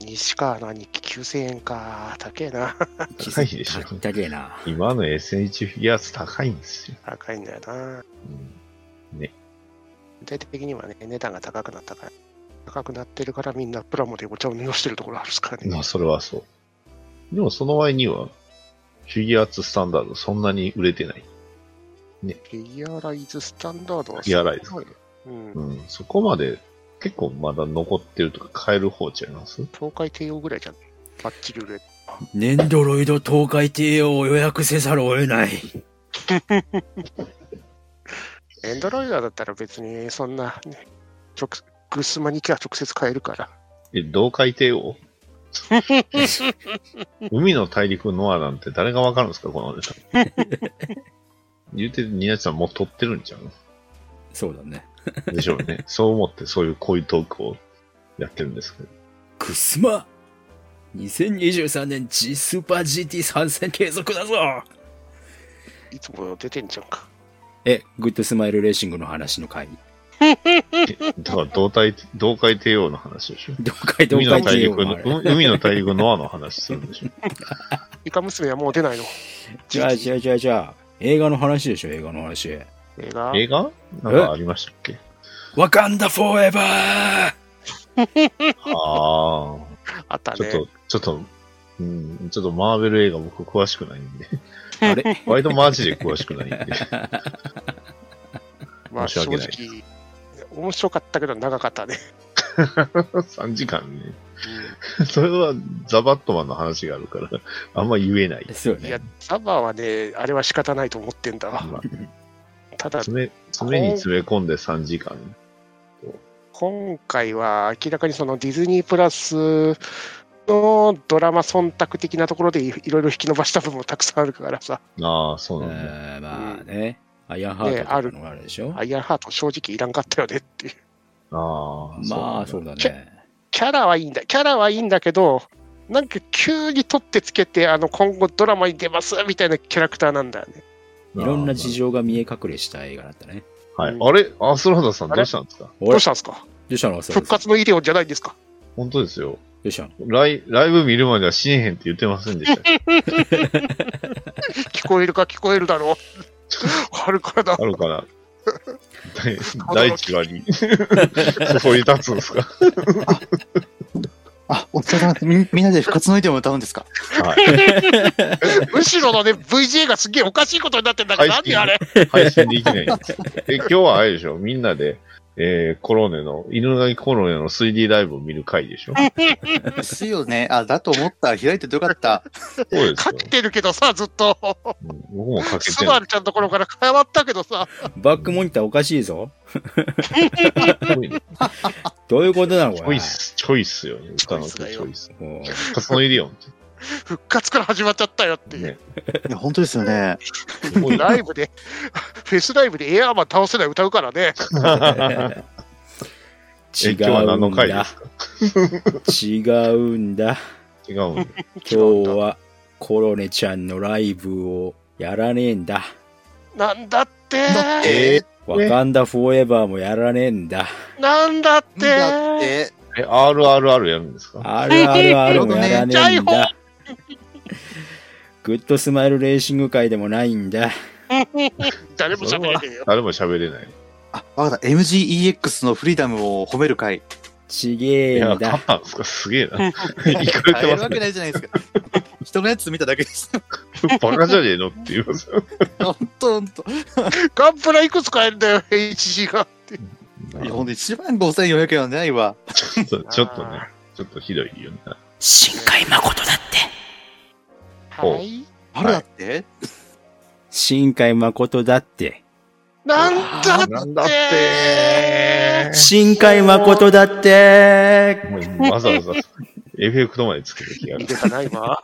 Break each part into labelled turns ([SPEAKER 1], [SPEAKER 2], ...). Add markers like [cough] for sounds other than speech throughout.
[SPEAKER 1] 西川の兄貴9000円か。高えな。 [laughs]
[SPEAKER 2] 高いでしょ。
[SPEAKER 3] 高えな。
[SPEAKER 2] 今の SH フィギュアス高いんですよ。
[SPEAKER 1] 高いんだよな。
[SPEAKER 2] うん、ね。
[SPEAKER 1] 具体的にはね、値段が高くなったから。高くなってるからみんなプラモでお茶を濁してるところあるっすからね。
[SPEAKER 2] まあ、それはそう。でも、その割には、フィギュアーツスタンダードそんなに売れてない。
[SPEAKER 1] フィギュアライズスタンダードは
[SPEAKER 2] フィギュアライズ
[SPEAKER 1] すごいようん
[SPEAKER 2] う。ん。そこまで、結構まだ残ってるとか、買える方ちゃいます
[SPEAKER 1] 東海帝王ぐらいじゃん。バッチリ売れ。
[SPEAKER 3] ネンドロイド東海帝王を予約せざるを得ない。
[SPEAKER 1] エンドロイダーだったら別にそんな、ね、直グスマに行きゃ直接買えるから。
[SPEAKER 2] え、同海帝王海の大陸ノアなんて誰がわかるんですか、このネタ。言うて、ニナちさんもう撮ってるんちゃう
[SPEAKER 3] そうだね。
[SPEAKER 2] でしょうね。そう思って、そういうこういうトークをやってるんですけど。
[SPEAKER 3] くすま !2023 年 G スーパー GT 参戦継続だぞ
[SPEAKER 1] いつも出てんじゃんか。
[SPEAKER 3] え、グッドスマイルレーシングの話の回。
[SPEAKER 2] えだから同体、同海帝王の話でしょ。
[SPEAKER 3] 東海
[SPEAKER 2] 海
[SPEAKER 3] 東
[SPEAKER 2] の
[SPEAKER 3] 海
[SPEAKER 2] 大
[SPEAKER 3] 帝王
[SPEAKER 2] 陸
[SPEAKER 3] の
[SPEAKER 2] の
[SPEAKER 3] 話、。
[SPEAKER 2] うん海の大陸ノアの話するんで
[SPEAKER 3] [laughs]
[SPEAKER 2] しょ。
[SPEAKER 1] イカ娘はもう出ないの。
[SPEAKER 3] じゃあじゃあじゃあじゃあ、映画の話でしょ、映画の話。
[SPEAKER 1] 映画
[SPEAKER 2] 映画なんかありましたっ
[SPEAKER 3] [laughs]
[SPEAKER 2] け
[SPEAKER 3] ワカンダフォーエバー
[SPEAKER 2] あ
[SPEAKER 1] あった
[SPEAKER 2] あ、ちょっ
[SPEAKER 1] ね
[SPEAKER 2] と。、ちょっと、うん、ちょっとマーベル映画僕詳しくないんで。 [laughs]
[SPEAKER 3] あれ
[SPEAKER 2] 割とマジで詳しくないんで。 [laughs]
[SPEAKER 1] まあ
[SPEAKER 2] 申し
[SPEAKER 1] 正
[SPEAKER 2] 訳ない
[SPEAKER 1] 直、面白かったけど長かったね。
[SPEAKER 2] 3時間ね。 [laughs] それはザ・バットマンの話があるから、あんま言えない。
[SPEAKER 3] そうよ
[SPEAKER 1] いや
[SPEAKER 3] ね。、
[SPEAKER 1] サバーはね、あれは仕方ないと思ってんだわ。
[SPEAKER 2] まあ
[SPEAKER 1] ただ、
[SPEAKER 2] 詰め、詰めに詰め込んで3時間。
[SPEAKER 1] 今回は明らかにそのディズニープラスのドラマ忖度的なところでいいろいろ引き伸ばした部分もたくさんあるからさ、
[SPEAKER 2] ああ、そう
[SPEAKER 3] え
[SPEAKER 2] なんだ。
[SPEAKER 3] ーまあね。アイアンハートとかのがあるでしょ
[SPEAKER 1] アイアンハート正直いらんかったよねっていう。
[SPEAKER 2] ああ、
[SPEAKER 3] まあそうだ
[SPEAKER 1] チ
[SPEAKER 3] ね。
[SPEAKER 1] キャラはいいんだ、キャラはいいんだけど、なんか急に取ってつけて、あの今後ドラマに出ますみたいなキャラクターなんだよね。
[SPEAKER 3] いろんな事情が見え隠れした映画だったね。
[SPEAKER 2] 情。はい。あれアスラーダさんどうしたんですか
[SPEAKER 3] ど
[SPEAKER 1] どうしたんですか
[SPEAKER 3] どうしたのそう
[SPEAKER 1] 復
[SPEAKER 3] ど
[SPEAKER 1] 活のイデオンじゃないんですか [laughs]
[SPEAKER 2] 本当ですよ。
[SPEAKER 3] うしたの
[SPEAKER 2] ライライブ見るまでは死ねへんって言ってませんでしたっけ。
[SPEAKER 1] 聞こえるか聞こえるだろう。 [laughs] あるからだ
[SPEAKER 2] あ。るから。 [laughs] 第第一話 [laughs] に、そこに立つんですか。
[SPEAKER 4] あ、お疲れ様です。みみんなで復活のイデオンを歌うんですか
[SPEAKER 2] は
[SPEAKER 1] [laughs]
[SPEAKER 2] い。
[SPEAKER 1] 後ろのね、VGA がすげえおかしいことになってんだから、なん
[SPEAKER 2] 配信
[SPEAKER 1] であれ
[SPEAKER 2] 配信できないんです。 [laughs] え、今日はあれでしょみんなで、えー、コロネの、犬神コロネの 3D ライブを見る回でしょ
[SPEAKER 4] ですよね。あ、だと思った。開いててよかった。
[SPEAKER 2] そうです
[SPEAKER 1] か
[SPEAKER 2] よ
[SPEAKER 1] け。てるけどさ、ずっと。
[SPEAKER 2] うん僕もかけ
[SPEAKER 1] ス
[SPEAKER 2] て
[SPEAKER 1] バ
[SPEAKER 2] る。
[SPEAKER 1] ルちゃんのところから変わったけどさ、
[SPEAKER 3] バックモニターおかしいぞ。
[SPEAKER 2] すごい [laughs] ね
[SPEAKER 3] どういうことなの
[SPEAKER 2] チ
[SPEAKER 3] こ
[SPEAKER 2] ョ
[SPEAKER 3] れ
[SPEAKER 2] イ。ス、チョイスよね。歌のチョイス。
[SPEAKER 3] もう
[SPEAKER 2] カツノイリオンっ
[SPEAKER 1] 復活から始まっちゃったよって
[SPEAKER 2] て。
[SPEAKER 1] いう。
[SPEAKER 2] ね。 [laughs]
[SPEAKER 4] いや、本当ですよね。
[SPEAKER 2] すごい
[SPEAKER 1] ライブで、フェスライブでエアーマン倒せない歌うからね。
[SPEAKER 3] 違
[SPEAKER 2] え、
[SPEAKER 3] うん
[SPEAKER 2] 今日は何の回で
[SPEAKER 3] だ
[SPEAKER 2] す。か
[SPEAKER 3] 違うんだ。
[SPEAKER 2] 違うんだ。
[SPEAKER 3] 今日はコロネちゃんのライブをやらねえんだ。
[SPEAKER 1] なんだって
[SPEAKER 4] だって
[SPEAKER 2] え
[SPEAKER 3] ワカンダフォーエバーもやらねえんだ。
[SPEAKER 1] なんだって
[SPEAKER 4] だって、
[SPEAKER 2] ー、え、RRR やるんですか
[SPEAKER 3] あるあるあるもやらねえんだ。 [laughs] グッドスマイルレーシング界でもないんだ。
[SPEAKER 1] 誰も喋れねえよ。
[SPEAKER 2] 誰も喋れない。
[SPEAKER 4] あ、わかった。MGEX のフリーダムを褒める会。
[SPEAKER 3] ちげ
[SPEAKER 2] い
[SPEAKER 3] え
[SPEAKER 2] や、
[SPEAKER 3] ん
[SPEAKER 2] 勝
[SPEAKER 3] だ
[SPEAKER 2] っ。たんですかすげえ [laughs] な。いかれ
[SPEAKER 4] あ
[SPEAKER 2] て
[SPEAKER 4] や
[SPEAKER 2] ま
[SPEAKER 4] る
[SPEAKER 2] す
[SPEAKER 4] わけ
[SPEAKER 2] ね。
[SPEAKER 4] ないじゃないですか。人のやつ見ただけです。
[SPEAKER 2] バカじゃねえのって言いますよ。
[SPEAKER 4] 本当本当。
[SPEAKER 1] ガンプラいくつ買えるんだよ、HG が。
[SPEAKER 4] いや、ほんと1万5400円はないわ。
[SPEAKER 2] ちょっとちょっとね、ちょっとひどいよね。
[SPEAKER 3] 新海誠だって。
[SPEAKER 1] はい。
[SPEAKER 4] あれだって、
[SPEAKER 3] 新海誠だって。
[SPEAKER 1] なんだって
[SPEAKER 2] なんだって
[SPEAKER 3] 新海誠だって。
[SPEAKER 2] もうわざわざエフェクトまでつけてきや
[SPEAKER 1] 入
[SPEAKER 2] る。
[SPEAKER 1] れたないわ。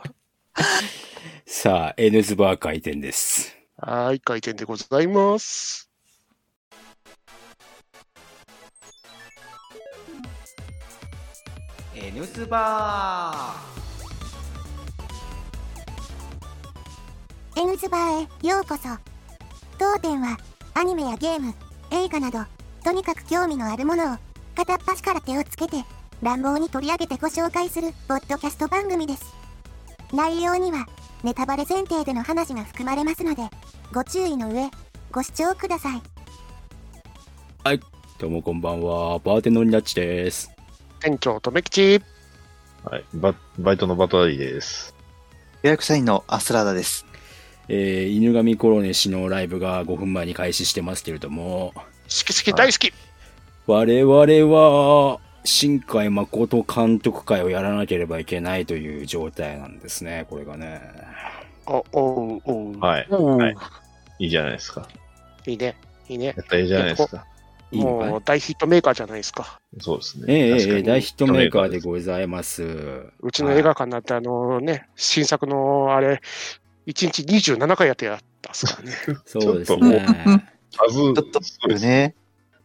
[SPEAKER 3] さあ、N ズバー回転です。
[SPEAKER 1] はい、回転でございます。
[SPEAKER 3] N ズバ
[SPEAKER 5] エヌズバーへようこそ当店はアニメやゲーム映画などとにかく興味のあるものを片っ端から手をつけて乱暴に取り上げてご紹介するポッドキャスト番組です内容にはネタバレ前提での話が含まれますのでご注意の上ご視聴ください
[SPEAKER 3] どうもこんばんは、バーテンのニナッチです。
[SPEAKER 1] 店長、とめきち。
[SPEAKER 2] はい。ババイトのバトダディです。
[SPEAKER 4] 予約社員のアスラーダです。
[SPEAKER 3] えー、犬神コロネ氏のライブが5分前に開始してますけれども、
[SPEAKER 1] しきしき大好き。
[SPEAKER 3] 我々は、新海誠監督会をやらなければいけないという状態なんですね、これがね。
[SPEAKER 1] お、おう、おう。
[SPEAKER 2] はい。
[SPEAKER 1] おう
[SPEAKER 2] はいいいじゃないですか。
[SPEAKER 1] いいね。いいね。
[SPEAKER 2] やったらいいじゃないですか。
[SPEAKER 3] いいのかい
[SPEAKER 1] もう大ヒットメーカーじゃないですか。
[SPEAKER 2] そうですね。
[SPEAKER 3] えええ
[SPEAKER 2] 確か
[SPEAKER 3] ええ
[SPEAKER 2] に
[SPEAKER 3] え大ヒットメーカーでございます。
[SPEAKER 1] うちの映画館なんて、あのね、新作のあれ、1日27回やってやったっすからね。
[SPEAKER 3] そうです
[SPEAKER 2] ちょ
[SPEAKER 3] ね。
[SPEAKER 2] はず、ちょ
[SPEAKER 4] ちょっと、ね。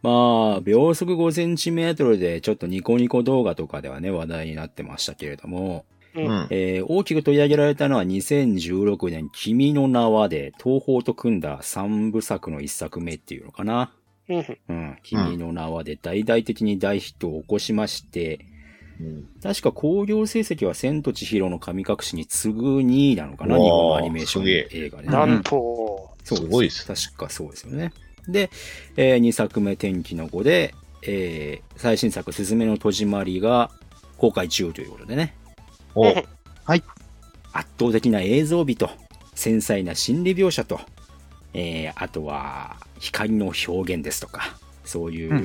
[SPEAKER 3] まあ、秒速5センチメートルでちょっとニコニコ動画とかではね、話題になってましたけれども、
[SPEAKER 1] う。
[SPEAKER 2] うんん。
[SPEAKER 3] えー大きく取り上げられたのは2016年君の名はで東宝と組んだ3部作の1作目っていうのかな。
[SPEAKER 1] うん。
[SPEAKER 3] うん。君の名はで大々的に大ヒットを起こしまして、
[SPEAKER 2] うん
[SPEAKER 3] 確か興行成績は千と千尋の神隠しに次ぐ2位なのかな、
[SPEAKER 2] うわー
[SPEAKER 3] 日本のアニメーション
[SPEAKER 2] すげ
[SPEAKER 3] 映画でね。
[SPEAKER 1] なんと、
[SPEAKER 3] そうです
[SPEAKER 2] ごいっす
[SPEAKER 3] 確かそうですよね。で、え2作目、天気の子で、えー最新作、すずめの戸締まりが公開中ということでね、
[SPEAKER 2] お
[SPEAKER 1] うん
[SPEAKER 3] 圧倒的な映像美と、繊細な心理描写と、えーあとは、光の表現ですとか、そうい
[SPEAKER 4] うん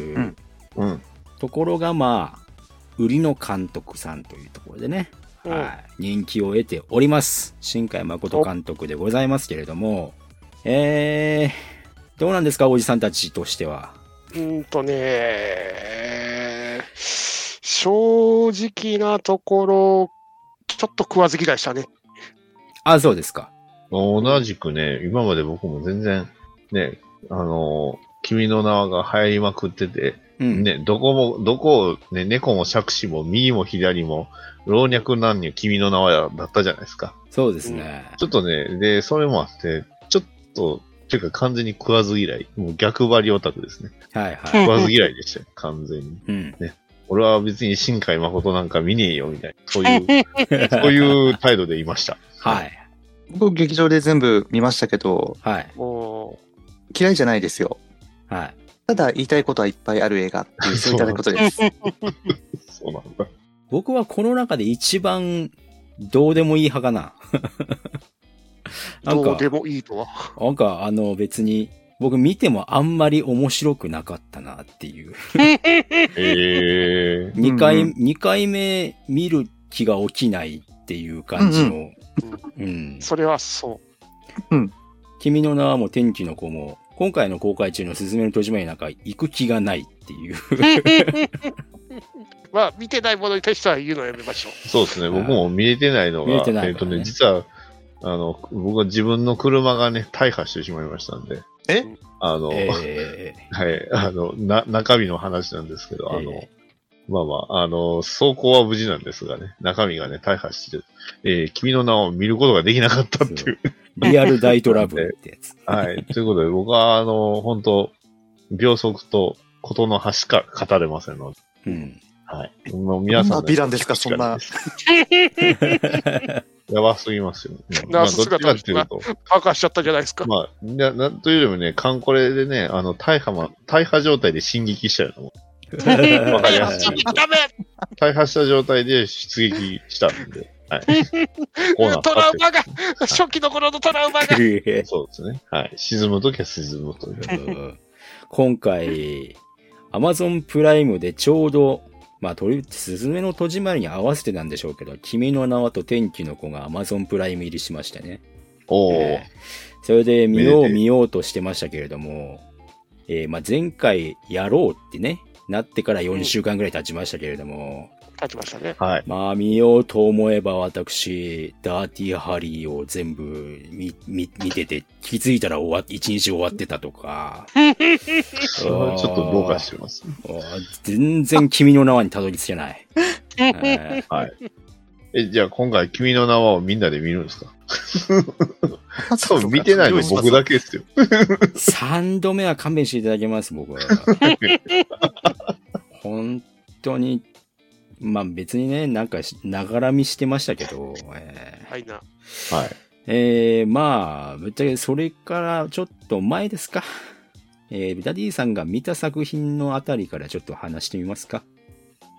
[SPEAKER 4] う
[SPEAKER 3] うん
[SPEAKER 2] うん。
[SPEAKER 3] ところが、まあ、売りの監督さんというところでね、
[SPEAKER 1] うん
[SPEAKER 3] はい、人気を得ております。新海誠監督でございますけれども、えー、どうなんですか、おじさんたちとしては。
[SPEAKER 1] うーんとね、正直なところ、ちょっと食わず嫌いしたね。
[SPEAKER 3] あ、そうですか。
[SPEAKER 2] 同じくね、今まで僕も全然、ね、あのー君の名が流行りまくってて、
[SPEAKER 3] うん。
[SPEAKER 2] ね、どこも、どこを、ね、猫も杓子も右も左も、老若男女君の名はだったじゃないですか。
[SPEAKER 3] そうですね。
[SPEAKER 2] ちょっとね、で、それもあって、ちょっと、ていうか完全に食わず嫌い。もう逆張りオタ
[SPEAKER 3] [laughs]
[SPEAKER 2] クですね。
[SPEAKER 3] はいはい。
[SPEAKER 2] 食わず嫌いでしたよ、完全に。
[SPEAKER 3] うん。
[SPEAKER 2] 俺は別に新海誠なんか見ねえよ、みたいな。そ
[SPEAKER 3] [laughs]
[SPEAKER 2] ういう、 [laughs] そういう態度でいました。
[SPEAKER 3] はい。
[SPEAKER 4] 僕、劇場で全部見ましたけど、
[SPEAKER 3] はい。
[SPEAKER 1] も
[SPEAKER 4] 嫌いじゃないですよ。
[SPEAKER 3] はい。
[SPEAKER 4] ただ、言いたいことはいっぱいある映画って言っていただくこと [laughs] です。
[SPEAKER 2] そうなんだ。
[SPEAKER 3] 僕はこの中で一番、どうでもいい派かな。
[SPEAKER 1] う、
[SPEAKER 3] なん
[SPEAKER 1] ど
[SPEAKER 3] か
[SPEAKER 1] う、でもいいとは。
[SPEAKER 3] なんか、あの、別に、僕見てもあんまり面白くなかったなっていう。
[SPEAKER 2] ええ
[SPEAKER 3] 2回、
[SPEAKER 4] うんう
[SPEAKER 3] 二回目見る気が起きないっていう感じの。うん、
[SPEAKER 1] それはそ
[SPEAKER 3] 君の名はもう天気の子も、今回の公開中のすずめの戸締まりなんか行く気がないっていう。
[SPEAKER 1] う。まあ、見てないものに対しては言うのやめましょう。
[SPEAKER 2] そうですね、僕も見れてないの
[SPEAKER 3] 見れ
[SPEAKER 2] が、
[SPEAKER 3] てないからね
[SPEAKER 2] えっ、とね、実は、あの、僕は自分の車がね、大破してしまいましたんで。
[SPEAKER 4] え
[SPEAKER 2] あの、
[SPEAKER 3] え
[SPEAKER 2] [laughs] はい、あの、な、中身の話なんですけど、あの、
[SPEAKER 3] え
[SPEAKER 2] まあまあ、あの、走行は無事なんですがね、中身がね、大破してる、えー君の名を見ることができなかったっていう。
[SPEAKER 3] ーリアル大トラブルってやつ。
[SPEAKER 2] はい。 [laughs] ということで、僕は、あの、本当秒速とことの端から語れませんので、
[SPEAKER 3] うん。
[SPEAKER 2] はい。もう皆さん
[SPEAKER 4] どん
[SPEAKER 2] の、
[SPEAKER 4] なヴィランですかそんな。
[SPEAKER 2] [laughs] やばすぎますよ。うん
[SPEAKER 1] ナース
[SPEAKER 2] どっちかっていう
[SPEAKER 1] 姿
[SPEAKER 2] と、
[SPEAKER 1] 爆破しちゃったじゃないですか。
[SPEAKER 2] まあ、な、なんというよりもね、カンコレでね、あの、大破ま、大破状態で進撃したようなもん [laughs] わかりやすい
[SPEAKER 1] ダメ
[SPEAKER 2] 大破した状態で出撃したんで、
[SPEAKER 1] [laughs]
[SPEAKER 2] はい。こうなった
[SPEAKER 1] トラウ
[SPEAKER 2] って
[SPEAKER 1] マが、初期の頃のトラウマが。
[SPEAKER 3] え
[SPEAKER 2] そうですね。はい。沈むときは沈むという。
[SPEAKER 3] うん今回、アマゾンプライムでちょうど、まあ、とり、すずめの戸締まりに合わせてなんでしょうけど、君の名はと天気の子がアマゾンプライム入りしましてね。
[SPEAKER 2] おー
[SPEAKER 3] えーそれで見よう
[SPEAKER 2] めでてえ
[SPEAKER 3] 見ようとしてましたけれども、えーまあ、前回やろうってね、なってから4週間ぐらい経ちましたけれども、
[SPEAKER 1] 立ちましたね。
[SPEAKER 2] はい。
[SPEAKER 3] まあ見ようと思えば私、ダーティーハリーを全部見、見、見てて、気づいたら終わっ、一日終わってたとか、
[SPEAKER 2] それはちょっとどうかしてます。
[SPEAKER 3] もう全然君の名はにたどり着けない。えー
[SPEAKER 2] え、じゃあ今回、君の名はをみんなで見るんですか
[SPEAKER 1] [laughs]
[SPEAKER 2] 多分見てないの僕だけですよ。
[SPEAKER 3] 三度目は勘弁していただけます、僕は。本当に、まあ別にね、なんかし、ながら見してましたけど、え
[SPEAKER 1] はいな。
[SPEAKER 2] い。はい。
[SPEAKER 3] ーえーまあ、ぶっちゃけそれからちょっと前ですか。えー、ダディさんが見た作品のあたりからちょっと話してみますか。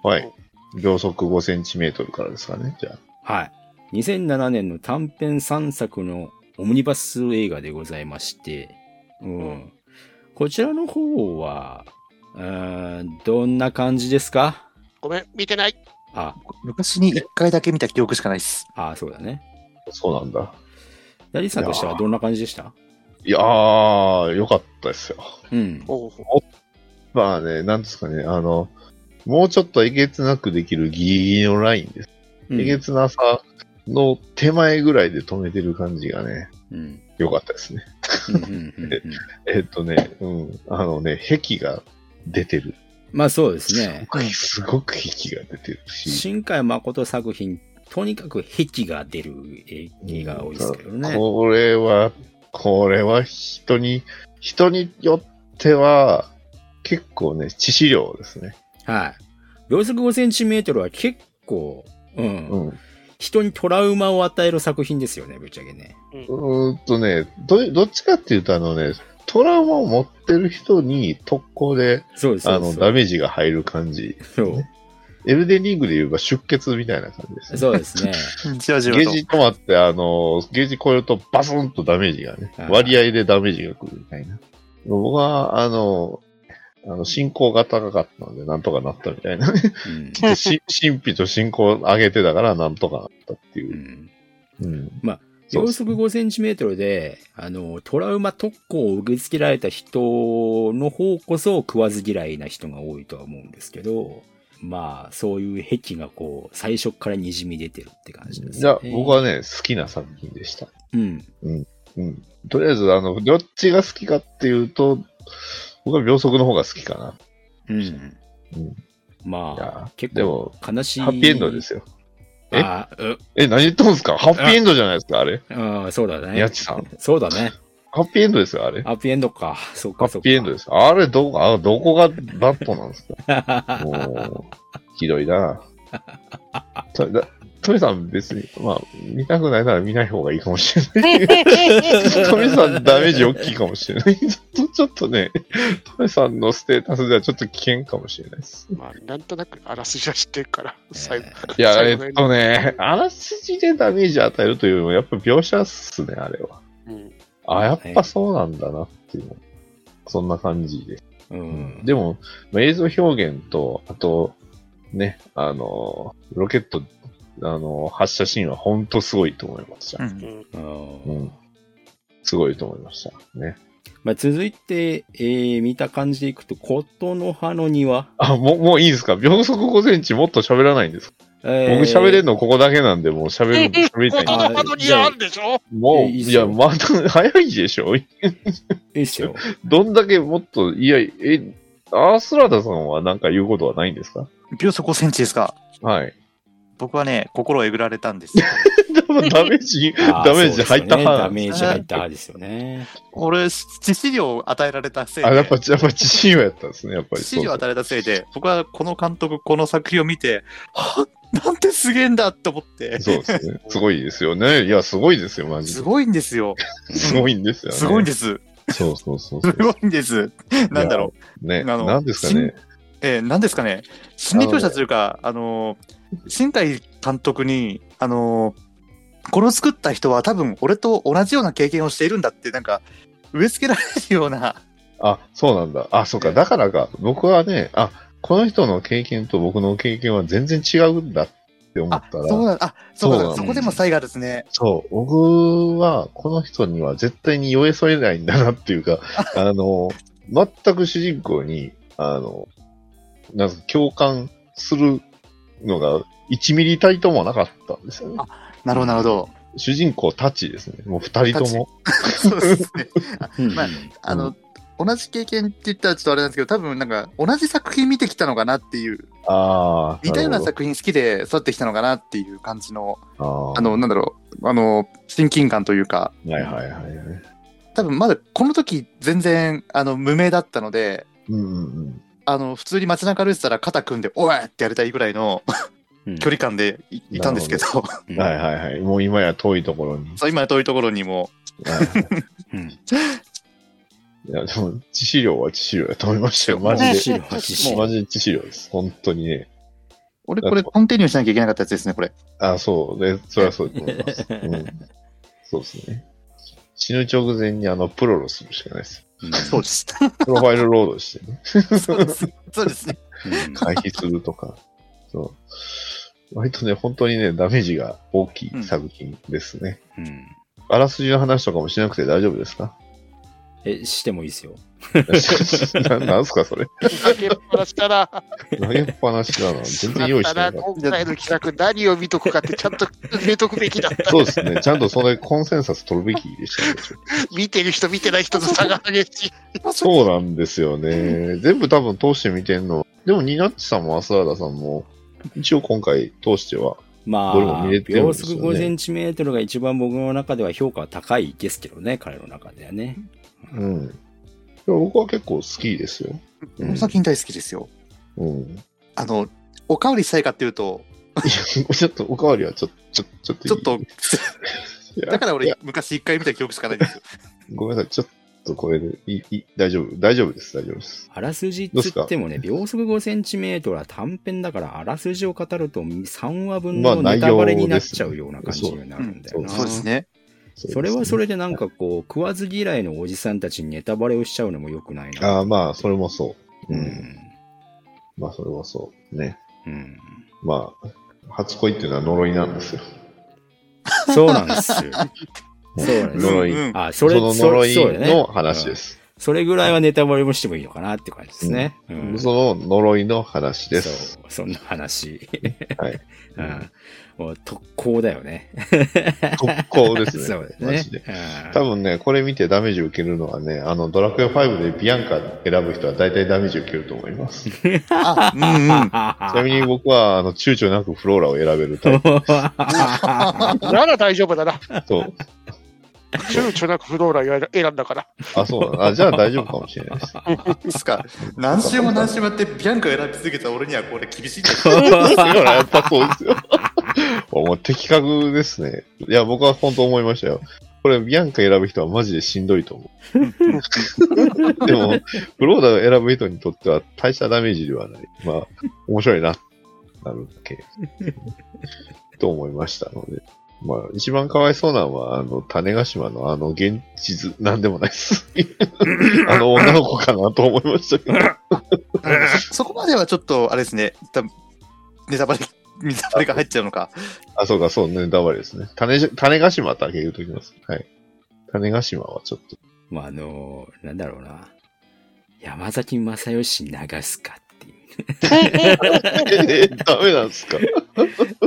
[SPEAKER 2] はい。秒速5センチメートルからですかね、じゃあ。
[SPEAKER 3] はい。2007年の短編3作のオムニバス映画でございまして、うん。こちらの方は、うーん、どんな感じですか
[SPEAKER 1] ごめん、見てない。
[SPEAKER 3] あ、
[SPEAKER 4] 昔に一回だけ見た記憶しかないです。
[SPEAKER 3] あ、そうだね。
[SPEAKER 2] そうなんだ。
[SPEAKER 3] ダディさんとしてはどんな感じでした
[SPEAKER 2] いやー、よかったですよ。
[SPEAKER 3] うん。
[SPEAKER 1] おう
[SPEAKER 2] まあね、なんですかね、あの、もうちょっとえげつなくできるギリギリのラインです。
[SPEAKER 3] うん
[SPEAKER 2] えげつなさの手前ぐらいで止めてる感じがね、
[SPEAKER 3] うん。
[SPEAKER 2] 良かったですね。
[SPEAKER 3] うんうんうんうん
[SPEAKER 2] えっとね、うん、あのね、壁が出てる。
[SPEAKER 3] まあそうですね。
[SPEAKER 2] すごく壁が出てるし、
[SPEAKER 3] 新海誠作品、とにかく壁が出るえ映画が多いですけどね。
[SPEAKER 2] これは、これは人に、人によっては、結構ね、致死量ですね。
[SPEAKER 3] はい。秒速5センチメートルは結構、うん
[SPEAKER 2] う、ん。
[SPEAKER 3] 人にトラウマを与える作品ですよね、ぶっちゃけね。
[SPEAKER 2] うーんとね、ど、どっちかっていうと、あのね、トラウマを持ってる人に特攻で、
[SPEAKER 3] そうです。
[SPEAKER 2] あ
[SPEAKER 3] そう
[SPEAKER 2] の、
[SPEAKER 3] です
[SPEAKER 2] ダメージが入る感じ。エルデンリングで言えば出血みたいな感じです、
[SPEAKER 3] そ
[SPEAKER 2] ね。
[SPEAKER 3] うそうですね。
[SPEAKER 4] じわじわ
[SPEAKER 2] ゲー
[SPEAKER 4] と。
[SPEAKER 2] ジ止まって、あの、ゲージ超えるとバスンとダメージがね
[SPEAKER 3] はい、
[SPEAKER 2] 割合でダメージが来るみたいな。僕は、あの、あの進行が高かったので、なんとかなったみたいな [laughs] ね。
[SPEAKER 3] うん
[SPEAKER 2] でし神秘と進行を上げてだから、なんとかなったっていうう。
[SPEAKER 3] ん
[SPEAKER 2] うん。そ
[SPEAKER 3] 秒
[SPEAKER 2] うですね
[SPEAKER 3] 速5センチメートルで、あの、トラウマ特攻を受け付けられた人の方こそ食わず嫌いな人が多いとは思うんですけど、まあ、そういう癖がこう、最初から滲み出てるって感じです
[SPEAKER 2] じゃ
[SPEAKER 3] ね
[SPEAKER 2] あ、。僕はね、好きな作品でした。
[SPEAKER 3] うん。
[SPEAKER 2] うん。とりあえず、あの、どっちが好きかっていうと、僕は秒速の方が好きかな。
[SPEAKER 3] うん。ま
[SPEAKER 2] い
[SPEAKER 3] あ
[SPEAKER 2] や、
[SPEAKER 3] 結
[SPEAKER 2] で
[SPEAKER 3] 構
[SPEAKER 2] も、
[SPEAKER 3] 悲しい。
[SPEAKER 2] ハッピーエンドですよ。え
[SPEAKER 3] あう
[SPEAKER 2] え、何言ってんすかハッピーエンドじゃないですかあれ。
[SPEAKER 3] うん、そうだね
[SPEAKER 2] 宮。地さん。
[SPEAKER 3] そうだね。
[SPEAKER 2] ハッピーエンドですよ、あれ。ハ
[SPEAKER 3] ハッピーエンドか。そうか、そうか。
[SPEAKER 2] ッピーエンドです。あれ、どこ、あどこがバットなんです
[SPEAKER 3] [laughs]
[SPEAKER 2] かもう、ひどいな。とだトミさん別に、まあ、見たくないなら見ない方がいいかもし
[SPEAKER 3] [laughs]
[SPEAKER 2] れない。トミさんダメージ大きいかもしれない。ちょっとちょっとね、トミさんのステータスではちょっと危険かもしれないです。
[SPEAKER 1] まあ、なんとなくあらすじは知ってるから、最後。
[SPEAKER 2] いや、
[SPEAKER 1] 最
[SPEAKER 2] え
[SPEAKER 1] 後
[SPEAKER 2] っとね、あらすじでダメージ与えるというよりも、やっぱ描写っすね、あれは。
[SPEAKER 1] うん、
[SPEAKER 2] あ、やっぱそうなんだなっていうの。そんな感じで。
[SPEAKER 3] うん。
[SPEAKER 2] でも、まあ映像表現と、あと、ね、あの、ロケット、あの、発射シーンは本当すごいと思いまし
[SPEAKER 4] う
[SPEAKER 2] た。
[SPEAKER 1] うんん、
[SPEAKER 3] うん
[SPEAKER 2] うん。すごいと思いました。ね。
[SPEAKER 3] まあ、続いて、えー、見た感じでいくと、ことの葉の庭。
[SPEAKER 2] あ、もう、もういいですか秒速5センチもっと喋らないんですか、
[SPEAKER 3] え
[SPEAKER 2] 僕喋れ
[SPEAKER 3] る
[SPEAKER 2] んのここだけなんで、もう喋る、喋りたい
[SPEAKER 1] こと
[SPEAKER 2] んです。
[SPEAKER 1] のことにあるでしょ
[SPEAKER 2] もう、
[SPEAKER 3] いいっす
[SPEAKER 2] い
[SPEAKER 3] よ
[SPEAKER 2] や、まだ早いでしょ
[SPEAKER 3] いいっす
[SPEAKER 2] [laughs]
[SPEAKER 3] よ。
[SPEAKER 2] どんだけもっと、いや、え、アースラダさんは何か言うことはないんですか
[SPEAKER 4] 秒速5センチですか
[SPEAKER 2] はい。 [laughs]
[SPEAKER 4] 僕はね、心をえぐられたんです。
[SPEAKER 2] でもダメージ、
[SPEAKER 3] あー
[SPEAKER 2] ダメージ入った
[SPEAKER 3] そうですよね
[SPEAKER 2] 派な
[SPEAKER 3] ダ
[SPEAKER 2] んで
[SPEAKER 3] メージ入った派ですよね。
[SPEAKER 4] [laughs] 俺、致死量を与えられたせい
[SPEAKER 2] す。あ、やっぱ、
[SPEAKER 4] で、
[SPEAKER 2] やっぱ自信はやったんですね、やっぱ
[SPEAKER 4] 致
[SPEAKER 2] り。
[SPEAKER 4] 死量を
[SPEAKER 2] そうそ
[SPEAKER 4] 与えられたせいで、僕はこの監督、この作品を見て、はっなんてすげえんだって思って
[SPEAKER 2] う。そうですね。すごいですよね。いや、すごいですよ、マジ
[SPEAKER 4] す
[SPEAKER 2] で。
[SPEAKER 4] ごいんですよ。
[SPEAKER 2] すごいんですよね。。
[SPEAKER 4] すごいんですす。
[SPEAKER 2] そうそうそうそ
[SPEAKER 4] す
[SPEAKER 2] う。
[SPEAKER 4] ごいんです。なんだろう。
[SPEAKER 2] ね、
[SPEAKER 4] あの
[SPEAKER 2] なんですかね。
[SPEAKER 4] えー、なんですかね。心理描写というか、あのー、新海監督に、あのー、これを作った人は多分俺と同じような経験をしているんだって、なんか、植え付けられるような、
[SPEAKER 2] あ、そうなんだ。あ、そうか。だからか。僕はね、あ、この人の経験と僕の経験は全然違うんだって思っ
[SPEAKER 4] あ、
[SPEAKER 2] たら。
[SPEAKER 4] そうなんあ、そう
[SPEAKER 2] そうなん
[SPEAKER 4] か、
[SPEAKER 2] です
[SPEAKER 4] そこでも差異がですね。
[SPEAKER 2] そう、僕は、この人には絶対に寄り添えないんだなってい
[SPEAKER 3] [laughs]
[SPEAKER 2] うか、あの、全く主人公に、あの、なんか共感するのが1ミリたりともなかったんですよね。
[SPEAKER 4] なるほど、なるほど。
[SPEAKER 2] 主人公たちですね。もう2人とも。
[SPEAKER 4] そうですね。
[SPEAKER 3] うん
[SPEAKER 2] [laughs]
[SPEAKER 4] まあの、同じ経験って言ったらちょっとあれなんですけど、多分なんか、同じ作品見てきたのかなっていう、
[SPEAKER 2] ああ。
[SPEAKER 4] 似たような
[SPEAKER 2] る
[SPEAKER 4] 作品好きで育ってきたのかなっていう感じの、
[SPEAKER 2] ほどあ
[SPEAKER 4] あの、
[SPEAKER 2] の、
[SPEAKER 4] なんだろう、あの、親近感というか、
[SPEAKER 2] はいはいはいはい。
[SPEAKER 4] 多分まだこの時全然あの無名だったので
[SPEAKER 2] うんうんうん。
[SPEAKER 4] あの普通に街中歩いてたら肩組んで「おい!」ってやりたいぐらいの
[SPEAKER 3] うん
[SPEAKER 4] 距離感でいいたんですけど、
[SPEAKER 3] うん
[SPEAKER 2] はいはいはい。もう今や遠いところに。
[SPEAKER 4] そう今遠いところにも、
[SPEAKER 2] はいはい
[SPEAKER 3] うん
[SPEAKER 2] いや、でも、致死量は致死量だと思いましたよ。マジ
[SPEAKER 3] 致
[SPEAKER 2] で。
[SPEAKER 3] 死量致死量
[SPEAKER 2] マジで致死量です。本当にね。
[SPEAKER 4] 俺これコンティニューしなきゃいけなかったやつですね、これ。
[SPEAKER 2] あ、そう。で、それはそうだと思います。うん、そうですね。死ぬ直前にあの、プロロするしかないです。
[SPEAKER 4] そうです。
[SPEAKER 2] プロファイルロードしてね、
[SPEAKER 4] そうです。 [laughs] そうですね。
[SPEAKER 3] うん
[SPEAKER 2] 回避するとか。 [laughs] そう。割とね、本当にね、ダメージが大きい作品ですね。
[SPEAKER 3] うん
[SPEAKER 2] あらすじの話とかもしなくて大丈夫ですか [laughs]
[SPEAKER 3] え、してもいいですよ。
[SPEAKER 2] ななんすか、それ。
[SPEAKER 1] 投げっぱなしだな。
[SPEAKER 2] 投げっぱなしだな。全然用意して
[SPEAKER 1] だ
[SPEAKER 2] な
[SPEAKER 1] っ
[SPEAKER 2] か
[SPEAKER 1] たら
[SPEAKER 2] っ
[SPEAKER 1] 今回の企画何を見とくかってちゃんと入れとくべきだった
[SPEAKER 2] た。。 [laughs] そうですね。ちゃんとそれコンセンサス取るべきでしたね。
[SPEAKER 1] 見てる人見てない人の差が激しい。
[SPEAKER 2] そうなんですよね。全部多分通して見てんの。でも、ニナッチさんもアスラーダさんも、一応今回通しては、
[SPEAKER 3] ま
[SPEAKER 2] どれも
[SPEAKER 3] あ、
[SPEAKER 2] 見れてるん
[SPEAKER 3] 秒
[SPEAKER 2] ですよ
[SPEAKER 3] 速5
[SPEAKER 2] ね
[SPEAKER 3] センチメートルが一番僕の中では評価は高いですけどね、彼の中ではね。
[SPEAKER 2] うん。いや僕は結構好きですよ。う
[SPEAKER 4] こ
[SPEAKER 2] ん
[SPEAKER 4] の作品大好きですよ。
[SPEAKER 2] うん。 [laughs]
[SPEAKER 4] あの、おかわりしたいかっていうと、
[SPEAKER 2] ちょっと、おかわりはちょっと、ちょっと、
[SPEAKER 4] ちょっと、
[SPEAKER 2] いや
[SPEAKER 4] だから
[SPEAKER 2] い
[SPEAKER 4] 俺
[SPEAKER 2] や、
[SPEAKER 4] 昔一回見た記憶しかないんですよ。
[SPEAKER 2] ごめんなさい、ちょっとこれで、いい、い大丈夫、大丈夫です、大丈夫です。
[SPEAKER 3] あらすじっつってもね、秒速5センチメートルは短編だから、あらすじを語ると3話分
[SPEAKER 2] まあ
[SPEAKER 3] のネタバレになっちゃうような感じになるんだよな。
[SPEAKER 2] 内
[SPEAKER 4] そうですね。
[SPEAKER 2] そ
[SPEAKER 3] それはそ
[SPEAKER 2] れ。
[SPEAKER 3] れでなんかこう、食わず嫌いのおじさんたちにネタバレをしちゃうのも良くないな。
[SPEAKER 2] ああ、まあ、それもそう。
[SPEAKER 3] う
[SPEAKER 2] うん。
[SPEAKER 3] ん。
[SPEAKER 2] まあ、それはそう。ね。
[SPEAKER 3] うん。
[SPEAKER 2] まあ、初恋っていうのは呪いなんですよ。
[SPEAKER 3] そうなん
[SPEAKER 2] [laughs]
[SPEAKER 3] ですよ。そうなんですよ。
[SPEAKER 2] 呪い。
[SPEAKER 4] うん
[SPEAKER 3] あ、そ
[SPEAKER 2] そ
[SPEAKER 3] れ、
[SPEAKER 2] の
[SPEAKER 3] そ
[SPEAKER 2] 呪
[SPEAKER 3] れ、
[SPEAKER 2] い
[SPEAKER 3] そうだね。
[SPEAKER 2] の話です。
[SPEAKER 3] それぐらいはネタバレもしてもいいのかなって感じですね。うん
[SPEAKER 2] その呪いの話で
[SPEAKER 3] そ
[SPEAKER 2] す。
[SPEAKER 3] う、そんな話。
[SPEAKER 2] はい。
[SPEAKER 3] [laughs] うん。もう特攻だよね。
[SPEAKER 2] 特攻ですね。
[SPEAKER 3] [laughs] そうだ
[SPEAKER 2] マ
[SPEAKER 3] ね
[SPEAKER 2] ジで。。多分ね、これ見てダメージ受けるのはね、あの、ドラクエ5でビアンカ選ぶ人は大体ダメージ受けると思います。ち
[SPEAKER 4] あ、うんうん。
[SPEAKER 2] なみに僕は、あの、躊躇なくフローラを選べるタイプ。
[SPEAKER 1] なら大丈夫だな。
[SPEAKER 2] そう。
[SPEAKER 1] 躊躇なくフローラを選んだから。
[SPEAKER 2] あ、そうなのあ、じゃあ大丈夫かもしれないです。
[SPEAKER 4] です [laughs] か。何週も何週もやって、ビアンカ選びすぎた俺にはこれ厳しいんだよ。
[SPEAKER 2] だからやっぱそうですよ。もう的確ですね。いや、僕は本当思いましたよ。これ、ビアンカ選ぶ人はマジでしんどいと思う。でも、フローラを選ぶ人にとっては大したダメージではない。まあ、面白いな、なるだけ。と思いましたので。まあ、一番かわいそうなのは、あの、種子島のあの、現地図、なんでもないです。あの、女の子かなと思いましたけど。
[SPEAKER 4] そこまではちょっと、あれですね、多分ネタバレ、ネタバレが入っちゃうのか。
[SPEAKER 2] あ、そうか、そう、ネタバレですね。種じ、種ヶ島だけ言うときます。はい。種ヶ島はちょっ
[SPEAKER 3] [laughs]
[SPEAKER 2] と。
[SPEAKER 3] まあ、あの、なんだろうな。山崎正義流すかっていう。
[SPEAKER 2] えー、ダメなんですか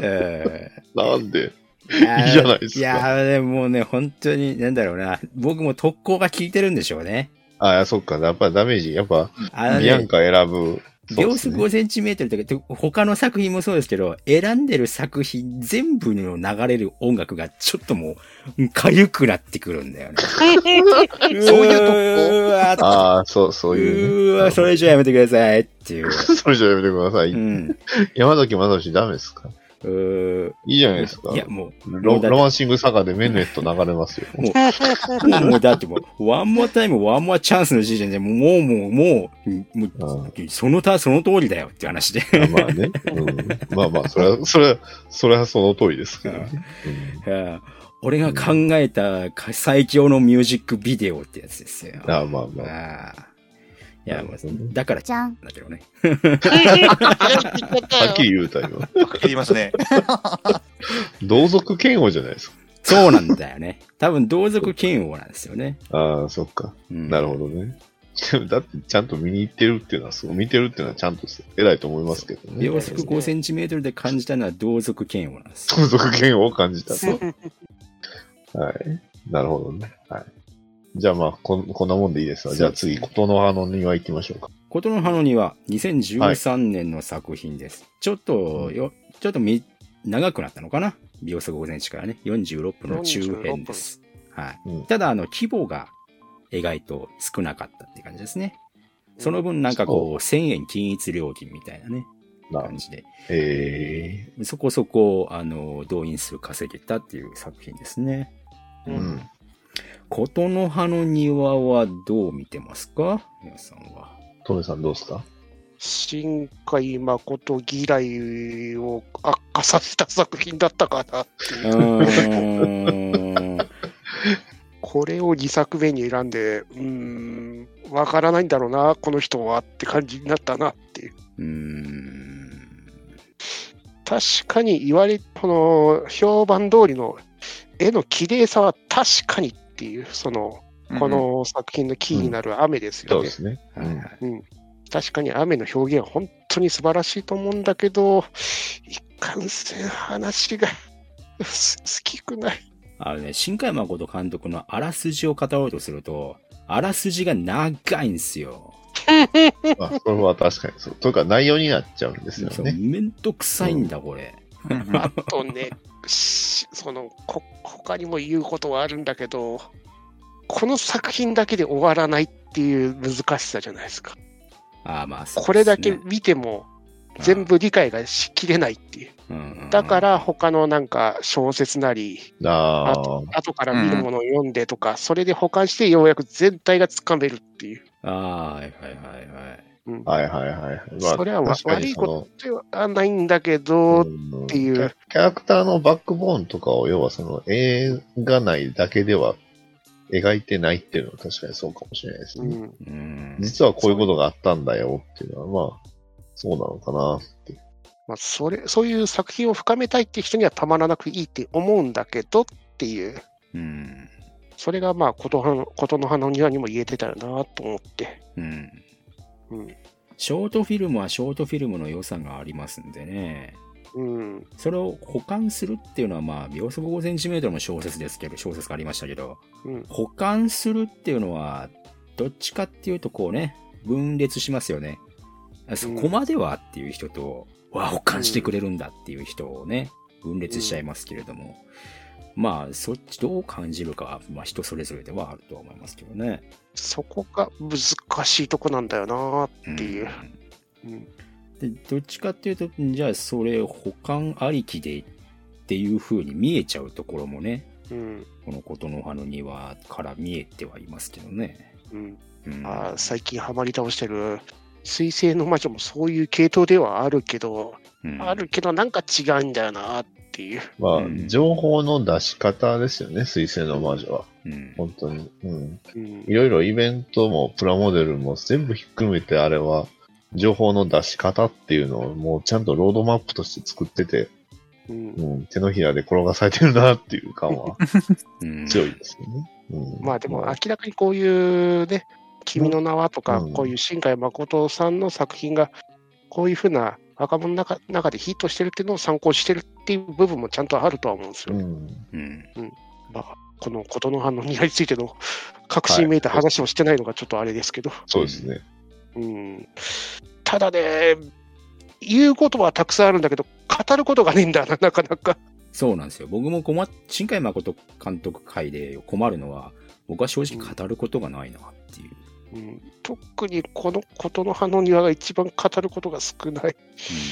[SPEAKER 3] え
[SPEAKER 2] なんで
[SPEAKER 3] ーやー
[SPEAKER 2] いいじゃないですか
[SPEAKER 3] いやー、でももうね、本当に、なんだろうな。僕も特攻が効いてるんでしょうね。
[SPEAKER 2] あ、そっか、やっぱダメージ、やっぱ、
[SPEAKER 3] あの
[SPEAKER 2] ビアン
[SPEAKER 3] ね、
[SPEAKER 2] カ選ぶ。そう
[SPEAKER 3] 秒
[SPEAKER 2] です
[SPEAKER 3] 速
[SPEAKER 2] ね
[SPEAKER 3] 5センチメートルとか、他の作品もそうですけど、選んでる作品全部の流れる音楽がちょっともう、痒くなってくるんだよね。そう
[SPEAKER 4] いう特攻
[SPEAKER 3] うわー
[SPEAKER 2] ああ、そう、そういう、
[SPEAKER 3] うーわ、それ以上やめてくださいっていう。
[SPEAKER 2] ね。 [laughs] それじゃやめてください。
[SPEAKER 3] うん。
[SPEAKER 2] 山崎正義ダメですか
[SPEAKER 3] うー
[SPEAKER 2] いいじゃないですか。
[SPEAKER 3] いや、もも
[SPEAKER 2] ロ
[SPEAKER 3] うだって
[SPEAKER 2] ロマンシングサガでメンネット流れますよ。 [laughs]
[SPEAKER 3] う、もう、もうだってもう、ワンモアタイム、ワンモアチャンスの時点で、もう、もう、もう、もう、もうそのた、その通りだよっていう話で。 [laughs]
[SPEAKER 2] まあね。うん、まあまあ、それは、それは、それはその通りですけどね。
[SPEAKER 3] うん俺が考えたか最強のミュージックビデオってやつですよ。
[SPEAKER 2] うん、ああまあまあ。
[SPEAKER 3] ああ。いや、もう
[SPEAKER 2] なるほどね
[SPEAKER 3] だから、
[SPEAKER 5] じゃん。
[SPEAKER 3] だけどね。
[SPEAKER 2] はっきり言うた今。
[SPEAKER 4] 言いましたね。
[SPEAKER 2] 同族嫌悪じゃないですか。
[SPEAKER 3] そうなんだよね。 [laughs] 多分、同族嫌悪なんですよね。
[SPEAKER 2] ああ、そっか。
[SPEAKER 3] うん
[SPEAKER 2] なるほどね。 [laughs] でもだって、ちゃんと見に行ってるっていうのは、そう、見てるっていうのはちゃんと偉いと思いますけどね。 [laughs]
[SPEAKER 3] 秒速5センチメートルで感じたのは同族嫌悪なんですよ。
[SPEAKER 2] 同族嫌悪を感じたと。はい。なるほどね。はい。じゃあまあ、こんこんなもんでいいですわ。じゃあ次、琴の葉の庭行きましょうか。
[SPEAKER 3] ことの葉の庭、2013年の作品です。ちょっとよ、ちょっとみ、長くなったのかな秒速5センチからね、46分の中編です。はい。
[SPEAKER 2] うん。
[SPEAKER 3] ただ、あの、規模が意外と少なかったって感じですね。その分、なんかこう、1000円均一料金みたいなね。
[SPEAKER 2] な
[SPEAKER 3] 感じで、
[SPEAKER 2] え
[SPEAKER 3] そこそこ、あの、動員数稼げたっていう作品ですね。
[SPEAKER 2] えうん。
[SPEAKER 3] 琴の葉の庭はどう見てますか皆さんは。
[SPEAKER 2] トメさんどうですか
[SPEAKER 1] 新海誠嫌いを悪化させた作品だったかなって
[SPEAKER 3] う
[SPEAKER 1] いう
[SPEAKER 3] ーん。
[SPEAKER 1] これを2作目に選んで、うーん、わからないんだろうな、この人はって感じになったなっていう。
[SPEAKER 3] うーん。
[SPEAKER 1] 確かに言われ、この評判通りの絵の綺麗さは確かにっていう、その、この作品のキーになる雨です
[SPEAKER 2] そ
[SPEAKER 1] よ
[SPEAKER 2] うで
[SPEAKER 1] ね。
[SPEAKER 2] すね。
[SPEAKER 3] はいはい
[SPEAKER 1] 確かに雨の表現は本当に素晴らしいと思うんだけど、一貫性話が [laughs] す好きくない。
[SPEAKER 3] あのね、新海誠監督のあらすじを語ろうとすると、あらすじが長いんですよ。
[SPEAKER 2] まあ、それは確かにそう。というか、内容になっちゃうんですよ
[SPEAKER 3] そう
[SPEAKER 2] ね。
[SPEAKER 3] めんどくさいんだ、これ。
[SPEAKER 1] あとね、しそのこ他にも言うことはあるんだけど、この作品だけで終わらないっていう難しさじゃないですか。
[SPEAKER 3] ああ、まあ、そうですね、
[SPEAKER 1] これだけ見ても全、部理解がしきれないっていう。だからら他のなんか小説なり、
[SPEAKER 2] ああ
[SPEAKER 1] 後、後から見るものを読んでとか、それで保管してようやく全体がつかめるっていう。
[SPEAKER 3] ああ、はいはいはいはい。
[SPEAKER 1] うん
[SPEAKER 2] はいはいはい。まあ、
[SPEAKER 1] それは
[SPEAKER 2] 確かにその
[SPEAKER 1] 悪ではないんだけど、
[SPEAKER 2] って
[SPEAKER 1] いう
[SPEAKER 2] キャキャラクターのバックボーンとかを、要はその映画内だけでは描いてないっていうのは確かにそうかもしれないです
[SPEAKER 1] う
[SPEAKER 2] ね。
[SPEAKER 1] ん、
[SPEAKER 3] うーん。
[SPEAKER 2] 実はこういうことがあったんだよっていうのは、まあ、そうなのかなって。
[SPEAKER 1] まあ、それそういう作品を深めたいって人にはたまらなくいいって思うんだけどっていう、
[SPEAKER 3] うん。
[SPEAKER 1] それがまあことはのことの葉の庭にも言えてたよなと思って。
[SPEAKER 3] うん。
[SPEAKER 1] うん
[SPEAKER 3] ショートフィルムはショートフィルムの良さがありますんでね。
[SPEAKER 1] うん、
[SPEAKER 3] それを保管するっていうのは、まあ、秒速5センチメートルも小説ですけど、小説がありましたけど、
[SPEAKER 1] うん
[SPEAKER 3] 保管するっていうのは、どっちかっていうと、こうね、分裂しますよね。そこまではっていう人と、わあ、保管してくれるんだっていう人をね、分裂しちゃいますけれども、まあ、そっちどう感じるかは、まあ、人それぞれではあるとは思いますけどね。
[SPEAKER 1] そこが難しいとこなんだよなっていう。
[SPEAKER 3] ん
[SPEAKER 1] うん
[SPEAKER 3] でどっちかっていうと、じゃあそれ保管ありきでっていう風に見えちゃうところもね、
[SPEAKER 1] うん
[SPEAKER 3] この琴の葉の庭から見えてはいますけどね。
[SPEAKER 1] うん
[SPEAKER 3] うん、
[SPEAKER 1] あー最近ハマり倒してる水星の魔女もそういう系統ではあるけど、
[SPEAKER 3] うん
[SPEAKER 1] あるけどなんか違うんだよなっていう。
[SPEAKER 2] まあ、
[SPEAKER 3] うん
[SPEAKER 2] 情報の出し方ですよね、水星の魔女は。
[SPEAKER 3] うん
[SPEAKER 2] 本当に。うん。
[SPEAKER 1] うん
[SPEAKER 2] いろいろイベントもプラモデルも全部ひっくるめてあれは、情報の出し方っていうのをもうちゃんとロードマップとして作ってて、
[SPEAKER 1] うん
[SPEAKER 2] うん、手のひらで転がされてるなっていう感は
[SPEAKER 3] うん
[SPEAKER 2] 強いですよね。うん
[SPEAKER 1] まあでも
[SPEAKER 2] まあ
[SPEAKER 1] 明らかにこういうね、君の名はとか、
[SPEAKER 2] うん
[SPEAKER 1] こういう新海誠さんの作品が、こういうふうな若者の中中でヒットしてるっていうのを参考してるっていう部分もちゃんとあるとは思うんですよ。
[SPEAKER 2] うん
[SPEAKER 3] うん
[SPEAKER 1] まあ、この琴の葉の庭についての [laughs] 確信めいた
[SPEAKER 2] はい
[SPEAKER 1] 話をしてないのがちょっとあれですけど、
[SPEAKER 2] そうですね。
[SPEAKER 1] うん、ただね、言うことはたくさんあるんだけど、語ることがねえんだな、なかなか。
[SPEAKER 3] そうなんですよ。僕も困っ、新海誠監督会で困るのは、僕は正直語ることがないなっていう。
[SPEAKER 1] うん、特にこの琴の葉の庭が一番語ることが少ない。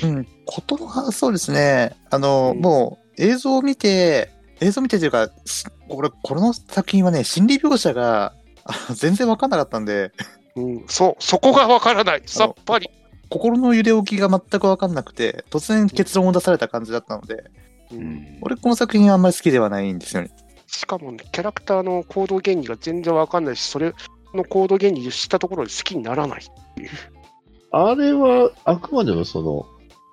[SPEAKER 3] う
[SPEAKER 4] うんん、言葉はそうですね。あの、
[SPEAKER 1] うん
[SPEAKER 4] もう映像を見て、映像見てというか、しこれ、この作品はね、心理描写があの全然わかんなかったんで、
[SPEAKER 1] うん、そう、そこがわからない、さっぱり。
[SPEAKER 4] 心の揺れ起きが全くわかんなくて、突然結論を出された感じだったので、
[SPEAKER 1] う
[SPEAKER 3] うんん
[SPEAKER 4] 俺この作品はあんまり好きではないんですよね。
[SPEAKER 1] しかも、ね、キャラクターの行動原理が全然わかんないし、それの行動原理を知ったところで好きにならない。
[SPEAKER 2] あれは、あくまでもその、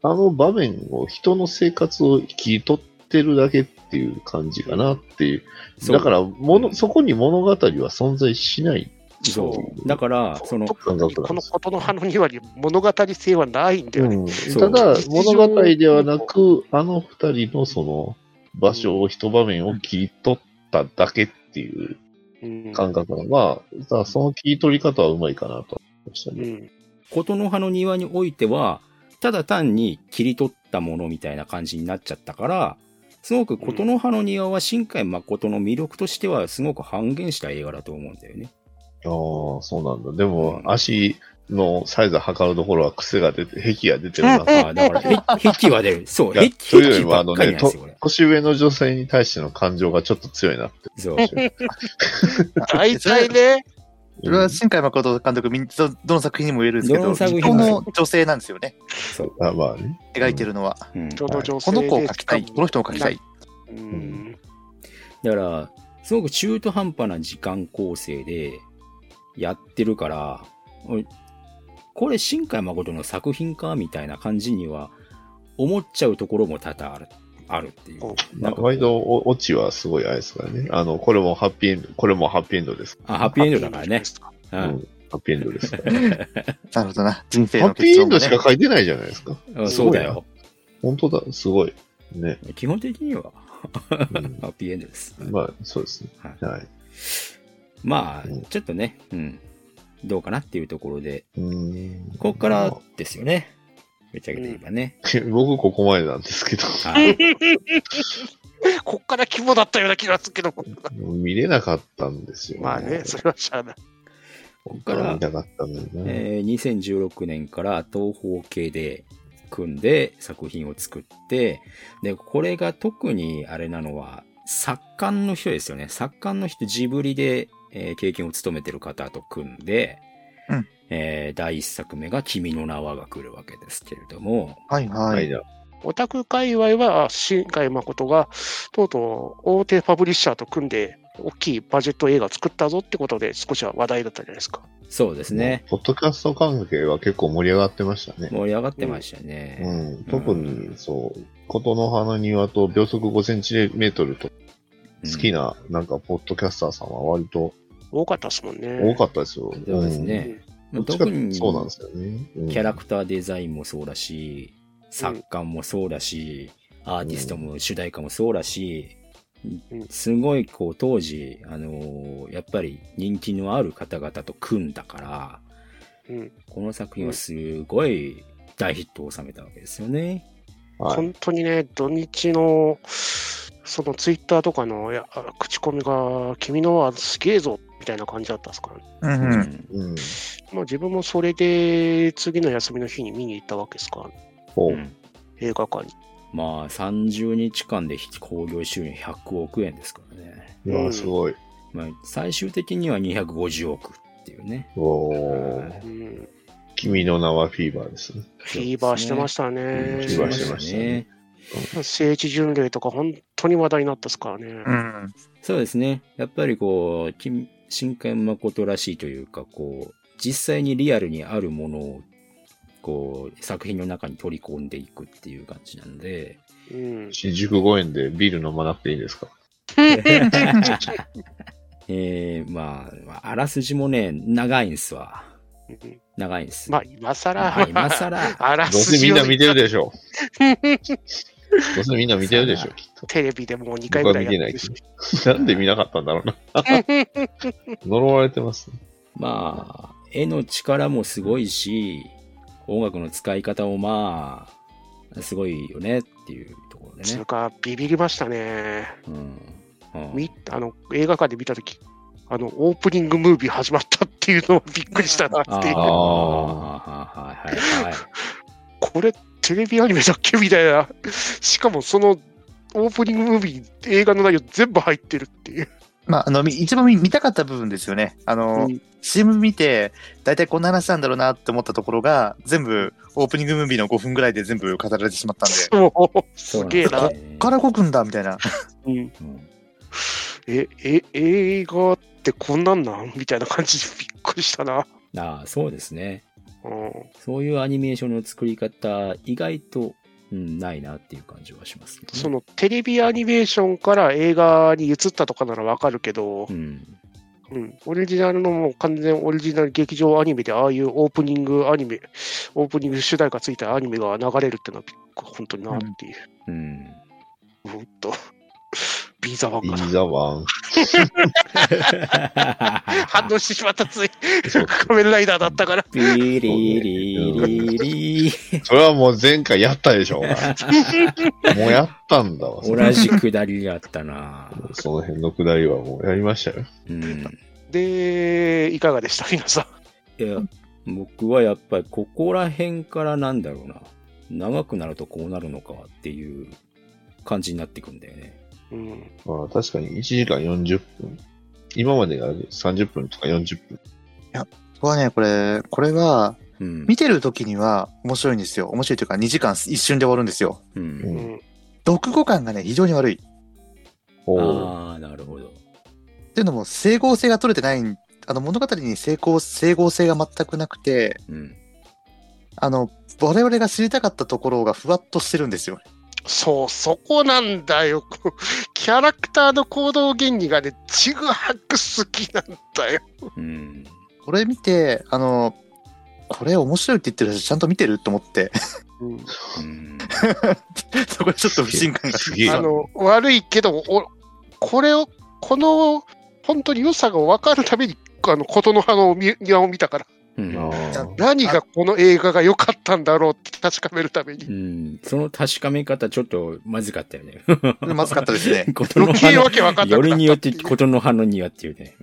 [SPEAKER 2] あの場面を人の生活を切り取ってるだけっていう感じかなっていう。
[SPEAKER 3] そう
[SPEAKER 2] だからもの、そこに物語は存在しない
[SPEAKER 3] そう。だから、その、
[SPEAKER 1] 特
[SPEAKER 2] 感
[SPEAKER 1] に
[SPEAKER 2] 覚
[SPEAKER 1] こ
[SPEAKER 2] なんで
[SPEAKER 1] の
[SPEAKER 2] す。
[SPEAKER 1] ことの葉の2割、物語性はないんだよね。
[SPEAKER 2] ただ、物語ではなく、あの二人のその場所を、一場面を切り取っただけっていう
[SPEAKER 1] うん
[SPEAKER 2] 感覚が、まあ、だからその切り取り方はうまいかなと思いました
[SPEAKER 1] う
[SPEAKER 2] ね。
[SPEAKER 1] ん
[SPEAKER 3] 琴の葉の庭においては、ただ単に切り取ったものみたいな感じになっちゃったから、すごく琴の葉の庭は新海誠の魅力としてはすごく半減した映画だと思うんだよね。
[SPEAKER 2] ああ、そうなんだ。で
[SPEAKER 3] う
[SPEAKER 2] も、
[SPEAKER 3] ん
[SPEAKER 2] 足、のサイズ測るところは癖が出て、癖が出てるなと。
[SPEAKER 3] ああ、だから、へ、へきはね、そう、
[SPEAKER 2] いや
[SPEAKER 3] へき、
[SPEAKER 2] という
[SPEAKER 3] へ
[SPEAKER 2] より
[SPEAKER 3] き
[SPEAKER 2] も、
[SPEAKER 3] ば
[SPEAKER 2] あ
[SPEAKER 3] っ
[SPEAKER 2] の
[SPEAKER 3] かり
[SPEAKER 2] ね
[SPEAKER 3] なんで
[SPEAKER 2] と
[SPEAKER 3] すよ、これ。
[SPEAKER 2] 年上の女性に対しての感情がちょっと強いなって。
[SPEAKER 3] そう。
[SPEAKER 1] 大体ね、
[SPEAKER 4] それは新海誠監督、みんどどの作品にも言えるんですけ
[SPEAKER 3] ど
[SPEAKER 4] ど、
[SPEAKER 3] の作
[SPEAKER 4] 理
[SPEAKER 3] 品
[SPEAKER 4] 想
[SPEAKER 3] も
[SPEAKER 4] の女性なんですよね、
[SPEAKER 3] そう。
[SPEAKER 2] あまあね。
[SPEAKER 4] 描いてるのは。
[SPEAKER 3] うん。
[SPEAKER 1] ちょうど女性
[SPEAKER 4] この
[SPEAKER 1] で
[SPEAKER 4] 子を描きたい、この人を描きたい。
[SPEAKER 1] うん
[SPEAKER 3] だから、すごく中途半端な時間構成でやってるから、おいこれ新海誠の作品かみたいな感じには思っちゃうところも多々あるあるっていう
[SPEAKER 1] お。
[SPEAKER 2] まあ、割とおオチはすごいあれですからね。あの、これもハッピーエンド、これもハッピーエンドです。
[SPEAKER 3] あ、ハッピーエンドだからね。。う
[SPEAKER 2] うんんハッピーエンドですから。
[SPEAKER 4] なるほどな。人生
[SPEAKER 2] ハ
[SPEAKER 4] の
[SPEAKER 2] ッピー
[SPEAKER 4] 結
[SPEAKER 2] エ
[SPEAKER 4] 論
[SPEAKER 2] ン
[SPEAKER 4] も
[SPEAKER 2] ド
[SPEAKER 4] ね
[SPEAKER 2] しか書いてないじゃないですか。
[SPEAKER 3] うん。そうだよ。
[SPEAKER 2] 本当だ、すごい。ね。
[SPEAKER 3] 基本的には
[SPEAKER 2] う
[SPEAKER 3] ハ
[SPEAKER 2] ん
[SPEAKER 3] ッピーエンドです。
[SPEAKER 2] まあ、そうですね。
[SPEAKER 3] はい
[SPEAKER 2] はい。
[SPEAKER 3] ま
[SPEAKER 2] うん
[SPEAKER 3] あ、ちょっとね、うん。どうかなっていうところで、
[SPEAKER 2] うーん
[SPEAKER 3] ここからですよね。ぶっちゃけて言えばね。
[SPEAKER 2] 僕、ここまでなんですけど、 [laughs]
[SPEAKER 3] はい。
[SPEAKER 1] こっから [laughs] 肝だったような気がするけど、
[SPEAKER 2] 見れなかったんですよ、
[SPEAKER 1] まあね、それはしゃあない。
[SPEAKER 3] ここか
[SPEAKER 2] 本当は
[SPEAKER 3] ら
[SPEAKER 2] 見、たかったのにな。
[SPEAKER 3] えー2016年から東方系で組んで作品を作って、で、これが特にあれなのは、作家の人ですよね。作家の人、ジブリで、えー経験を務めてる方と組んで、
[SPEAKER 4] うん
[SPEAKER 3] えー第一作目が君の名はが来るわけですけれども、
[SPEAKER 4] はいは
[SPEAKER 2] はい
[SPEAKER 4] い。
[SPEAKER 2] じゃあ
[SPEAKER 1] オタク界隈は、新海誠が、とうとう大手ファブリッシャーと組んで、大きいバジェット映画作ったぞってことで、少しは話題だったじゃないですか。
[SPEAKER 3] そうですね。
[SPEAKER 2] ポッドキャスト関係は結構盛り上がってましたね。
[SPEAKER 3] 盛り上がってましたね。
[SPEAKER 2] うん、特に、そう、琴の葉の庭と秒速5センチメートルと好きな、なんか、ポッドキャスターさんは割と
[SPEAKER 1] 多かったですもんね。
[SPEAKER 2] 多かったですよ。
[SPEAKER 3] そうですねう
[SPEAKER 2] う。
[SPEAKER 3] んん。
[SPEAKER 2] どっちか
[SPEAKER 3] 特
[SPEAKER 2] っていう
[SPEAKER 3] に
[SPEAKER 2] とそうなんですよね。うん
[SPEAKER 3] キャラクターデザインもそうだし、作家もそうだし、アーティストも主題歌もそうだし、
[SPEAKER 1] うん
[SPEAKER 3] すごいこう当時、あのーやっぱり人気のある方々と組んだから、
[SPEAKER 1] うん
[SPEAKER 3] この作品はすごい大ヒットを収めたわけですよね。
[SPEAKER 2] はい。
[SPEAKER 1] 本当にね、土日の、そのツイッターとかのいやあ口コミが、君のはすげえぞみたいな感じだったんですから、ね、
[SPEAKER 4] うんうん。
[SPEAKER 2] うん。
[SPEAKER 1] まあ、自分もそれで次の休みの日に見に行ったわけですから、
[SPEAKER 2] ほ
[SPEAKER 3] う
[SPEAKER 2] う。
[SPEAKER 3] ん
[SPEAKER 1] 映画館に。
[SPEAKER 3] まあ30日間で興行収入100億円ですからね。
[SPEAKER 2] いや、すごい。
[SPEAKER 3] まあ、最終的には250億っていうね。
[SPEAKER 2] おー。
[SPEAKER 1] うん、
[SPEAKER 2] 君の名はフィーバーですね。
[SPEAKER 1] フィーバーしてました
[SPEAKER 3] うん
[SPEAKER 1] ね。
[SPEAKER 2] フィーバーしてましたね。
[SPEAKER 1] 聖地巡礼とか、本当に話題になったですからね。
[SPEAKER 4] うん。
[SPEAKER 3] そうですね。やっぱりこう、金新海誠らしいというか、こう、実際にリアルにあるものを、こう、作品の中に取り込んでいくっていう感じなんで、
[SPEAKER 1] うん
[SPEAKER 2] 新宿御苑でビール飲まなくていいんですか
[SPEAKER 3] えー、まあまあ、あらすじもね、長いんすわ。
[SPEAKER 1] うん
[SPEAKER 3] 長いんす。
[SPEAKER 1] まあ、今更、
[SPEAKER 3] まあ今更、
[SPEAKER 1] あら
[SPEAKER 2] どう
[SPEAKER 1] す
[SPEAKER 2] せ
[SPEAKER 1] じ
[SPEAKER 2] みんな
[SPEAKER 1] を
[SPEAKER 2] 見てるでしょう。どうせみんな見てるでしょう、きっと。
[SPEAKER 1] [laughs] テレビでもう2回ぐらいやってるし。
[SPEAKER 2] なんで見なかったんだろうな。呪われてます、ね。
[SPEAKER 3] まあ、絵の力もすごいし、音楽の使い方もまあ、すごいよねっていうところで
[SPEAKER 1] つ
[SPEAKER 3] ね
[SPEAKER 1] う。か、ビビりましたね。
[SPEAKER 3] うん。うん
[SPEAKER 1] みあの映画館で見たとき、あの、オープニングムービー始まったっていうのをびっくりしたなっていう
[SPEAKER 3] あ。あ、はいはいはい。
[SPEAKER 1] これ、テレビアニメだっけみたいな。しかも、その、オープニングムービー、映画の内容全部入ってるっていう。
[SPEAKER 4] まあ、あの、み一番見見たかった部分ですよね。あの、CM 見て、大体こんな話なんだろうなって思ったところが、全部、オープニングムービーの5分ぐらいで全部語られてしまったん [laughs] で、
[SPEAKER 1] [laughs] そう、すげえ
[SPEAKER 3] そう
[SPEAKER 1] な。
[SPEAKER 3] んですよね
[SPEAKER 4] から動くんだみたいな。
[SPEAKER 1] うん
[SPEAKER 3] うん
[SPEAKER 1] え、え、映画ってこんなんなんみたいな感じで [laughs] びっくりしたな。
[SPEAKER 3] ああ、そうですね。
[SPEAKER 1] うん
[SPEAKER 3] そういうアニメーションの作り方、意外と、うん、ないなっていう感じはしますけどね、
[SPEAKER 1] そのテレビアニメーションから映画に移ったとかならわかるけど
[SPEAKER 3] う、ん。
[SPEAKER 1] うん、オリジナルのもう完全オリジナル劇場アニメで、ああいうオープニングアニメ、オープニング主題歌ついたアニメが流れるってのはびっく、本当になっていう、
[SPEAKER 3] うん。
[SPEAKER 1] ほんと、 [laughs] ビーザワン
[SPEAKER 2] イ
[SPEAKER 1] か
[SPEAKER 2] ー
[SPEAKER 1] な。
[SPEAKER 2] ザワン。
[SPEAKER 1] 反応してしまった、つい、
[SPEAKER 2] そう
[SPEAKER 1] 仮面ライダーだったから。
[SPEAKER 3] ピリリリリ。
[SPEAKER 2] それはもう前回やったでしょうが。もうやったんだわ。それ
[SPEAKER 3] 同じくだりやったな
[SPEAKER 2] その辺のくだりはもうやりましたよ。
[SPEAKER 3] うん。
[SPEAKER 1] で、いかがでした、皆さん。
[SPEAKER 3] いや、僕はやっぱりここら辺からなんだろうな。長くなるとこうなるのかっていう感じになってくんだよね。
[SPEAKER 1] うん。
[SPEAKER 2] まあ確かに1時間40分。今までが30分とか40分。
[SPEAKER 4] 僕はね、これ、これは、
[SPEAKER 3] うん。
[SPEAKER 4] 見てる時には面白いんですよ。面白いというか、2時間一瞬で終わるんですよ。
[SPEAKER 3] う。
[SPEAKER 2] うん
[SPEAKER 1] うん。
[SPEAKER 4] 読語感がね、非常に悪い。
[SPEAKER 2] おー
[SPEAKER 3] ああ、なるほど。
[SPEAKER 4] っていうのも、整合性が取れてない、あの、物語に整合整合性が全くなくて、
[SPEAKER 3] うん。
[SPEAKER 4] あの、我々が知りたかったところがふわっとしてるんですよ。
[SPEAKER 1] そう、そこなんだよ。 [laughs] こうキャラクターの行動原理がね、ちぐはぐ好きなんだよ。
[SPEAKER 3] うん。
[SPEAKER 4] これ見て、あの、これ面白いって言ってる人ちゃんと見てると思って、 [laughs]
[SPEAKER 1] うん
[SPEAKER 3] うん。
[SPEAKER 4] そこでちょっと不信感が。
[SPEAKER 2] すげえ
[SPEAKER 1] あ
[SPEAKER 2] な。
[SPEAKER 1] の悪いけどお、これを、この本当に良さが分かるために、あの琴の葉のみ庭を見たから、
[SPEAKER 3] うん
[SPEAKER 1] 何がこの映画が良かったんだろうって確かめるために
[SPEAKER 3] う。ん。その確かめ方ちょっとまずかったよね。
[SPEAKER 4] まずかったですね。
[SPEAKER 2] [laughs]
[SPEAKER 3] ことの
[SPEAKER 1] 余
[SPEAKER 3] 葉
[SPEAKER 1] 計
[SPEAKER 3] の
[SPEAKER 1] わけ分かんな
[SPEAKER 3] [laughs] よ
[SPEAKER 1] くなった
[SPEAKER 3] りによって
[SPEAKER 1] いう
[SPEAKER 3] ことの葉の庭っていうね。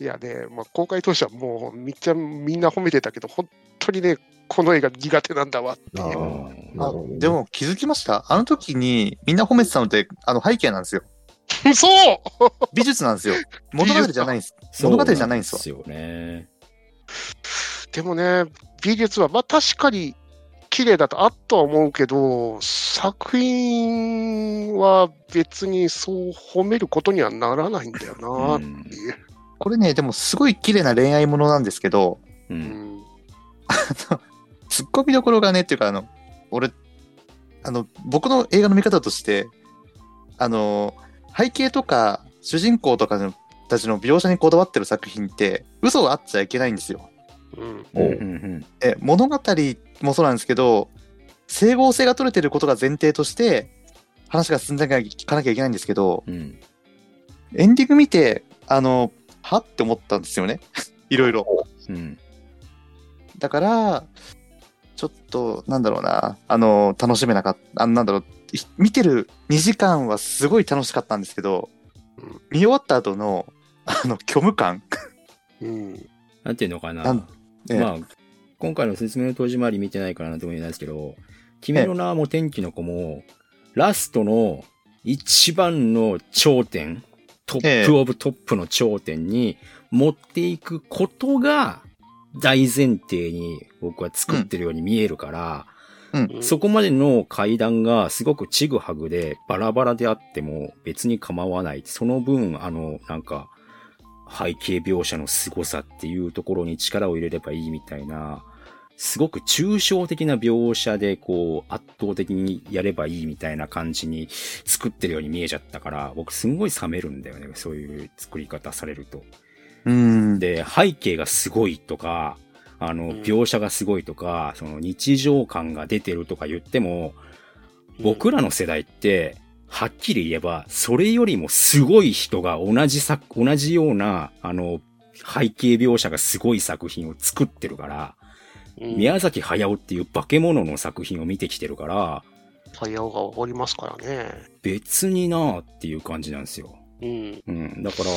[SPEAKER 1] いやね、まあ、公開当初はもうみっちゃんみんな褒めてたけど、本当にね、この映画苦手なんだわって
[SPEAKER 2] あ
[SPEAKER 1] いう。
[SPEAKER 2] ーなる
[SPEAKER 4] あ
[SPEAKER 2] ほどね
[SPEAKER 4] でも気づきましたあの時にみんな褒めてたのってあの背景なんですよ。
[SPEAKER 1] そう
[SPEAKER 4] 美術なんで
[SPEAKER 2] [laughs]
[SPEAKER 4] すよ。物語じゃないんです。
[SPEAKER 3] そう
[SPEAKER 4] 物語じゃないんですよ
[SPEAKER 3] よね。
[SPEAKER 1] でもね、美術は、まあ確かに綺麗だとあっとは思うけど、作品は別にそう褒めることにはならないんだよな
[SPEAKER 3] う
[SPEAKER 1] っ
[SPEAKER 3] ん
[SPEAKER 1] て。いう。
[SPEAKER 4] これね、でもすごい綺麗な恋愛ものなんですけど、
[SPEAKER 3] う。
[SPEAKER 1] うんん
[SPEAKER 4] ツッコミどころがね、っていうかあの、俺、あの、僕の映画の見方として、あの、背景とか主人公とかのたちの描写にこだわってる作品って嘘があっちゃいけないんですよ。
[SPEAKER 1] うん
[SPEAKER 3] うん
[SPEAKER 2] お
[SPEAKER 3] うんうん
[SPEAKER 4] え物語もそうなんですけど整合性が取れてることが前提として話が進んでいかなきゃいけないんですけど
[SPEAKER 3] うん。
[SPEAKER 4] エンディング見てあのはって思ったんですよね [laughs] いろいろ
[SPEAKER 3] うん。
[SPEAKER 4] だからちょっとなんだろうなあの楽しめなかったあなんだろうひ見てる2時間はすごい楽しかったんですけど
[SPEAKER 1] うん
[SPEAKER 4] 見終わった後のあの虚無感
[SPEAKER 1] うん
[SPEAKER 3] なんていうのかな。
[SPEAKER 4] なんええ
[SPEAKER 3] まあ、今回の説明の戸締まり見てないからなんとも言えないですけど、君の名も天気の子も、ラストの一番の頂点、トップオブトップの頂点に持っていくことが大前提に僕は作ってるように見えるから、
[SPEAKER 1] うん
[SPEAKER 3] そこまでの階段がすごくちぐはぐでバラバラであっても別に構わない。その分、あの、なんか、背景描写の凄さっていうところに力を入れればいいみたいな、すごく抽象的な描写でこう圧倒的にやればいいみたいな感じに作ってるように見えちゃったから、僕すんごい冷めるんだよね。そういう作り方されると。
[SPEAKER 4] うん
[SPEAKER 3] で、背景がすごいとか、あ
[SPEAKER 1] う
[SPEAKER 3] の、
[SPEAKER 1] ん
[SPEAKER 3] 描写がすごいとか、その日常感が出てるとか言っても、僕らの世代って、はっきり言えば、それよりもすごい人が同じ作、同じような、あの、背景描写がすごい作品を作ってるから、
[SPEAKER 1] うん
[SPEAKER 3] 宮崎駿っていう化け物の作品を見てきてるから、
[SPEAKER 1] 対応が起こりますからね。
[SPEAKER 3] 別になーっていう感じなんですよ。
[SPEAKER 1] うん
[SPEAKER 3] うん。だから、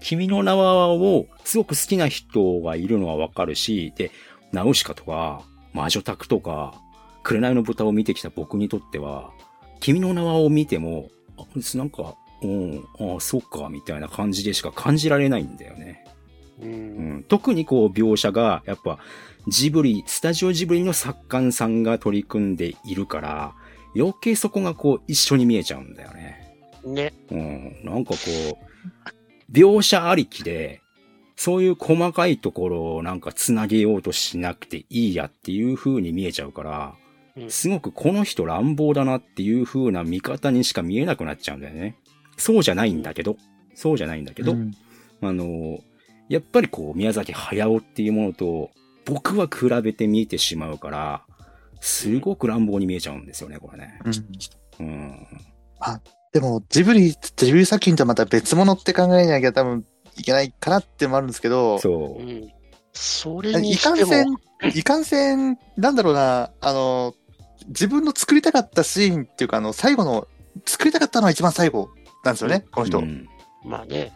[SPEAKER 3] 君の名はをすごく好きな人がいるのはわかるし、で、ナウシカとか、魔女宅とか、紅の豚を見てきた僕にとっては、君の名はを見ても、あなんか、うん、ああ、そうか、みたいな感じでしか感じられないんだよね。
[SPEAKER 1] う
[SPEAKER 3] うんん。特にこう、描写が、やっぱ、ジブリ、スタジオジブリの作家さんが取り組んでいるから、余計そこがこう、一緒に見えちゃうんだよね。
[SPEAKER 1] ね
[SPEAKER 3] うん、なんかこう、描写ありきで、そういう細かいところをなんか繋げようとしなくていいやっていう風に見えちゃうから、
[SPEAKER 1] うん
[SPEAKER 3] すごくこの人乱暴だなっていう風な見方にしか見えなくなっちゃうんだよね。そうじゃないんだけど、そうじゃないんだけど、
[SPEAKER 4] うん
[SPEAKER 3] あの、やっぱりこう、宮崎駿っていうものと、僕は比べて見てしまうから、すごく乱暴に見えちゃうんですよね、これね。
[SPEAKER 4] うん
[SPEAKER 3] うん。
[SPEAKER 4] でも、ジブリ、ジブリ作品とはまた別物って考えなきゃ多分いけないかなってもあるんですけど、
[SPEAKER 3] そうう。
[SPEAKER 1] んそれに
[SPEAKER 4] い
[SPEAKER 1] し
[SPEAKER 4] かん
[SPEAKER 1] て
[SPEAKER 4] せ
[SPEAKER 1] も
[SPEAKER 4] ん、いかんせん、なんだろうな、あの、自分の作りたかったシーンっていうか、あの、最後の、作りたかったのは一番最後なんですよね、この人。
[SPEAKER 3] うん
[SPEAKER 1] まあね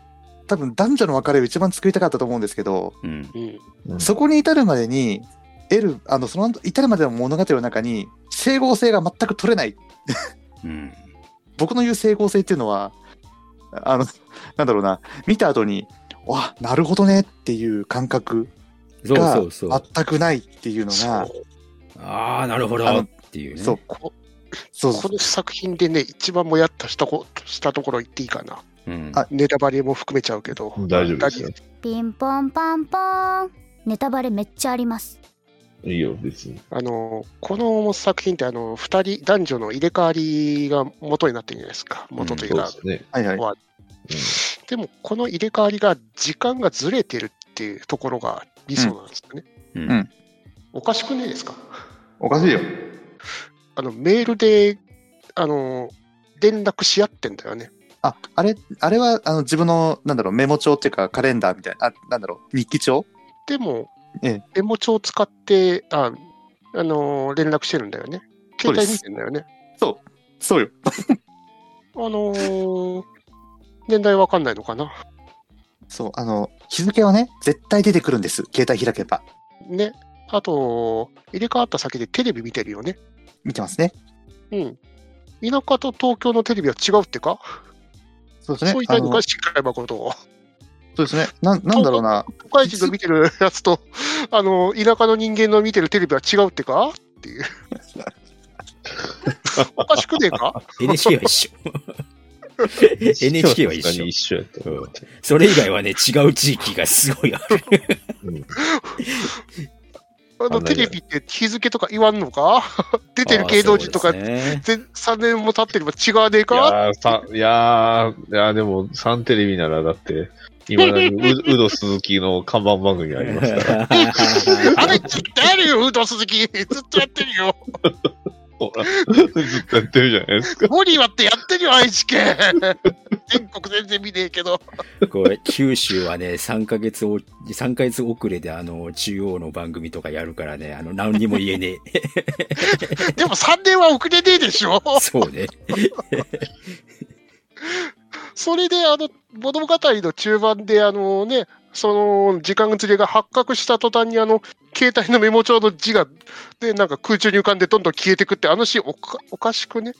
[SPEAKER 4] 多分男女の別れを一番作りたかったと思うんですけど、
[SPEAKER 3] うん。
[SPEAKER 1] うん
[SPEAKER 2] うん
[SPEAKER 4] そこに至るまでに、得る、あの、その至るまでの物語の中に、整合性が全く取れない。
[SPEAKER 3] うん。
[SPEAKER 4] 僕の言う整合性っていうのは、あの、 [laughs] なんだろうな、見た後に、あ、なるほどねっていう感覚
[SPEAKER 3] そう
[SPEAKER 4] が
[SPEAKER 3] そうそう。
[SPEAKER 4] 全くないっていうの
[SPEAKER 1] そ
[SPEAKER 4] が
[SPEAKER 1] う、
[SPEAKER 3] ああ、なるほど
[SPEAKER 4] あの
[SPEAKER 3] っていうね。
[SPEAKER 4] そう。
[SPEAKER 1] こ
[SPEAKER 4] そう
[SPEAKER 1] この作品でね、一番もやっとしたこしたところ言っていいかな。
[SPEAKER 3] うん。
[SPEAKER 4] あ
[SPEAKER 1] ネタバレも含めちゃうけど、
[SPEAKER 2] 大丈夫ですよ。
[SPEAKER 6] ピンポンパンポーンネタバレめっちゃあります
[SPEAKER 2] いいよ、別に。
[SPEAKER 1] あのこの作品ってあの二人、男女の入れ替わりが元になってるじゃないですか、元という
[SPEAKER 2] そう
[SPEAKER 1] か、
[SPEAKER 2] で
[SPEAKER 3] [laughs]
[SPEAKER 2] すね。
[SPEAKER 4] はいはい。
[SPEAKER 1] でもこの入れ替わりが時間がずれてるっていうところが理想なんですよね。
[SPEAKER 3] うん
[SPEAKER 4] うん
[SPEAKER 1] おかしくないですか
[SPEAKER 4] おかしいよ。
[SPEAKER 1] あのメールであの連絡し合ってんだよね。
[SPEAKER 4] あ、あれ、あれは、あの、自分の、なんだろう、メモ帳っていうか、カレンダーみたいな、あ、なんだろう、日記帳
[SPEAKER 1] でも、
[SPEAKER 4] ええ
[SPEAKER 1] メモ帳を使ってああの連絡してるんだよね。
[SPEAKER 4] そう
[SPEAKER 1] 携
[SPEAKER 4] です
[SPEAKER 1] 帯見てんだよね。
[SPEAKER 4] そうよ。
[SPEAKER 1] あのー年代わかんないのかな。
[SPEAKER 4] そう、あの、日付はね、絶対出てくるんです。携帯開けば。
[SPEAKER 1] ね。あと、入れ替わった先でテレビ見てるよね。
[SPEAKER 4] 見てますね。
[SPEAKER 1] うん。田舎と東京のテレビは違うってか、
[SPEAKER 4] そう
[SPEAKER 1] そう言いたいのか、しっかり誠を。
[SPEAKER 4] そうですね。なん、なんだろうな。
[SPEAKER 1] 都会人の見てるやつと、あの、田舎の人間の見てるテレビは違うってかっていう。おかしくねえか
[SPEAKER 3] NHK は一緒。NHK は一緒
[SPEAKER 2] 一緒やと思う。
[SPEAKER 3] それ以外はね、違う地域がすごいある。
[SPEAKER 1] あの、テレビって日付とか言わんのか出てる芸能人と
[SPEAKER 3] あ
[SPEAKER 1] か、
[SPEAKER 3] ーそうですね
[SPEAKER 1] 全3年も経ってれば違わねえ
[SPEAKER 2] い
[SPEAKER 1] か
[SPEAKER 2] やーさいやー、いやーでも、サンテレビならだって、今、
[SPEAKER 4] [laughs]
[SPEAKER 2] ううど鈴木の看板番組ありますから。
[SPEAKER 1] あれ、絶対あるよ、ウード鈴木。ずっとやってるよ。
[SPEAKER 2] ほらずっとやってるじゃないですか。
[SPEAKER 1] モリーはってやってるよ、愛知 [laughs] 県。全国全然見ねえけど。
[SPEAKER 3] これ、九州はね、3ヶ月お、三ヶ月遅れで、あの、中央の番組とかやるからね、あの、何にも言えね
[SPEAKER 4] [laughs]
[SPEAKER 3] え。
[SPEAKER 1] でも3年は遅れねえでしょ。
[SPEAKER 3] そうね。
[SPEAKER 1] それで、あの、物語の中盤で、あのね、その時間ずれが発覚した途端に、あの、携帯のメモ帳の字が、で、なんか空中に浮かんでどんどん消えてくって、あのシーンおかおかしくね。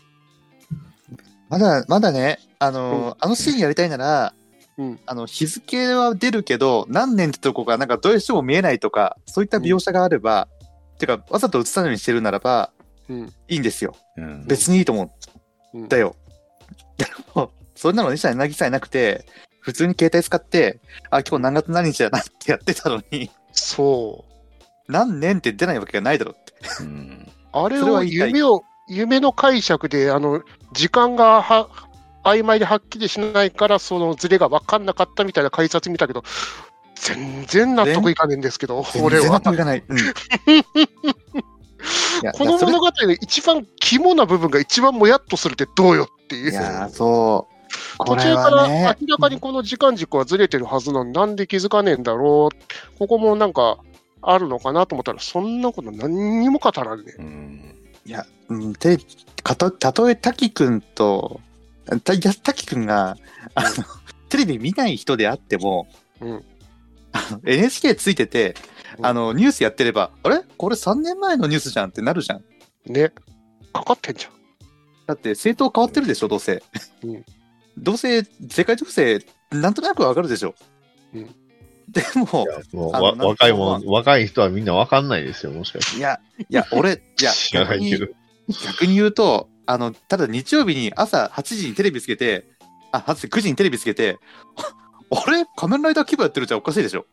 [SPEAKER 4] まだ、まだね、あのー、あのシーンやりたいなら、
[SPEAKER 1] うん
[SPEAKER 4] あの、日付は出るけど、何年ってとこが、なんかどうしても見えないとか、そういった描写があれば、てか、わざと映さないようにしてるならば、
[SPEAKER 1] うん
[SPEAKER 4] いいんですよ。
[SPEAKER 3] うん。
[SPEAKER 4] 別にいいと思う
[SPEAKER 1] うんん
[SPEAKER 4] だよ。でも、そんなの一切なぎさえなくて、普通に携帯使って、あ、今日何月何日だなってやってたのに、
[SPEAKER 1] そう。
[SPEAKER 4] 何年って出ないわけがないだろって。
[SPEAKER 3] うん
[SPEAKER 1] あれ
[SPEAKER 4] それ
[SPEAKER 1] を
[SPEAKER 4] は言いたい
[SPEAKER 1] 夢を、夢の解釈で、あの、時間がは曖昧ではっきりしないから、そのずれが分かんなかったみたいな解説見たけど、全然納得いかねえんですけど、俺
[SPEAKER 4] 全然納
[SPEAKER 1] は。
[SPEAKER 4] 得いかない。 [laughs] うん。いや
[SPEAKER 1] この
[SPEAKER 4] それ
[SPEAKER 1] 物語の一番肝な部分が一番もやっとするってどうよっていう。
[SPEAKER 4] いやーそう。こ
[SPEAKER 1] 途
[SPEAKER 4] れ
[SPEAKER 1] 中から
[SPEAKER 4] はね、
[SPEAKER 1] 明らかにこの時間軸はずれてるはずなのになんで気づかねえんだろうここもなんかあるのかなと思ったらそんなこと何にも語られねえ
[SPEAKER 3] うん。
[SPEAKER 4] いや、うん、て、かと、たとえ滝くんと、た、いや滝くんが、あの、テレビ見ない人であっても、
[SPEAKER 1] うん
[SPEAKER 4] あの、NHK ついてて、あの、ニュースやってれば、あれこれ3年前のニュースじゃんってなるじゃん。
[SPEAKER 1] ねかかってんじゃん
[SPEAKER 4] だって政党変わってるでしょ、どうせ。
[SPEAKER 1] うん
[SPEAKER 4] どうせ、世界情勢、なんとなくわかるでしょ。
[SPEAKER 1] うん
[SPEAKER 4] でも、
[SPEAKER 2] もう
[SPEAKER 4] あの
[SPEAKER 2] わ
[SPEAKER 4] なんか
[SPEAKER 2] 若いもん、若い人はみんなわかんないですよ、もしかして。
[SPEAKER 4] いや、いや、俺、いや、
[SPEAKER 2] [laughs] 知らないけど。
[SPEAKER 4] 逆に言うと、あの、ただ日曜日に朝8時にテレビつけて、あ、8時、9時にテレビつけて、 [laughs] ああれ仮面ライダー規模やってるじゃんおかしいでしょ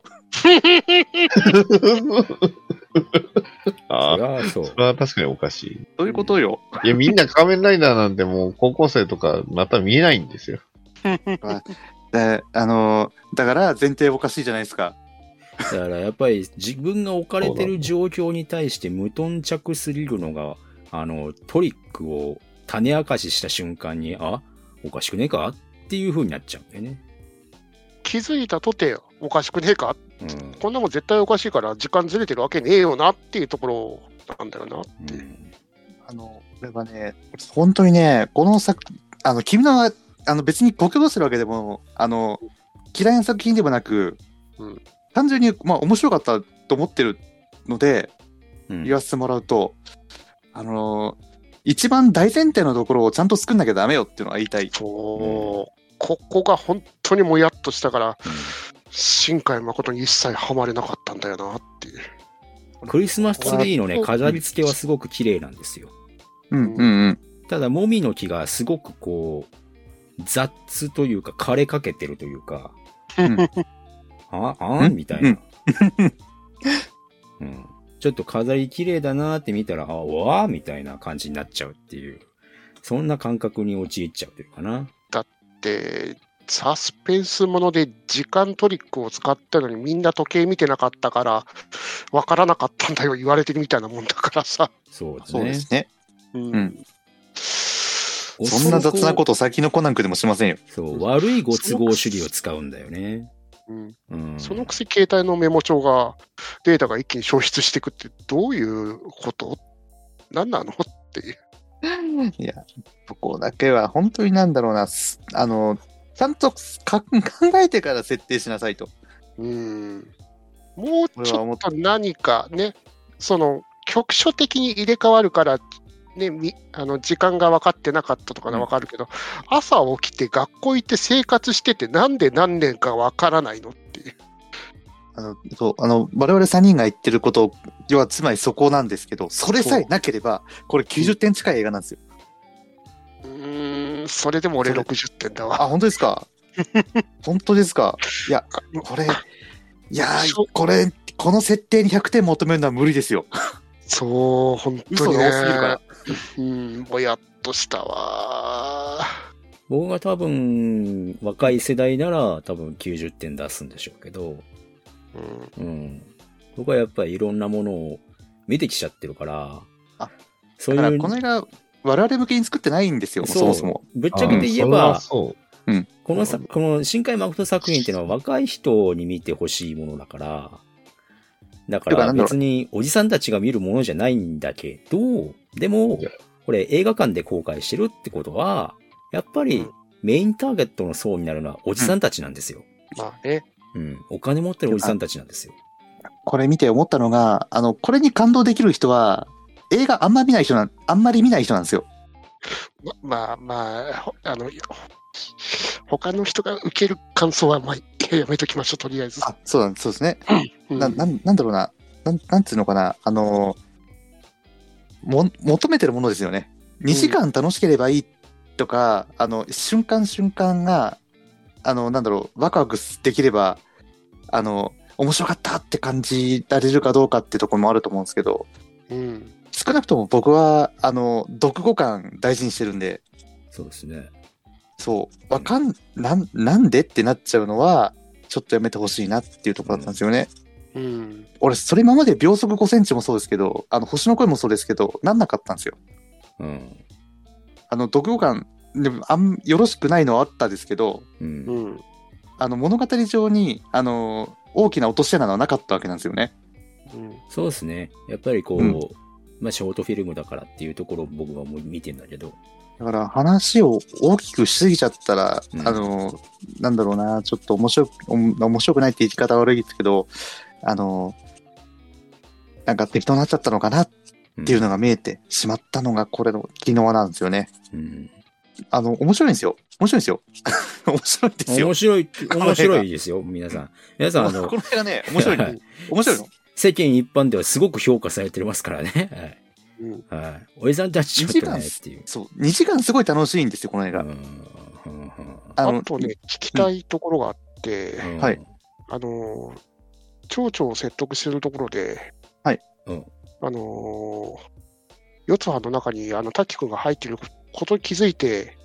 [SPEAKER 2] あ
[SPEAKER 3] そ
[SPEAKER 2] [laughs]
[SPEAKER 3] り、
[SPEAKER 2] あ
[SPEAKER 3] ゃそう
[SPEAKER 2] そ。れは確かにおかしい。
[SPEAKER 4] そういうことよ。
[SPEAKER 2] いや、みんな仮面ライダーなんてもう高校生とかまた見えないんですよ。
[SPEAKER 4] であのー、だから前提おかしいじゃないですか。
[SPEAKER 3] だからやっぱり自分が置かれてる状況に対して無頓着すぎるのが、あの、トリックを種明かしした瞬間に、あ、おかしくねえかっていう風になっちゃうんだよね。
[SPEAKER 1] 気づいたとておかしくねえか
[SPEAKER 3] うん
[SPEAKER 1] こんなもん絶対おかしいから時間ずれてるわけねえよなっていうところなんだよなっていう、
[SPEAKER 4] あの、これはね、本当にね、この作、あの、君のは、あの、別にご協力するわけでも、あの、嫌いな作品でもなく、
[SPEAKER 1] うん
[SPEAKER 4] 単純に、まあ、面白かったと思ってるので、
[SPEAKER 3] うん
[SPEAKER 4] 言わせてもらうと、あのー一番大前提のところをちゃんと作んなきゃダメよっていうのは言いたい。
[SPEAKER 1] そう、ここが本当にもやっとしたから、新海誠に一切ハマれなかったんだよなっていう。
[SPEAKER 3] クリスマスツリーのね、
[SPEAKER 1] うん
[SPEAKER 3] 飾り付けはすごく綺麗なんですよ。
[SPEAKER 4] うんうんうん。
[SPEAKER 3] ただ、もみの木がすごくこう、雑というか、枯れかけてるというか、
[SPEAKER 4] うん
[SPEAKER 3] あ、あんみたいな。うん。ちょっと飾り綺麗だなーって見たら、あ、わーみたいな感じになっちゃうっていう。そんな感覚に陥っちゃうというかな。
[SPEAKER 1] で、サスペンスもので時間トリックを使ったのにみんな時計見てなかったから、わからなかったんだよ、言われてるみたいなもんだからさ。
[SPEAKER 3] そうです
[SPEAKER 4] そ
[SPEAKER 3] ね。
[SPEAKER 4] うですね。
[SPEAKER 1] うん
[SPEAKER 4] うんそんな雑なこと最近のコナン君でもしませんよ。
[SPEAKER 3] そう、悪いご都合主義を使うんだよね。
[SPEAKER 1] うん
[SPEAKER 3] うん。
[SPEAKER 1] そのくせ携帯のメモ帳がデータが一気に消失していくってどういうこと何なのっていう。
[SPEAKER 4] いや、ここだけは本当になんだろうな、すあの、ちゃんとか考えてから設定しなさいと。
[SPEAKER 1] うんもう
[SPEAKER 4] 俺
[SPEAKER 1] ち
[SPEAKER 4] は
[SPEAKER 1] ょ
[SPEAKER 4] 思っ
[SPEAKER 1] っと何かね、その局所的に入れ替わるから、ね、みあの時間が分かってなかったとかな
[SPEAKER 4] うん
[SPEAKER 1] 分かるけど、朝起きて学校行って生活してて、なんで何年か分からないのっていう。
[SPEAKER 4] あの、そう、あの、我々3人が言ってること、要はつまりそこなんですけど、それさえなければ、これ90点近い映画なんですよ。
[SPEAKER 1] うーん、それでも俺
[SPEAKER 4] それ
[SPEAKER 1] 60点だ
[SPEAKER 4] あ、
[SPEAKER 1] わ。
[SPEAKER 4] 本当です [laughs] か本当ですかいや、これ、いやー
[SPEAKER 1] そう
[SPEAKER 4] これ、この設定に100点求めるのは無理ですよ。
[SPEAKER 1] [laughs] そう、本当
[SPEAKER 4] 嘘
[SPEAKER 1] に、
[SPEAKER 4] が
[SPEAKER 1] ね。
[SPEAKER 4] 多すぎるから。
[SPEAKER 1] うん、もやっとしたわ。
[SPEAKER 3] 僕が多分、若い世代なら多分90点出すんでしょうけど、
[SPEAKER 1] うん、
[SPEAKER 3] うん。僕はやっぱりいろんなものを見てきちゃってるから、
[SPEAKER 4] あ
[SPEAKER 3] そう
[SPEAKER 4] だ
[SPEAKER 3] い
[SPEAKER 4] から、
[SPEAKER 3] う、
[SPEAKER 4] この映画、我々向けに作ってないんですよ、
[SPEAKER 3] う
[SPEAKER 4] そもそも。。
[SPEAKER 3] ぶっちゃけて言え
[SPEAKER 2] あ
[SPEAKER 3] ば、
[SPEAKER 2] そ
[SPEAKER 3] このさ、この深海誠作品っていうのは若い人に見てほしいものだから、だか
[SPEAKER 4] てからなんだろう
[SPEAKER 3] 別におじさんたちが見るものじゃないんだけど、でも
[SPEAKER 2] いや、
[SPEAKER 3] これ映画館で公開してるってことは、やっぱりメインターゲットの層になるのはおじさんたちなんですよ。
[SPEAKER 1] まあね。
[SPEAKER 3] うん。お金持ってるおじさんたちなんですよ。
[SPEAKER 4] これ見て思ったのが、あの、これに感動できる人は、映画あんま見ない人なん、あんまり見ない人なんですよ。
[SPEAKER 1] ままあまあ、ほあの、ほ他の人が受ける感想は、まあ、いややめときましょう、とりあえず。
[SPEAKER 4] あ、そうなんそうですね。
[SPEAKER 1] うん
[SPEAKER 4] な、なん、なんだろうな。なん、なんつうのかな。あの、も、求めてるものですよね。2時間楽しければいいとか、あの、瞬間瞬間が、あの、なんだろう、ワクワクできれば、あの、面白かったって感じられるかどうかってところもあると思うんですけど、
[SPEAKER 1] うん、
[SPEAKER 4] 少なくとも僕は、あの、読後感大事にしてるんで、
[SPEAKER 3] そうですね。
[SPEAKER 4] そう、わかん、なん、なんでってなっちゃうのは、ちょっとやめてほしいなっていうところだったんですよね。
[SPEAKER 1] うん、
[SPEAKER 4] 俺、それ今まで秒速5センチもそうですけど、あの、星の声もそうですけど、なんなかったんですよ。
[SPEAKER 3] うん。
[SPEAKER 4] あの、読後感、でも、あん、よろしくないのはあったですけど、
[SPEAKER 3] うん。
[SPEAKER 1] うん、
[SPEAKER 4] あの、物語上に、あの、大きな落とし穴はなかったわけなんですよね。
[SPEAKER 1] うん、
[SPEAKER 3] そうですね。やっぱりこう、
[SPEAKER 4] うん
[SPEAKER 3] まあショートフィルムだからっていうところを僕はもう見てんだけど、
[SPEAKER 4] だから、話を大きくしすぎちゃったら、
[SPEAKER 3] うん
[SPEAKER 4] あの、なんだろうな、ちょっと面白く、おん面白くないって言い方悪いですけど、あの、なんか適当になっちゃったのかなっ
[SPEAKER 3] うん
[SPEAKER 4] っていうのが見えてしまったのがこれの昨日なんですよね。
[SPEAKER 3] うん
[SPEAKER 4] あの、面白いんですよ。面白いんですよ。 [laughs] 面白いんですよ。
[SPEAKER 3] 面白いって、
[SPEAKER 4] れが
[SPEAKER 3] 面白いですよ、皆さん。皆さん、あの
[SPEAKER 4] こ、の映画ね、面白いの。面白いの。
[SPEAKER 3] 世間一般ではすごく評価されてますからね。
[SPEAKER 1] うん、
[SPEAKER 3] はい。はい。おじさんたちちょっとね、っ
[SPEAKER 4] 一番
[SPEAKER 3] ていう。
[SPEAKER 4] そう、2時間すごい楽しいんですよ、この映
[SPEAKER 3] うん
[SPEAKER 4] 画
[SPEAKER 3] う。ん
[SPEAKER 4] あの
[SPEAKER 1] あとね、聞きたいところがあって、
[SPEAKER 3] うん
[SPEAKER 4] はい。
[SPEAKER 1] あのー、町長を説得してるところで、
[SPEAKER 3] うん。
[SPEAKER 1] あのー、四つ葉の中にあの滝君が入っていることに気づいて、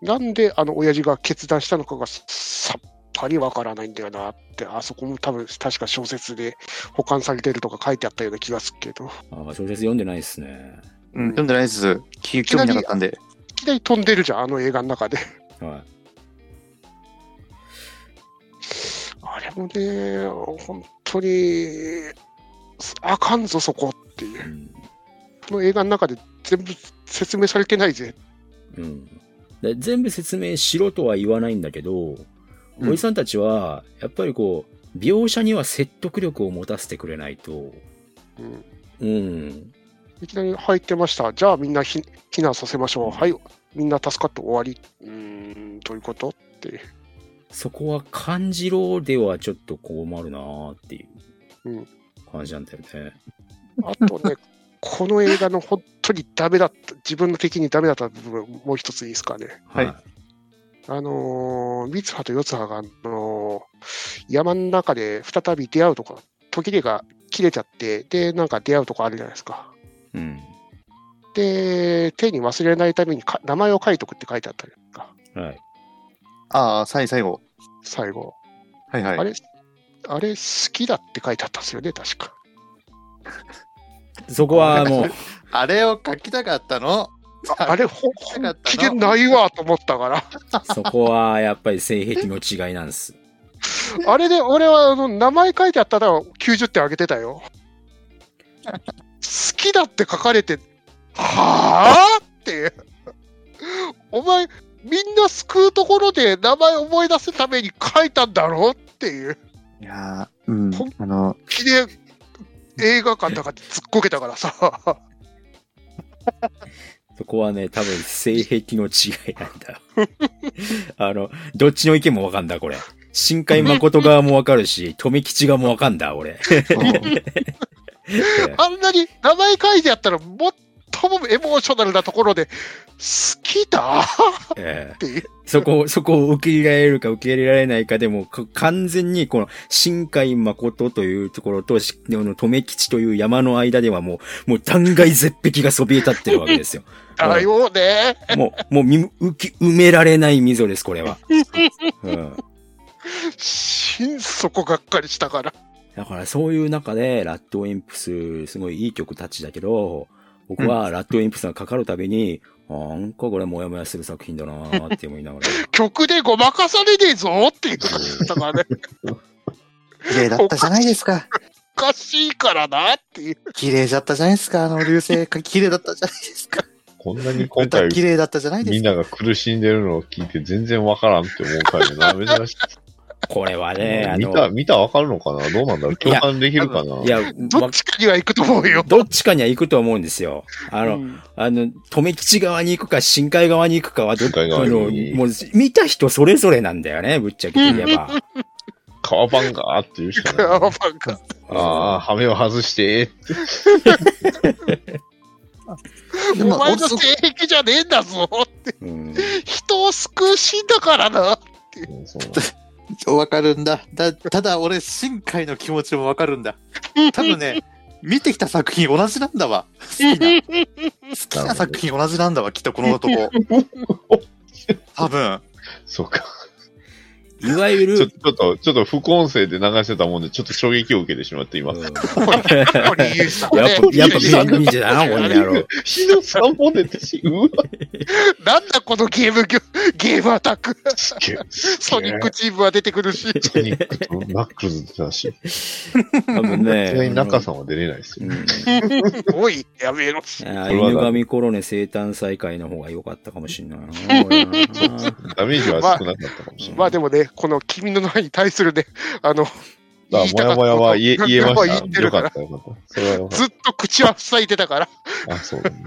[SPEAKER 1] なんであの親父が決断したのかがさっぱりわからないんだよなって、あそこも多分確か小説で保管されてるとか書いてあったような気がするけど、
[SPEAKER 3] あ小説読んでないですね。
[SPEAKER 4] うん、読んでないです。き興味なかったんで。
[SPEAKER 1] いきなり飛んでるじゃん、あの映画の中で。
[SPEAKER 3] は
[SPEAKER 1] あれもね、本当に、あかんぞ、そこってい
[SPEAKER 3] い。う
[SPEAKER 1] う。
[SPEAKER 3] ん。
[SPEAKER 1] この映画の中で全部説明されてないぜ。
[SPEAKER 3] うんで全部説明しろとは言わないんだけど、
[SPEAKER 4] うん
[SPEAKER 3] おじさんたちは、やっぱりこう、描写には説得力を持たせてくれないと、
[SPEAKER 1] うん、
[SPEAKER 3] うん、
[SPEAKER 1] いきなり入ってました。じゃあみんなひ避難させましょう。はい。みんな助かって終わり。うーん、どういうことって。
[SPEAKER 3] そこは感じろではちょっと困るなーっていう
[SPEAKER 1] うん
[SPEAKER 3] 感じなんだよね。
[SPEAKER 1] あとね、 [laughs] この映画の本当にダメだった、自分の敵にダメだった部分、もう一ついいですかね。
[SPEAKER 4] はい
[SPEAKER 1] あのー、三葉と四葉が、あのー山の中で再び出会うとか、途切れが切れちゃって、で、なんか出会うとかあるじゃないですか。
[SPEAKER 3] うん。
[SPEAKER 1] で、手に忘れないためにか名前を書いとくって書いてあったじゃないですか、
[SPEAKER 3] はい。
[SPEAKER 4] ああ、最最後。
[SPEAKER 1] 最後。
[SPEAKER 4] はいはい。
[SPEAKER 1] あれ、あれ好きだって書いてあったんですよね、確か。
[SPEAKER 3] そこはもう、
[SPEAKER 4] あれを書きたかったの
[SPEAKER 1] ああれ、ほ
[SPEAKER 4] 書きたか
[SPEAKER 1] 本
[SPEAKER 4] っ
[SPEAKER 1] 気
[SPEAKER 4] た
[SPEAKER 1] で
[SPEAKER 4] の
[SPEAKER 1] ないわと思った
[SPEAKER 4] [laughs]
[SPEAKER 1] から。
[SPEAKER 3] そこはやっぱり性癖の違いなんです。
[SPEAKER 1] あれで、俺はあの名前書いてあったら90点あげてたよ。好きだって書かれて、はぁって。お前、みんな救うところで名前思い出すために書いたんだろっていう。
[SPEAKER 4] いやーうん
[SPEAKER 1] ほん。
[SPEAKER 4] あの、
[SPEAKER 1] 記念映画館の中で突っこけたからさ。
[SPEAKER 3] そこはね、多分性癖の違いなんだよ。あの、どっちの意見もわかんだ、これ。新海誠側もわかるし、富吉側もわかんだ、俺。
[SPEAKER 1] [laughs] あんなに名前書いてあったら、最もエモーショナルなところで、好きだっ
[SPEAKER 3] え
[SPEAKER 1] て
[SPEAKER 3] え
[SPEAKER 1] いう。
[SPEAKER 3] そこ、そこを受け入れられるか受け入れられないかでも、か完全にこの、新海誠というところと、しあの、留吉という山の間ではもう、もう断崖絶壁がそびえ立ってるわけですよ。
[SPEAKER 1] だよね。
[SPEAKER 3] もう、もうみ、浮き、埋められない溝です、これは。うん。
[SPEAKER 1] 心底がっかりしたから。
[SPEAKER 3] だからそういう中で、ラッドウィンプス、すごいいい曲たちだけど、僕はラッドウィンプスがかかるたびに、なんかこれもやもやする作品だなーって思いながら。
[SPEAKER 1] 曲でごまかされねえぞっていう感じだから
[SPEAKER 3] [laughs]
[SPEAKER 1] ね、
[SPEAKER 4] 綺麗だったじゃないですか。
[SPEAKER 1] おかしいからなっていう。
[SPEAKER 4] 綺麗だったじゃないですか。あの流星が綺麗だったじゃないですか。
[SPEAKER 2] こんなに今
[SPEAKER 4] 歌
[SPEAKER 2] 回
[SPEAKER 4] 綺麗だったじゃないで
[SPEAKER 2] み
[SPEAKER 4] す
[SPEAKER 2] ん
[SPEAKER 4] か。
[SPEAKER 2] なが苦しんでるのを聞いて全然わからんって思う回だな。珍しい。
[SPEAKER 3] これはね、あ
[SPEAKER 2] 見た、
[SPEAKER 3] の、
[SPEAKER 2] 見たらわかるのかなどうなんだろう共感できるかない
[SPEAKER 3] や、
[SPEAKER 1] ど
[SPEAKER 3] わ
[SPEAKER 1] っちかには行くと思うよ。
[SPEAKER 3] どっちかには行くと思うんですよ。あの、あの、留吉側に行くか、深海側に行くかはどっ
[SPEAKER 2] 深海
[SPEAKER 3] あ
[SPEAKER 2] 側に
[SPEAKER 3] の、もう、見た人それぞれなんだよね、ぶっちゃけ言えば。
[SPEAKER 2] 革パンがーって言うしかない。
[SPEAKER 1] アーバンが
[SPEAKER 2] ああ、羽目を外して、
[SPEAKER 1] お
[SPEAKER 4] 今
[SPEAKER 1] 前
[SPEAKER 4] お
[SPEAKER 1] の
[SPEAKER 4] そ
[SPEAKER 1] 性癖じゃねえんだぞって。
[SPEAKER 3] うん。
[SPEAKER 1] 人を救うシーンだからな。
[SPEAKER 2] うんそう
[SPEAKER 4] わかるんだ。だ、ただ俺、新海の気持ちもわかるんだ。多分ね、見てきた作品同じなんだわ。好きな。好きな作品同じなんだわ、きっとこの男。多分。
[SPEAKER 2] そうか。
[SPEAKER 3] いわゆ
[SPEAKER 2] ちょ
[SPEAKER 3] る、
[SPEAKER 2] ちょっと、ちょっと副音声で流してたもんで、ちょっと衝撃を受けてしまっ
[SPEAKER 3] う
[SPEAKER 2] て、今
[SPEAKER 3] ん。
[SPEAKER 1] 堀井優さん
[SPEAKER 3] や
[SPEAKER 1] ね
[SPEAKER 3] っぱ、やっぱ、
[SPEAKER 1] 堀井さん
[SPEAKER 3] 見てたな、この野郎。
[SPEAKER 2] 日野さんも出てし、うわ、
[SPEAKER 1] [laughs] なんだこのゲームゲ、ゲームアタック。
[SPEAKER 2] すげえ。
[SPEAKER 1] ソニックチームは出てくるし。
[SPEAKER 2] ソニックとナックルズだし、
[SPEAKER 3] 多分
[SPEAKER 2] さすが
[SPEAKER 3] ね。
[SPEAKER 2] に中さんは出れないです
[SPEAKER 3] う
[SPEAKER 2] よ。
[SPEAKER 3] ん
[SPEAKER 1] おい、やめろ。
[SPEAKER 3] あ犬神コロネ生誕祭会の方が良かったかもしれないな。俺は
[SPEAKER 2] ダメージは少なかったかもしれない。
[SPEAKER 1] まあでもね、この君の名に対するね、あの、
[SPEAKER 2] まあ、もやもや
[SPEAKER 1] [laughs]
[SPEAKER 2] は言え言えま
[SPEAKER 1] 言
[SPEAKER 2] し。
[SPEAKER 1] ったて
[SPEAKER 2] よ
[SPEAKER 1] る
[SPEAKER 2] か
[SPEAKER 1] から。
[SPEAKER 2] った、よかった。それはよかっ
[SPEAKER 1] ずっと口は塞いでたから、
[SPEAKER 2] た。あ、そうだね。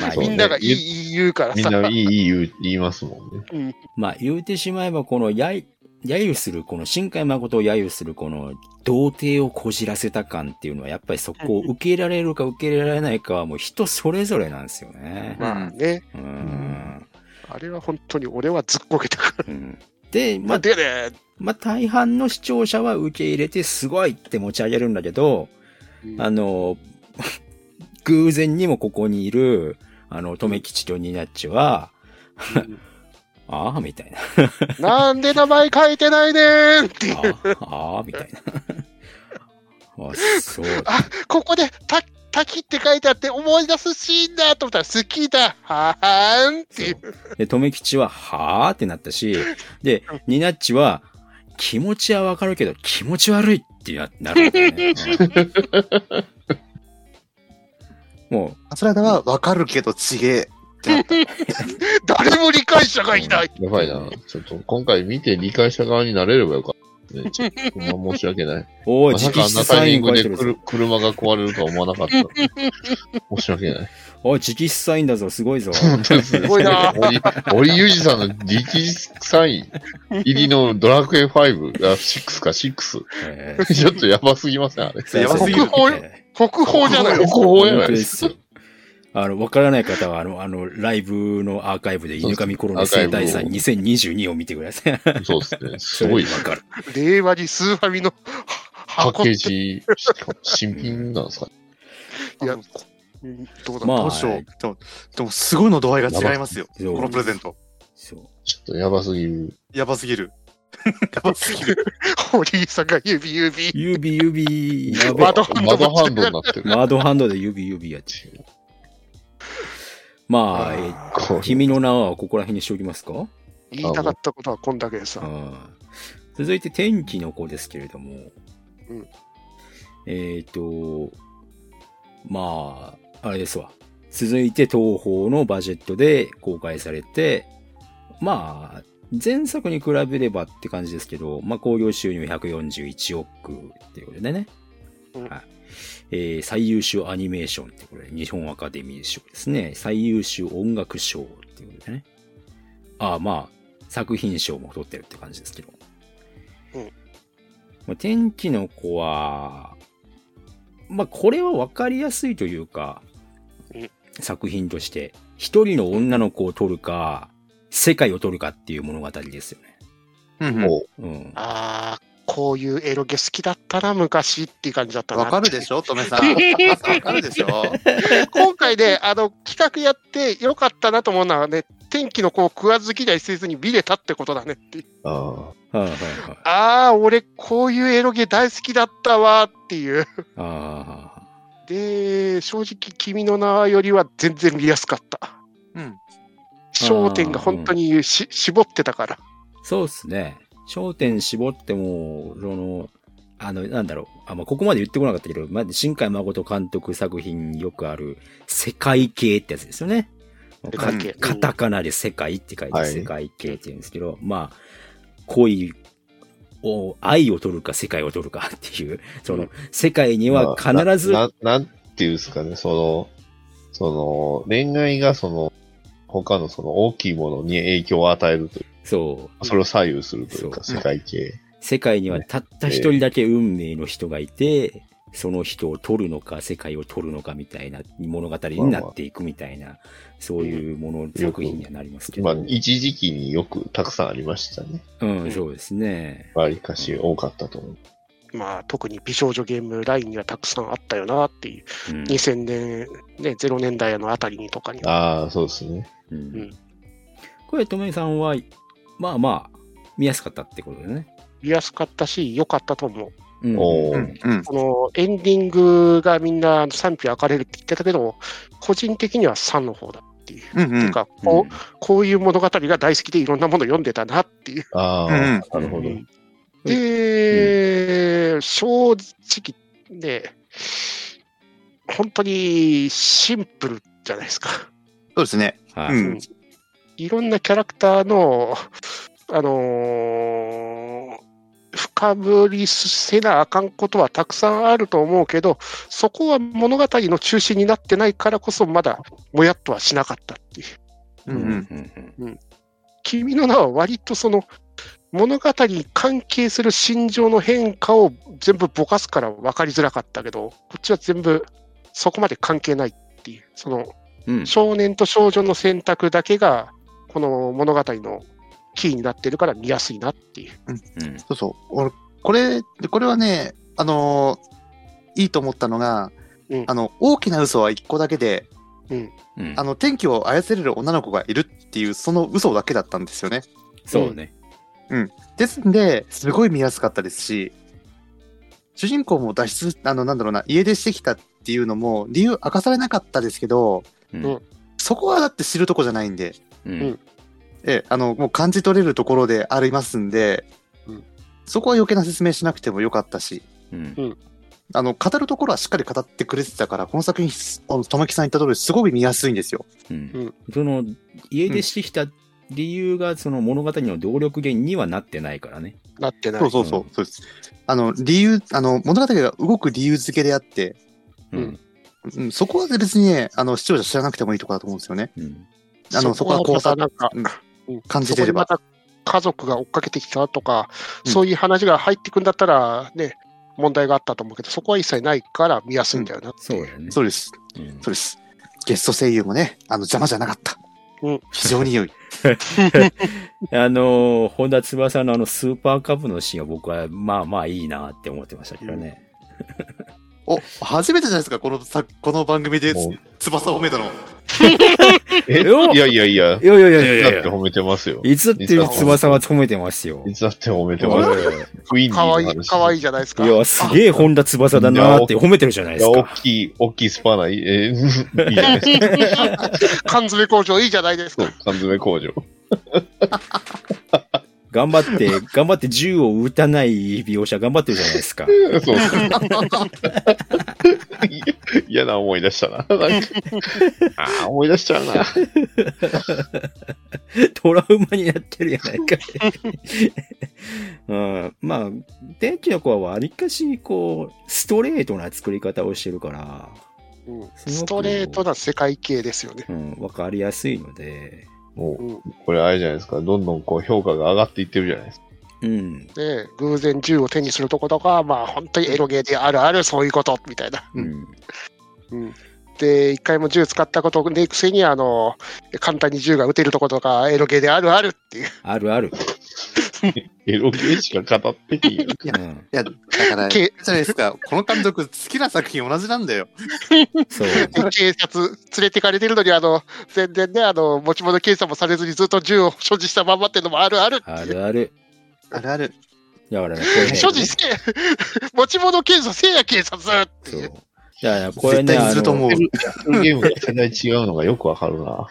[SPEAKER 3] まあ
[SPEAKER 2] そう
[SPEAKER 1] み
[SPEAKER 2] ね
[SPEAKER 1] んながいいいい言うから
[SPEAKER 2] みん
[SPEAKER 1] さ。
[SPEAKER 2] な、いい、いい言う、言いますもんね。
[SPEAKER 3] まあ言うてしまえば、このやい、揶揄する、この新海誠を揶揄する、この童貞をこじらせた感っていうのは、やっぱりそこを受け入れられるか受け入れられないかはもう人それぞれなんですよね。
[SPEAKER 1] まあね、
[SPEAKER 3] うん。
[SPEAKER 1] あれは本当に俺はずっこけたから。
[SPEAKER 3] うんで、ま
[SPEAKER 1] ま
[SPEAKER 3] あ
[SPEAKER 1] あ、でね、
[SPEAKER 3] まあ大半の視聴者は受け入れてすごいって持ち上げるんだけど、
[SPEAKER 1] うん
[SPEAKER 3] あの、 [laughs] 偶然にもここにいる、あの、とめきちとニナッチは、ああ、みたいな。
[SPEAKER 1] なんで名前書いてないねんっていう。
[SPEAKER 3] ああ、みたいな。 [laughs] あ、そう。
[SPEAKER 1] あ、ここで、た、滝って書いてあって思い出すシーンだと思ったら好きだ、ははーんっていう。
[SPEAKER 3] で、とめきちは、はあってなったし、で、ニナッチは、気持ちはわかるけど、気持ち悪いってななるんだよね。も
[SPEAKER 4] アスラダはわかるけどちげえ。ってなった。
[SPEAKER 1] 誰も理解者がいない。
[SPEAKER 2] やばいな。ちょっと今回見て理解者側になれればよかった、ね。ちょっとほんま申し訳ない。
[SPEAKER 3] [laughs] おお、
[SPEAKER 2] まさ
[SPEAKER 3] 直
[SPEAKER 2] かあん
[SPEAKER 3] 筆
[SPEAKER 2] な
[SPEAKER 3] サ
[SPEAKER 2] タイ
[SPEAKER 3] イン
[SPEAKER 2] ミング
[SPEAKER 3] 書い
[SPEAKER 2] で
[SPEAKER 3] てる
[SPEAKER 2] く
[SPEAKER 3] ぞ
[SPEAKER 2] る。車が壊れるとは思わなかった。
[SPEAKER 3] [laughs]
[SPEAKER 2] 申し訳ない。
[SPEAKER 3] おい、直筆サインだぞ、すごいぞ。
[SPEAKER 2] 本当ですね。
[SPEAKER 1] ごいな
[SPEAKER 2] [laughs] 森森裕二さんの直筆サイン入りのドラクエ5、あ、6か6。
[SPEAKER 3] え
[SPEAKER 2] [laughs] ちょっと [laughs] やばすぎません、あれ。
[SPEAKER 3] ー
[SPEAKER 4] やばすぎる
[SPEAKER 3] そうそうそうえ
[SPEAKER 1] 国宝じゃないですか。
[SPEAKER 2] こう
[SPEAKER 3] ー
[SPEAKER 2] やばい
[SPEAKER 3] 本当
[SPEAKER 2] で。
[SPEAKER 3] ですすよ。あの、わからない方は、あの、あの、ライブのアーカイブで、犬神コロナ生態さん
[SPEAKER 2] アーカ
[SPEAKER 3] 2022を見てください。
[SPEAKER 2] そうですね。すごい
[SPEAKER 3] わかる。
[SPEAKER 1] 令和にスーファミの
[SPEAKER 2] パ
[SPEAKER 1] 箱っ
[SPEAKER 2] ッケ
[SPEAKER 1] て
[SPEAKER 2] ージ、新品なんですか
[SPEAKER 1] いや、こうんどうだ、 [laughs]
[SPEAKER 3] まあ
[SPEAKER 4] どうしよう。でも、でもすごいの度合いが違いますよ。
[SPEAKER 3] そう
[SPEAKER 4] このプレゼント。
[SPEAKER 3] そう。
[SPEAKER 2] ちょっとやばすぎる。
[SPEAKER 4] やばすぎる。やばすぎる。
[SPEAKER 1] 堀井さんが指指。
[SPEAKER 3] 指指、やべえ
[SPEAKER 1] ワー。ドハンド
[SPEAKER 2] 窓ハンドになってる。
[SPEAKER 3] ワードハンドで指指やっちゃう。まあ、えー
[SPEAKER 2] こう
[SPEAKER 3] 君の名はここら辺にしておきますか
[SPEAKER 1] 言いたかったことはこんだけさ。
[SPEAKER 3] うん続いて天気の子ですけれども、
[SPEAKER 1] うん
[SPEAKER 3] えっ、と、まあ、あれですわ。続いて東宝のバジェットで公開されて、まあ、前作に比べればって感じですけど、まあ、興行収入141億っていうことでね。
[SPEAKER 1] うん
[SPEAKER 3] はい。えー最優秀アニメーションってこれ、日本アカデミー賞ですね。最優秀音楽賞っていうことでね。ああ、まあ、作品賞も取ってるって感じですけど。
[SPEAKER 1] うん
[SPEAKER 3] まあ、天気の子は、まあ、これは分かりやすいというか
[SPEAKER 1] うん、
[SPEAKER 3] 作品として、一人の女の子を取るか、世界を取るかっていう物語ですよね。
[SPEAKER 4] うん
[SPEAKER 2] も
[SPEAKER 3] うん。
[SPEAKER 1] ああ、こういうエロゲ好きだったな、昔っていう感じだったな。
[SPEAKER 4] わかるでしょ、とめさん。わかるでしょ。
[SPEAKER 1] 今回ね、あの、企画やってよかったなと思うのはね、天気の子を食わず嫌いせずに見れたってことだねっていう。
[SPEAKER 2] う、あ
[SPEAKER 3] はいはいはい。
[SPEAKER 1] ああ、俺、こういうエロゲ大好きだったわっていう。
[SPEAKER 3] あ
[SPEAKER 1] で、正直、君の名よりは全然見やすかった。
[SPEAKER 4] うん。
[SPEAKER 1] 焦点が本当にし、絞ってたから。
[SPEAKER 3] あ、そうっすね。焦点絞っても、その、あの、なんだろう。あ、まあ、ここまで言ってこなかったけど、まあ、新海誠監督作品によくある、世界系ってやつですよね。
[SPEAKER 1] 世界系
[SPEAKER 3] カタカナで世界って書いて、
[SPEAKER 2] はい
[SPEAKER 3] 世界系って言うんですけど、まあ、恋を、愛を取るか世界を取るかっていう、その、世界に
[SPEAKER 2] ー
[SPEAKER 3] は
[SPEAKER 2] まあ
[SPEAKER 3] 必ず、
[SPEAKER 2] なななんていうんですかね、その、その、恋愛がその、他のその大きいものに影響を与えるという
[SPEAKER 3] そう、
[SPEAKER 2] か、それを左右するというか、
[SPEAKER 3] そ
[SPEAKER 2] 世界系。
[SPEAKER 3] 世界にはたった一人だけ運命の人がいて、その人を取るのか、世界を取るのかみたいな物語になっていくみたいな、そういうもの、作品にはなりますけ
[SPEAKER 2] まあ
[SPEAKER 3] ど。、
[SPEAKER 2] 一時期によくたくさんありましたね。
[SPEAKER 3] うん、そうですね。
[SPEAKER 2] わりかし多かったと思う。
[SPEAKER 1] まあ、特に美少女ゲームラインにはたくさんあったよなっていう。
[SPEAKER 3] うん
[SPEAKER 1] 2000年、ね、0年代のあたりにとかに。
[SPEAKER 2] ああ、そうですね。
[SPEAKER 3] う
[SPEAKER 1] うんん。
[SPEAKER 3] これ、とめさんは、まあまあ、見やすかったってことでね。
[SPEAKER 1] 見やすかったし、良かったと思う。
[SPEAKER 3] うん
[SPEAKER 2] おー
[SPEAKER 4] うん。うん。
[SPEAKER 1] このエンディングがみんな賛否分かれるって言ってたけど、個人的には3の方だっていう。
[SPEAKER 4] うん。う
[SPEAKER 1] てい
[SPEAKER 4] ん
[SPEAKER 1] う。かこう、こういう物語が大好きでいろんなものを読んでたなっていう。
[SPEAKER 2] ああ、
[SPEAKER 4] うん
[SPEAKER 2] なるほど。
[SPEAKER 1] で、正直ね、本当にシンプルじゃないですか。
[SPEAKER 4] そうですね。
[SPEAKER 3] は
[SPEAKER 4] う
[SPEAKER 3] い。
[SPEAKER 4] ん。
[SPEAKER 1] いろんなキャラクターの、 [laughs] あのー深掘りせなあかんことはたくさんあると思うけど、そこは物語の中心になってないからこそ、まだもやっとはしなかったっていう。
[SPEAKER 4] う。
[SPEAKER 3] うん
[SPEAKER 4] うん。
[SPEAKER 3] ん。
[SPEAKER 1] 君の名は割とその物語に関係する心情の変化を全部ぼかすから分かりづらかったけど、こっちは全部そこまで関係ないっていう、その
[SPEAKER 3] うん。
[SPEAKER 1] 少年と少女の選択だけが、この物語のキーになってるから見やすいなっていう。
[SPEAKER 3] うん
[SPEAKER 4] そうそう。俺、これ、これはね、あのーいいと思ったのが、
[SPEAKER 1] うん
[SPEAKER 4] あの、大きな嘘は一個だけで、
[SPEAKER 3] うん
[SPEAKER 4] あの、天気を操れる女の子がいるっていう、その嘘だけだったんですよね。
[SPEAKER 3] そうね。
[SPEAKER 4] ですんで、すごい見やすかったですし、主人公も脱出、あの、なんだろうな、家出してきたっていうのも、理由明かされなかったですけど、
[SPEAKER 3] うん。
[SPEAKER 4] そこはだって知るとこじゃないんで、
[SPEAKER 3] うん。
[SPEAKER 4] ええ、あの、もう感じ取れるところでありますんで、
[SPEAKER 1] うん
[SPEAKER 4] そこは余計な説明しなくてもよかったし、
[SPEAKER 3] うん。
[SPEAKER 4] あの、語るところはしっかり語ってくれてたから、この作品、あの玉木さん言った通り、すごい見やすいんですよ。
[SPEAKER 3] うん
[SPEAKER 1] うん
[SPEAKER 3] その、家出してきた理由が、その物語の動力源にはなってないからね。
[SPEAKER 1] なってない
[SPEAKER 4] そう。そうそう、そうです。あの、理由、あの、物語が動く理由付けであって、
[SPEAKER 3] うん。
[SPEAKER 4] うん、そこは別にね、あの、視聴者知らなくてもいいとこだと思うんですよね。
[SPEAKER 3] うん。
[SPEAKER 4] あの、そこは考
[SPEAKER 1] また
[SPEAKER 4] 察
[SPEAKER 1] なんか、
[SPEAKER 4] うん
[SPEAKER 1] うん
[SPEAKER 4] 感じ
[SPEAKER 1] そ
[SPEAKER 4] て
[SPEAKER 1] こ
[SPEAKER 4] れ
[SPEAKER 1] に
[SPEAKER 4] ば
[SPEAKER 1] ま。た家族が追っかけてきたとか、
[SPEAKER 4] うん
[SPEAKER 1] そういう話が入ってくんだったら、ね、問題があったと思うけど、そこは一切ないから見やすいんだよな。
[SPEAKER 3] そうだよね。
[SPEAKER 4] そうです。
[SPEAKER 3] うん
[SPEAKER 4] そうです。ゲスト声優もね、あの、邪魔じゃなかった。
[SPEAKER 1] うん
[SPEAKER 4] 非常に良い。
[SPEAKER 3] あのー、本田翼のあのスーパーカブのシーンは僕はまあまあいいなって思ってましたけどね。
[SPEAKER 4] お、初めてじゃないですか、このさ、この番組で
[SPEAKER 2] もう
[SPEAKER 4] 翼を褒めたの。
[SPEAKER 2] え、
[SPEAKER 3] よ
[SPEAKER 2] いやいやいや。
[SPEAKER 3] いやいやいやい
[SPEAKER 2] いつ
[SPEAKER 3] や
[SPEAKER 2] だ
[SPEAKER 3] い
[SPEAKER 2] って
[SPEAKER 3] や。
[SPEAKER 2] 褒めてますよ。
[SPEAKER 3] いつっていう翼は褒めてますよ
[SPEAKER 2] い。つだって褒めて
[SPEAKER 1] う
[SPEAKER 2] ます
[SPEAKER 1] ん
[SPEAKER 2] よ。
[SPEAKER 3] い
[SPEAKER 2] クイーンディー
[SPEAKER 1] か
[SPEAKER 2] の
[SPEAKER 1] わ
[SPEAKER 2] 話
[SPEAKER 1] いい、かわいいじゃないですか。
[SPEAKER 3] や、すげえ本田翼だなーって褒めてるじゃない
[SPEAKER 2] い
[SPEAKER 3] で
[SPEAKER 2] や、
[SPEAKER 3] す
[SPEAKER 2] 大
[SPEAKER 3] か。
[SPEAKER 2] きい、大きいスパナ、いいえ、いいじゃないですか。
[SPEAKER 1] 缶詰工場いいじゃないです
[SPEAKER 2] そ
[SPEAKER 1] [laughs]
[SPEAKER 2] う
[SPEAKER 1] か。
[SPEAKER 2] 缶詰工場。
[SPEAKER 3] 頑張って、頑張って銃を撃たない描写頑張ってるじゃないですか。
[SPEAKER 2] [laughs] そう。い嫌な思い出したな。 [laughs] なんかあー思い出しちゃうな。
[SPEAKER 3] トラウマになってるやない
[SPEAKER 1] [laughs]
[SPEAKER 3] かい。うん、まあ、天気の子はわりかし、こう、ストレートな作り方をしてるから、
[SPEAKER 1] うん
[SPEAKER 3] すごく
[SPEAKER 1] ストレートな世界系ですよね。
[SPEAKER 3] うん、わかりやすいので、
[SPEAKER 2] も
[SPEAKER 1] うん
[SPEAKER 2] う、これあれじゃないですか。どんどんこう評価が上がっていってるじゃないですか。
[SPEAKER 3] うん、
[SPEAKER 1] で、偶然銃を手にするとことか、まあ本当にエロゲーであるあるそういうことみたいな。
[SPEAKER 3] う
[SPEAKER 4] うん
[SPEAKER 3] ん、
[SPEAKER 1] で、一回も銃使ったことねくせに、あの、簡単に銃が撃てるとことか、エロゲーであるあるっていう、
[SPEAKER 3] あるある。
[SPEAKER 2] エロゲーしか語ってけんよ。
[SPEAKER 3] うん、
[SPEAKER 4] いや、だから、じ
[SPEAKER 1] け
[SPEAKER 4] ゃないですか、この監督、好きな作品同じなんだよ。
[SPEAKER 1] [laughs]
[SPEAKER 3] そう。
[SPEAKER 1] 警察連れてかれてるのに、あの、全然ね、あの、持ち物検査もされずにずっと銃を所持したまんまってのもあるある。
[SPEAKER 3] あるある。
[SPEAKER 4] あるある。
[SPEAKER 3] だからね、これね。
[SPEAKER 1] 所持せえ [laughs] 持ち物検査せえや警察って
[SPEAKER 3] そ
[SPEAKER 1] いうう。。
[SPEAKER 3] だから、これ
[SPEAKER 4] 絶
[SPEAKER 3] ね、
[SPEAKER 4] 対に
[SPEAKER 3] あ
[SPEAKER 4] すると
[SPEAKER 3] の
[SPEAKER 4] 思う。
[SPEAKER 2] ゲームが世代違うのがよくわかるな。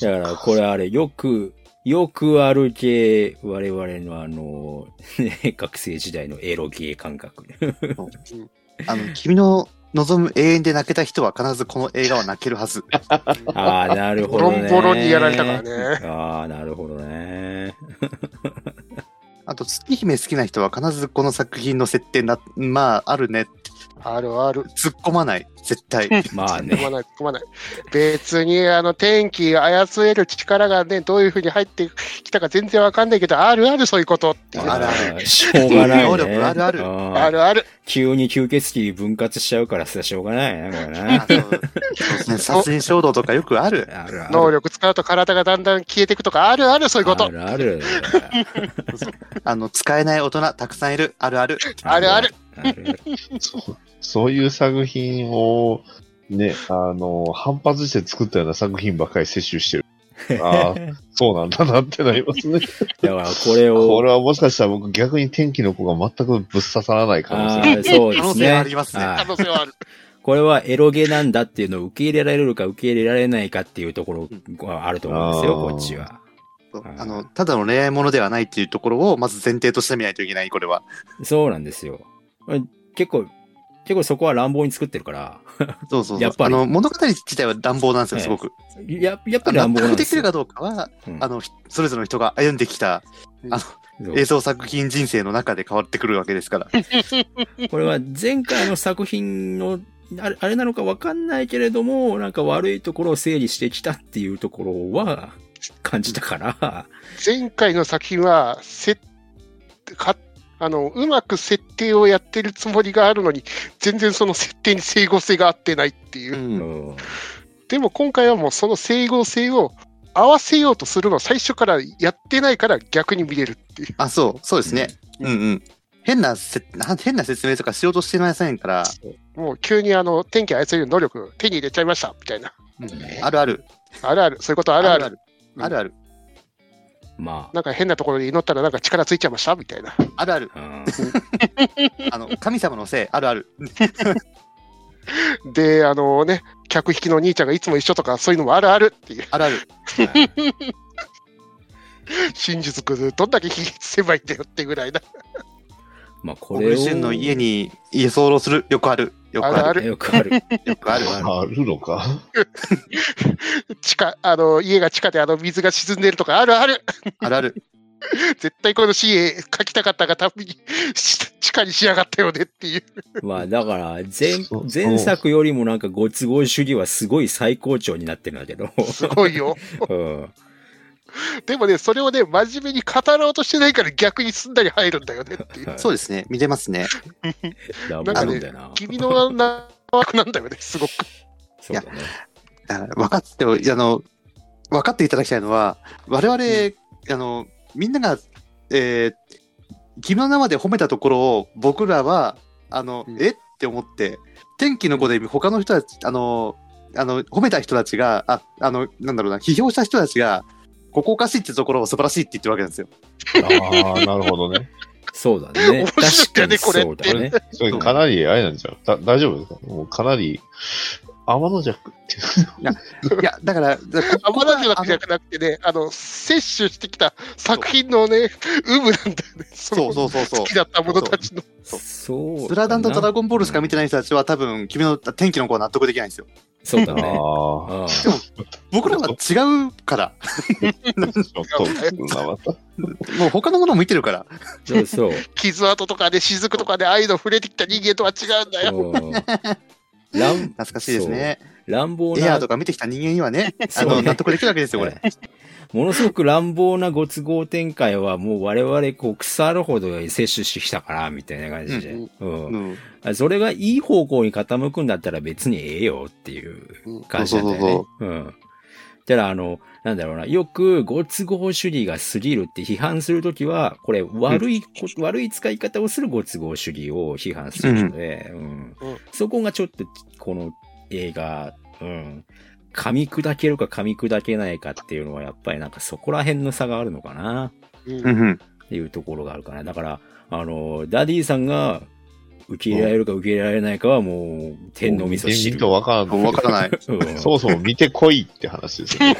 [SPEAKER 3] だから、これあれ、よく、よくある系、我々のあの、ね、学生時代のエロゲー感
[SPEAKER 1] [laughs]
[SPEAKER 3] 覚。
[SPEAKER 4] あの、君の望む永遠で泣けた人は必ずこの映画は泣けるは
[SPEAKER 3] [laughs]
[SPEAKER 4] ず。
[SPEAKER 3] ああ、なる
[SPEAKER 1] ボ
[SPEAKER 3] ほど
[SPEAKER 1] ロ
[SPEAKER 3] ね。
[SPEAKER 1] ンボロンにやられたからね。
[SPEAKER 3] ああ、なるほど
[SPEAKER 4] [laughs]
[SPEAKER 3] ね。
[SPEAKER 4] あと、月姫好きな人は必ずこの作品の設定な、まあ、あるね。
[SPEAKER 1] あるある。
[SPEAKER 4] 突っ込まない。絶対。
[SPEAKER 3] [laughs] まあ
[SPEAKER 1] 突っ込
[SPEAKER 3] ね。
[SPEAKER 1] まない、突っ込まない。別に、あの、天気操れる力がね、どういうふうに入ってきたか全然わかんないけど、あるあるそういうことっていう。
[SPEAKER 4] あるある
[SPEAKER 3] ーしょうがない、ね。
[SPEAKER 4] 能力あるある
[SPEAKER 3] ん
[SPEAKER 1] あるある。
[SPEAKER 3] 急に吸血鬼分割しちゃうからさ、しょうがないね、これ
[SPEAKER 4] あ
[SPEAKER 3] ね。
[SPEAKER 4] のそうですね殺人衝動とかよくある。
[SPEAKER 3] あるある。
[SPEAKER 1] 能力使うと体がだんだん消えていくとか、あるあるそういうこと
[SPEAKER 3] あ。るある。
[SPEAKER 4] あの、使えない大人たくさんいる。あるある。
[SPEAKER 1] あるある。
[SPEAKER 3] あるある
[SPEAKER 2] そうそういう作品を、ね、あの、反発して作ったような作品ばっかり摂取してる。ああ、 [laughs] そうなんだなってなり [laughs] ますね。
[SPEAKER 3] だから、これ
[SPEAKER 2] こ
[SPEAKER 3] を、
[SPEAKER 2] れはもしかしたら僕逆に天気の子が全くぶっ刺さらない可能
[SPEAKER 3] あ
[SPEAKER 2] 性がある
[SPEAKER 3] ーそう
[SPEAKER 4] 可
[SPEAKER 3] で
[SPEAKER 4] 能
[SPEAKER 3] す
[SPEAKER 4] 性はあ
[SPEAKER 3] ね
[SPEAKER 4] り。ますね。
[SPEAKER 1] 可
[SPEAKER 3] はい
[SPEAKER 1] 能性はある。
[SPEAKER 3] これはエロゲなんだっていうのを受け入れられるか受け入れられないかっていうところがあると思うんですよ、
[SPEAKER 2] うん
[SPEAKER 3] こっちは。
[SPEAKER 4] そう
[SPEAKER 3] はい
[SPEAKER 4] あの、ただの恋愛ものではないっていうところを、まず前提として見ないといけない、これは。
[SPEAKER 3] そうなんですよ。結構、結構そこは乱暴に作ってるから、
[SPEAKER 4] そうそうそう。
[SPEAKER 3] やっぱり
[SPEAKER 4] あの、物語自体は乱暴なんですよ、
[SPEAKER 3] ええ
[SPEAKER 4] すごく。
[SPEAKER 3] ややっぱ
[SPEAKER 4] あ
[SPEAKER 3] り
[SPEAKER 4] の
[SPEAKER 3] 乱暴
[SPEAKER 4] 納
[SPEAKER 3] なんで
[SPEAKER 4] 得でき
[SPEAKER 3] す
[SPEAKER 4] る
[SPEAKER 3] よ。
[SPEAKER 4] かどうかは、
[SPEAKER 3] うん
[SPEAKER 4] あの、ひそれぞれの人が歩んできた
[SPEAKER 3] そう
[SPEAKER 4] 映像作品人生の中で変わってくるわけですから。
[SPEAKER 3] これは前回の作品の、あれあれなのかわかんないけれども、なんか悪いところを整理してきたっていうところは感じたから、
[SPEAKER 1] 前回の作品は、せかあのうまく設定をやってるつもりがあるのに、全然その設定に整合性が合ってないっていうう。
[SPEAKER 4] ん。
[SPEAKER 3] うん
[SPEAKER 1] でも今回はもうその整合性を合わせようとするのを最初からやってないから逆に見れるっていう。
[SPEAKER 4] あ、そう、そうですね。
[SPEAKER 1] う
[SPEAKER 4] うんんうん。変なせ、な変な説明とかしようとしてませんから、
[SPEAKER 1] もう急にあの天気操れる能力手に入れちゃいましたみたいな。
[SPEAKER 4] あるある。
[SPEAKER 1] あるある、そういうことあるある。
[SPEAKER 4] あるある。
[SPEAKER 3] ま
[SPEAKER 1] なんか変なところで祈ったらなんか力ついちゃいましたみたいな。
[SPEAKER 4] あるある。
[SPEAKER 3] あ、うん
[SPEAKER 4] あの、神様のせい、あるある。
[SPEAKER 1] で、あのね、客引きの兄ちゃんがいつも一緒とかそういうのもあるあるっていう。 [laughs]
[SPEAKER 4] あるある。
[SPEAKER 1] 真実くずどんだけ引きつせばいいんだよってぐらいな。
[SPEAKER 3] まあ、こ
[SPEAKER 4] 小
[SPEAKER 3] れを。
[SPEAKER 4] 栗旬の家に家騒動する、よくある。よく
[SPEAKER 1] ある
[SPEAKER 4] あ
[SPEAKER 1] あ
[SPEAKER 4] る。
[SPEAKER 1] る
[SPEAKER 3] よくある。
[SPEAKER 4] よくある。
[SPEAKER 2] あるのか。
[SPEAKER 3] [laughs]
[SPEAKER 1] 地下、あの、家が地下であの水が沈んでるとか、あるある。
[SPEAKER 4] あるある。
[SPEAKER 1] 絶対このシーン描きたかったがために、し地下にしやがったよねって [laughs] いう。
[SPEAKER 3] まあ、だから、前
[SPEAKER 2] そう、
[SPEAKER 3] 前作よりもなんかご都合主義はすごい最高潮になってるんだけど。
[SPEAKER 1] すごいよ。
[SPEAKER 3] [laughs] うん。
[SPEAKER 1] でもね、それをね、真面目に語ろうとしてないから逆にすんなり入るんだよねって [laughs] いう。
[SPEAKER 4] そうですね。見れますね。
[SPEAKER 3] だ
[SPEAKER 1] なんか
[SPEAKER 3] も
[SPEAKER 1] ね
[SPEAKER 3] んだよな。
[SPEAKER 1] 君の名枠なんだよね、すごく。
[SPEAKER 3] そうだね。
[SPEAKER 4] だから分かってお、あの、分かっていただきたいのは、我々、あの、みんなが、えー、君の名まで褒めたところを、僕らは、あの、
[SPEAKER 1] うん
[SPEAKER 4] えって思って、天気の子で他の人たち、あの、あの、褒めた人たちが、あ、あの、なんだろうな、批評した人たちが、ここおかしいってところを素晴らしいって言ってるわけなんですよ。
[SPEAKER 2] ああ、なるほどね。
[SPEAKER 3] そうだね。
[SPEAKER 1] 面白い
[SPEAKER 3] 確か
[SPEAKER 1] よ
[SPEAKER 3] に
[SPEAKER 1] ねこれ
[SPEAKER 3] そうだね。
[SPEAKER 2] それかなり、あれなんじゃん。だ大丈夫ですかもうかなり、天の弱って。
[SPEAKER 4] いや、だから、だから
[SPEAKER 1] あ
[SPEAKER 4] ここ
[SPEAKER 1] ま
[SPEAKER 4] が
[SPEAKER 1] だじゃなくてなくてね、あの、摂取してきた作品のね、有無なんだよね。そ
[SPEAKER 4] そう
[SPEAKER 1] の
[SPEAKER 4] そうそうそう
[SPEAKER 1] 好き。だったものたちの。
[SPEAKER 3] そうだな。
[SPEAKER 4] スラダンとドラゴンボールしか見てない人たちは多分、君の天気の子は納得できないんですよ。
[SPEAKER 3] そうだ
[SPEAKER 2] あ
[SPEAKER 3] ね。
[SPEAKER 2] あ、
[SPEAKER 3] うん
[SPEAKER 4] 僕らは違うから。
[SPEAKER 2] ちょっと、また。
[SPEAKER 4] もう他のもの向いてるから。
[SPEAKER 3] そうそう。
[SPEAKER 1] 傷跡とかで、雫とかで、ああいうの触れてきた人間とは違うんだよ。
[SPEAKER 3] うん乱
[SPEAKER 4] 懐かしいですね。
[SPEAKER 3] 乱暴
[SPEAKER 4] エアー
[SPEAKER 3] な
[SPEAKER 4] と、か見てきた人間にはね、あ
[SPEAKER 3] そう
[SPEAKER 4] の、
[SPEAKER 3] ね
[SPEAKER 4] 納得できるわけですよ、これ。
[SPEAKER 3] はいものすごく乱暴なご都合展開はもう我々こう腐るほど摂取してきたから、みたいな感じで。
[SPEAKER 1] うん
[SPEAKER 3] うん
[SPEAKER 4] うん。
[SPEAKER 3] あ [laughs] それがいい方向に傾くんだったら別にええよっていう感じなんだよ
[SPEAKER 4] う
[SPEAKER 3] ね
[SPEAKER 4] んそう。
[SPEAKER 3] うん。だからあの、なんだろうな、よくご都合主義が過ぎるって批判するときは、これ悪い、こ悪い使い方をするご都合主義を批判するので、うん
[SPEAKER 1] うん
[SPEAKER 3] そこがちょっとこの映画、うん。噛み砕けるか噛み砕けないかっていうのはやっぱりなんかそこら辺の差があるのかな。
[SPEAKER 1] うん
[SPEAKER 4] うんうん。
[SPEAKER 3] っていうところがあるかな。だから、あの、ダディさんが受け入れられるか受け入れられないかはもう天の味噌
[SPEAKER 2] 見
[SPEAKER 3] 汁。
[SPEAKER 2] とわからん
[SPEAKER 4] もうわからない。
[SPEAKER 3] うん
[SPEAKER 2] [laughs] そもそも見てこいって話ですよね。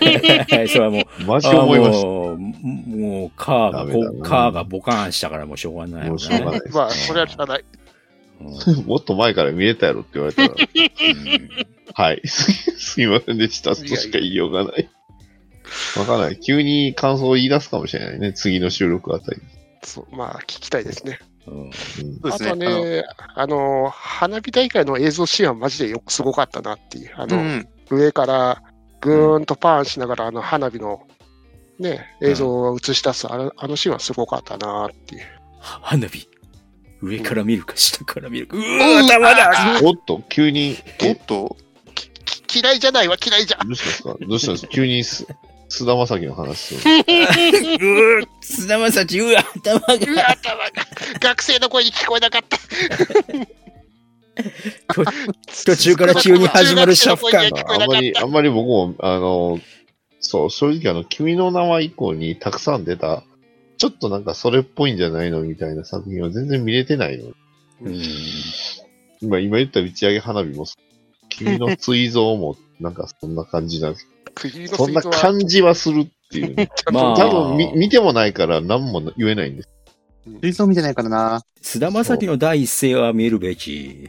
[SPEAKER 3] それは
[SPEAKER 2] [laughs]
[SPEAKER 3] もう、
[SPEAKER 2] マジ
[SPEAKER 3] あ
[SPEAKER 2] 思いまし
[SPEAKER 3] もう、もうカーが
[SPEAKER 2] ダメ
[SPEAKER 3] ボ、
[SPEAKER 2] だな
[SPEAKER 3] カーがボカーンしたからもうしょうがない
[SPEAKER 2] た。
[SPEAKER 3] よ
[SPEAKER 2] もうしょうがな
[SPEAKER 3] ね。
[SPEAKER 2] いです。
[SPEAKER 1] まあ、それは聞かない。
[SPEAKER 3] うん
[SPEAKER 2] もっと前から見れたやろって言わ
[SPEAKER 3] [laughs]
[SPEAKER 2] れたら、はい。 [laughs] すいませんでした。としか言いようがない。わからない。急に感想を言い出すかもしれないね。次の収録あたり。
[SPEAKER 1] そうまあ、聞きたいですね。
[SPEAKER 2] [laughs]
[SPEAKER 3] うん
[SPEAKER 2] うん
[SPEAKER 4] そう
[SPEAKER 1] あと
[SPEAKER 4] です
[SPEAKER 1] は
[SPEAKER 4] ね。あの
[SPEAKER 1] ね、あの、花火大会の映像シーンはマジでよすごかったなっていう。あ
[SPEAKER 4] う
[SPEAKER 1] の、
[SPEAKER 4] ん
[SPEAKER 1] 上からぐーんとパーンしながら、あの、花火の、ね、映像を映し出す、あのあのシーンはすごかったなっていう。
[SPEAKER 3] 花火。上から見るか下から見るか。うわ頭だ
[SPEAKER 2] おっと、急に、
[SPEAKER 4] うん。お
[SPEAKER 2] え
[SPEAKER 4] っと、
[SPEAKER 1] き嫌いじゃないわ、嫌いじゃ。
[SPEAKER 2] どうしたんですかどうしたんですか急にす、菅田将暉の話
[SPEAKER 1] [laughs]
[SPEAKER 2] を。
[SPEAKER 3] うわ菅田将暉、うわ頭が。
[SPEAKER 1] うわ、頭が。学生の声に聞こえなかった。
[SPEAKER 3] と途中から急に始まるシャフ感
[SPEAKER 1] 中学生の声には聞こえ
[SPEAKER 2] あ
[SPEAKER 1] なんか
[SPEAKER 2] ま
[SPEAKER 1] っ
[SPEAKER 2] り、あんまり僕も、あの、そう、正直あの、君の名は以降にたくさん出た、ちょっとなんかそれっぽいんじゃないのみたいな作品は全然見れてないの。
[SPEAKER 3] うん
[SPEAKER 2] 今、今言った打ち上げ花火も、君の追蔵も、なんかそんな感じな
[SPEAKER 1] [laughs]
[SPEAKER 2] んです
[SPEAKER 1] た。国
[SPEAKER 2] け
[SPEAKER 1] の
[SPEAKER 2] ど、そんな感じはするっていう、ね。
[SPEAKER 3] まあ
[SPEAKER 2] 多分み、見てもないから何も言えないんです。
[SPEAKER 4] 水槽見てないからな。
[SPEAKER 3] 菅田将暉の第一声は見るべき。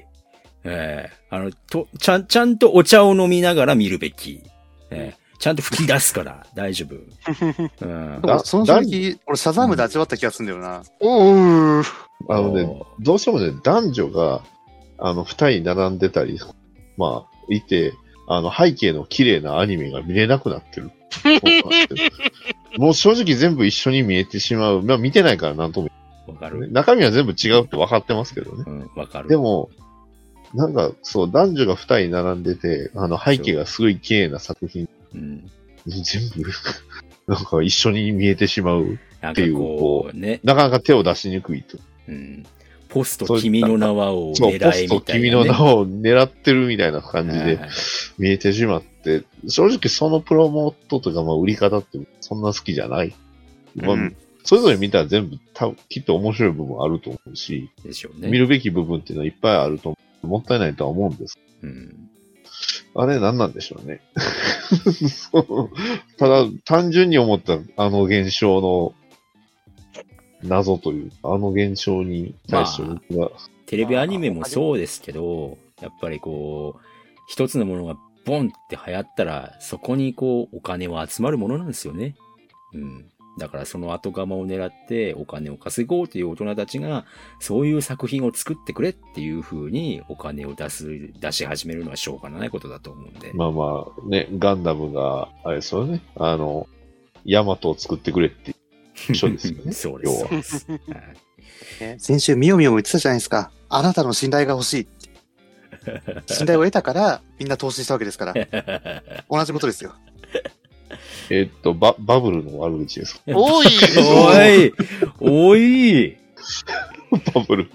[SPEAKER 3] ええあの、と、ちゃん、ちゃんとお茶を飲みながら見るべき。ええちゃんと吹き出すから、大丈夫。うん。
[SPEAKER 2] だ
[SPEAKER 4] その衝撃、俺、サザームで味わった気がするんだよな。
[SPEAKER 1] おう。
[SPEAKER 2] あのね、どうしてもね、男女が、あの、二人並んでたり、まあ、いて、あの、背景の綺麗なアニメが見れなくなってる。もう正直全部一緒に見えてしまう。まあ、見てないからなんとも
[SPEAKER 3] わか
[SPEAKER 2] 言えない
[SPEAKER 3] る。
[SPEAKER 2] 中身は全部違うって分かってますけどね
[SPEAKER 3] う。ん、わかる。
[SPEAKER 2] でも、なんか、そう、男女が二人並んでて、あの、背景がすごい綺麗な作品
[SPEAKER 3] うん、
[SPEAKER 2] に全部、 [laughs] なんか一緒に見えてしまう。
[SPEAKER 3] なん
[SPEAKER 2] っ
[SPEAKER 3] か
[SPEAKER 2] ていう
[SPEAKER 3] こ
[SPEAKER 2] こ
[SPEAKER 3] う、ね、
[SPEAKER 2] なかなか手を出しにくいと。
[SPEAKER 3] うん。ポスト君の名はを
[SPEAKER 2] そう、ポ
[SPEAKER 3] 狙え
[SPEAKER 2] ス
[SPEAKER 3] み
[SPEAKER 2] ト
[SPEAKER 3] たいな、ね。
[SPEAKER 2] 君の名を狙ってるみたいな感じで
[SPEAKER 3] はい
[SPEAKER 2] 見えてしまって、正直そのプロモートとかまあ売り方ってそんな好きじゃない。まあ
[SPEAKER 4] うん
[SPEAKER 2] それぞれ見たら全部多分きっと面白い部分あると思うし、
[SPEAKER 3] でしょうね。
[SPEAKER 2] 見るべき部分っていうのはいっぱいあると思う。もったいないとは思うんです。
[SPEAKER 3] うん。
[SPEAKER 2] あれ何なんでしょうね。 [laughs] そうただ単純に思ったあの現象の謎という、あの現象に対して僕は、
[SPEAKER 3] テレビアニメもそうですけど、やっぱりこう、一つのものがボンって流行ったら、そこにこう、お金は集まるものなんですよね。うん。だからその後釜を狙ってお金を稼ごうという大人たちが、そういう作品を作ってくれっていう風にお金を出す、出し始めるのはしょうがないことだと思うんで。
[SPEAKER 2] まあまあ、ね、ガンダムが、あれですよね、あの、ヤマトを作ってくれって、一緒で
[SPEAKER 3] [laughs]
[SPEAKER 2] すよね
[SPEAKER 3] そうです。そうですはい
[SPEAKER 4] ね先週、みよみよも言ってたじゃないですか。あなたの信頼が欲しいって。信頼を得たから、みんな投資したわけですから。同じことですよ。
[SPEAKER 2] えっと、ババブルの悪口です。
[SPEAKER 1] おい
[SPEAKER 3] [laughs] おいおい
[SPEAKER 2] バブル。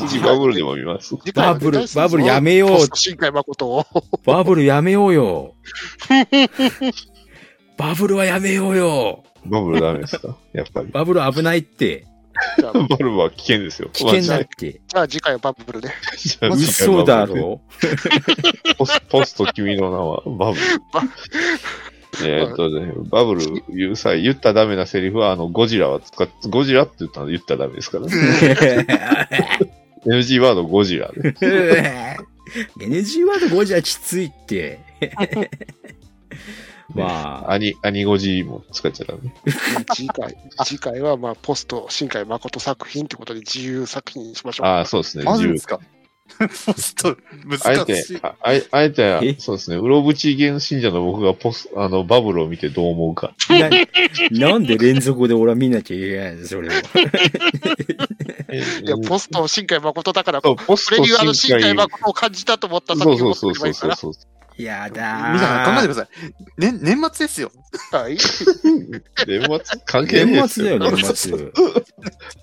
[SPEAKER 2] 一時バブルでも見ます。
[SPEAKER 1] 次回
[SPEAKER 3] バ
[SPEAKER 1] は
[SPEAKER 3] ブル
[SPEAKER 1] 絶、対
[SPEAKER 3] バブルやめよう。
[SPEAKER 1] 新海誠を。
[SPEAKER 3] バブルやめようよ。バブルはやめようよ。
[SPEAKER 2] バブルダメですかやっぱり。
[SPEAKER 3] バブル危ないって。
[SPEAKER 1] じゃあ、
[SPEAKER 2] バブルは危険ですよ。
[SPEAKER 3] 危険だって。
[SPEAKER 1] じゃあ次回はバブルで。
[SPEAKER 2] じゃあ
[SPEAKER 3] 嘘だ。ろ
[SPEAKER 2] ポスポスト君の名はバブル。えーっとね、バブル言う際、言ったらダメなセリフは、あの、ゴジラは使っ、ゴジラって言ったの言ったらダメですからね。NG ワードゴジラで。
[SPEAKER 3] NG ワード5じゃきついって。 [laughs] まあ、
[SPEAKER 2] アニ、アニゴジも使っちゃダメ。
[SPEAKER 1] 次回、次回はまあポスト新海誠作品ってことで自由作品にしましょう。
[SPEAKER 2] ああ、そうですね。
[SPEAKER 4] マジ
[SPEAKER 2] 自由
[SPEAKER 4] ですか [laughs] ポスト、
[SPEAKER 2] あえ
[SPEAKER 4] 難
[SPEAKER 2] て
[SPEAKER 4] しい、。
[SPEAKER 2] ああえあえ
[SPEAKER 3] え
[SPEAKER 2] て、そうですね、うろぶち原信者の僕がポス、あの、バブルを見てどう思うか。
[SPEAKER 3] ななんで連続で俺は見なきゃいけないのそれを。
[SPEAKER 2] え
[SPEAKER 1] いや、ポスト新海誠だから、
[SPEAKER 2] そう
[SPEAKER 1] こ
[SPEAKER 2] ポス
[SPEAKER 1] れ
[SPEAKER 2] ト
[SPEAKER 1] にあの
[SPEAKER 2] 新
[SPEAKER 1] 新海
[SPEAKER 2] 海。
[SPEAKER 1] 誠を感じたと思った作
[SPEAKER 2] そう
[SPEAKER 1] 品
[SPEAKER 2] そ
[SPEAKER 1] を
[SPEAKER 2] う
[SPEAKER 1] 作
[SPEAKER 2] そう
[SPEAKER 1] れば
[SPEAKER 2] そ
[SPEAKER 1] いういから。
[SPEAKER 2] そうそう。
[SPEAKER 3] やだー。
[SPEAKER 4] 皆さん考えてください。ね、年末ですよ。
[SPEAKER 1] はい
[SPEAKER 2] 年末関係ねえ
[SPEAKER 3] 年
[SPEAKER 2] です
[SPEAKER 3] 末だ
[SPEAKER 2] よ。
[SPEAKER 3] よ、年 [laughs] 末。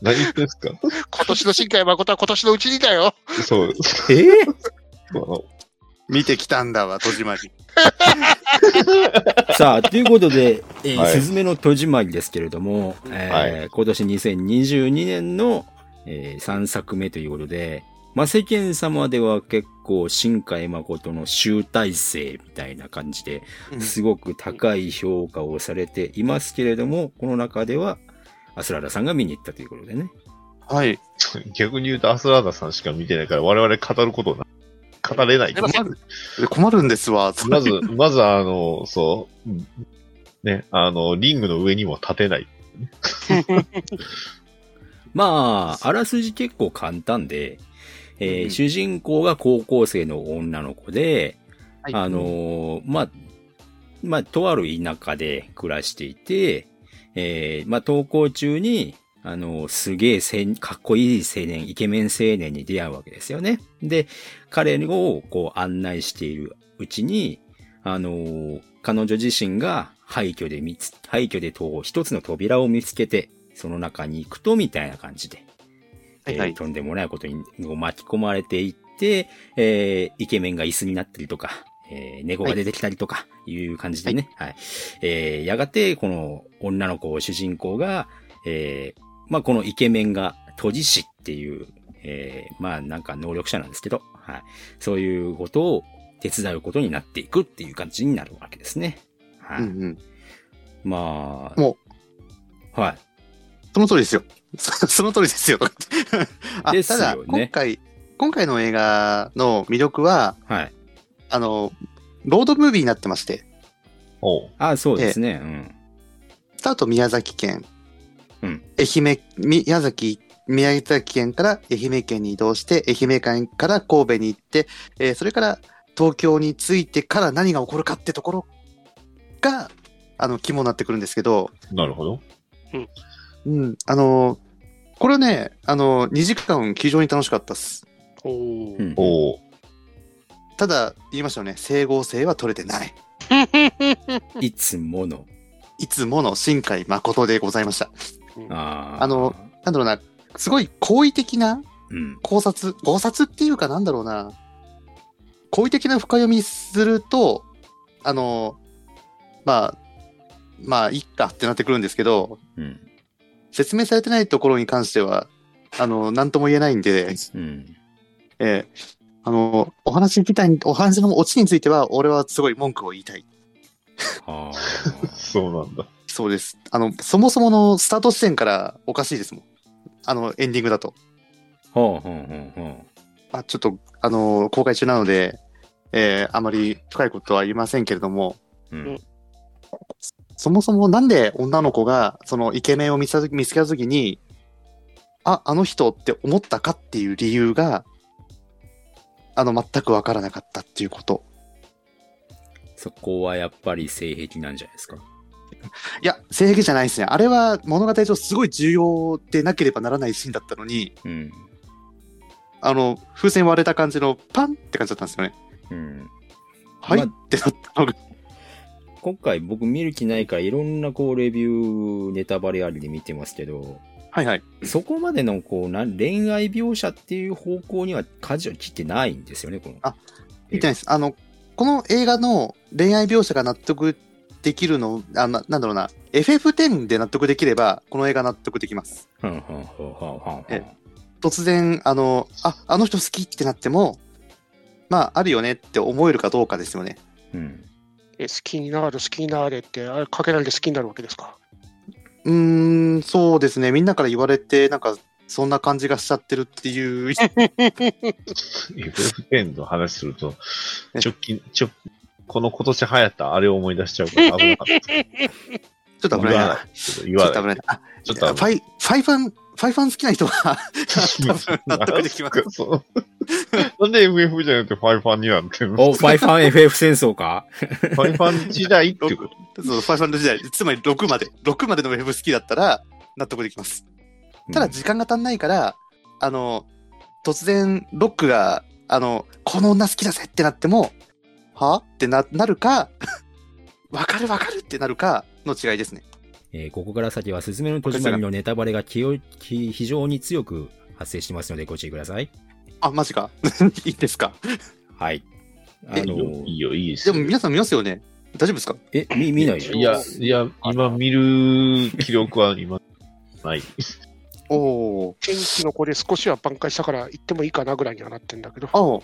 [SPEAKER 2] 何言ってんすか
[SPEAKER 1] 今年の新海誠は今年のうちにだよ。
[SPEAKER 2] そう。 [laughs]
[SPEAKER 3] え
[SPEAKER 2] あの
[SPEAKER 4] 見てきたんだわ、戸締まり。
[SPEAKER 3] さあ、ということ
[SPEAKER 4] [laughs]
[SPEAKER 3] で、えー
[SPEAKER 2] はい
[SPEAKER 3] すずめの戸締まりですけれども、えー
[SPEAKER 2] は
[SPEAKER 3] 今年2022年の、え3作目ということで、まあ、世間様では結構、新海誠の集大成みたいな感じで、すごく高い評価をされていますけれども、この中では、アスララさんが見に行ったということでね。
[SPEAKER 4] はい。
[SPEAKER 2] 逆に言うとアスラーダさんしか見てないから、我々語ることな、語れない。
[SPEAKER 4] 困る。困るんですわ。
[SPEAKER 2] まず、まずあの、そう、うんね、あの、リングの上にも立てない。
[SPEAKER 3] まあ、あらすじ結構簡単で、えー
[SPEAKER 4] うん
[SPEAKER 3] 主人公が高校生の女の子で、
[SPEAKER 4] はい
[SPEAKER 3] あのーまあ、まあ、とある田舎で暮らしていて、えーまあ、登校中に、あのーすげえせん、かっこいい青年、イケメン青年に出会うわけですよね。で、彼をこう案内しているうちに、あのー彼女自身が廃墟で見つ、廃墟でと一つの扉を見つけて、その中に行くと、みたいな感じで、
[SPEAKER 4] はいは
[SPEAKER 3] えー
[SPEAKER 4] い。
[SPEAKER 3] とんでもないことに巻き込まれていって、えーイケメンが椅子になったりとか、えー猫が出てきたりとか、いう感じでね、はい。えーやがて、この女の子を主人公が、えーまあ、このイケメンが、都知師っていう、えーまあ、なんか能力者なんですけど、はい。そういうことを手伝うことになっていくっていう感じになるわけですね。はい。
[SPEAKER 4] うんうん。
[SPEAKER 3] まあ、
[SPEAKER 4] も
[SPEAKER 3] う。はい。
[SPEAKER 4] その通りですよ。 [laughs] そその通りですよ。 [laughs] あ
[SPEAKER 3] ですよ
[SPEAKER 4] た
[SPEAKER 3] ね
[SPEAKER 4] だ、今回、今回の映画の魅力は、
[SPEAKER 3] はい。
[SPEAKER 4] あの、ロードムービーになってまして、
[SPEAKER 2] おう
[SPEAKER 3] あ、そうですね。うん。
[SPEAKER 4] スタート宮崎県、
[SPEAKER 3] うん
[SPEAKER 4] 愛媛、宮崎、宮崎県から愛媛県に移動して、愛媛県から神戸に行って、えーそれから東京に着いてから何が起こるかってところが、あの、肝になってくるんですけど、
[SPEAKER 2] なるほど。
[SPEAKER 4] うん、あの、これね、あの、2時間非常に楽しかったっす。
[SPEAKER 1] おお
[SPEAKER 3] う。ん
[SPEAKER 2] おう
[SPEAKER 4] ただ、言いましたよね、整合性は取れてない。
[SPEAKER 3] いつもの。
[SPEAKER 4] いつもの新海誠でございました。
[SPEAKER 3] あー
[SPEAKER 4] あの、なんだろうな、すごい好意的な
[SPEAKER 3] うん。
[SPEAKER 4] 考察、考察っていうかなんだろうな、好意的な深読みすると、あの、まあ、まあ、いっかってなってくるんですけど、
[SPEAKER 3] うん。
[SPEAKER 4] 説明されてないところに関しては、あの、なんとも言えないんで、
[SPEAKER 3] うん。
[SPEAKER 4] ええあの、お話みたいに、お話のオチについては、俺はすごい文句を言いたい。
[SPEAKER 3] はあ。
[SPEAKER 2] そうなんだ。
[SPEAKER 4] そうです。あの、そもそものスタート地点からおかしいですもん。あの、エンディングだと。
[SPEAKER 3] ほうほうほうほう。
[SPEAKER 4] まあ、ちょっと、あの、公開中なので、えーあまり深いことは言いませんけれども、
[SPEAKER 3] うん。
[SPEAKER 4] そもそもなんで女の子が、そのイケメンを見つけた時見つけたときに、あ、あの人って思ったかっていう理由が、あの、全くわからなかったっていうこと。
[SPEAKER 3] そこはやっぱり性癖なんじゃないですか。
[SPEAKER 4] いや、性癖じゃないですね。あれは物語上すごい重要でなければならないシーンだったのに、
[SPEAKER 3] うん。
[SPEAKER 4] あの、風船割れた感じのパンって感じだったんですよね。
[SPEAKER 3] うん。
[SPEAKER 4] はい、
[SPEAKER 3] まあ
[SPEAKER 4] ってなったのが。
[SPEAKER 3] 今回僕見る気ないからいろんなこうレビュー、ネタバレありで見てますけど、
[SPEAKER 4] はいはい。
[SPEAKER 3] そこまでのこうなん恋愛描写っていう方向には舵を切ってないんですよね、この。
[SPEAKER 4] あみたいです。あの、この映画の恋愛描写が納得できるの、あななんだろうな、FF10 で納得できれば、この映画納得できます。
[SPEAKER 3] ふんふんふんふんふんふん
[SPEAKER 4] え突然、あの、あ、あの人好きってなっても、まあ、あるよねって思えるかどうかですよね。
[SPEAKER 3] うん。
[SPEAKER 1] え好きになる、好きになれって、あれかけられて好きになるわけですか。
[SPEAKER 4] うーん、そうですね。みんなから言われて、なんか、そんな感じがしちゃってるっていう。
[SPEAKER 2] FF10 の話すると、直近、ちょ、この今年流行ったあれを思い出しちゃう
[SPEAKER 4] [laughs]
[SPEAKER 2] から危なかったですけ
[SPEAKER 4] ちょっと
[SPEAKER 2] ど。
[SPEAKER 4] 危
[SPEAKER 2] 言
[SPEAKER 4] な
[SPEAKER 2] わ
[SPEAKER 4] いな
[SPEAKER 2] な。い。ちょっと言
[SPEAKER 4] ちょ
[SPEAKER 2] わない。
[SPEAKER 4] っと危ないな。あ、
[SPEAKER 2] ちょっ
[SPEAKER 4] フ
[SPEAKER 2] と危ない。
[SPEAKER 4] ァイ、ファイファン、ファイファン好きな人は [laughs] 多分納得できます。
[SPEAKER 2] [laughs] そうなんで FF じゃなくてファイファンになってるの
[SPEAKER 3] お、ファイファン FF 戦争か
[SPEAKER 2] ファイファン時代ってこと
[SPEAKER 4] そう、ファイファンド時代、つまり6まで、6までのウェブ好きだったら納得できます。 [laughs] ただ時間が足んないから、あの、突然ロックが、あの、この女好きだぜってなっても、はってな、なるか、 [laughs] わかるわかるってなるかの違いですね。
[SPEAKER 3] えーここから先は、すずめの戸締まりのネタバレが気を気非常に強く発生してますので、ご注意ください。
[SPEAKER 4] あ、マジか。 [laughs] いいですか。
[SPEAKER 3] はい。あ
[SPEAKER 2] いい
[SPEAKER 3] の
[SPEAKER 2] よ、いいよ、いいです
[SPEAKER 4] で
[SPEAKER 2] よ
[SPEAKER 4] も皆さん見ますよね。大丈夫ですか
[SPEAKER 3] え、見、見ない
[SPEAKER 2] いや、いや、今見る記録は今、ない。
[SPEAKER 4] おお
[SPEAKER 1] 天気の子で少しは挽回したから行ってもいいかなぐらいにはなってんだけど。
[SPEAKER 4] ー。お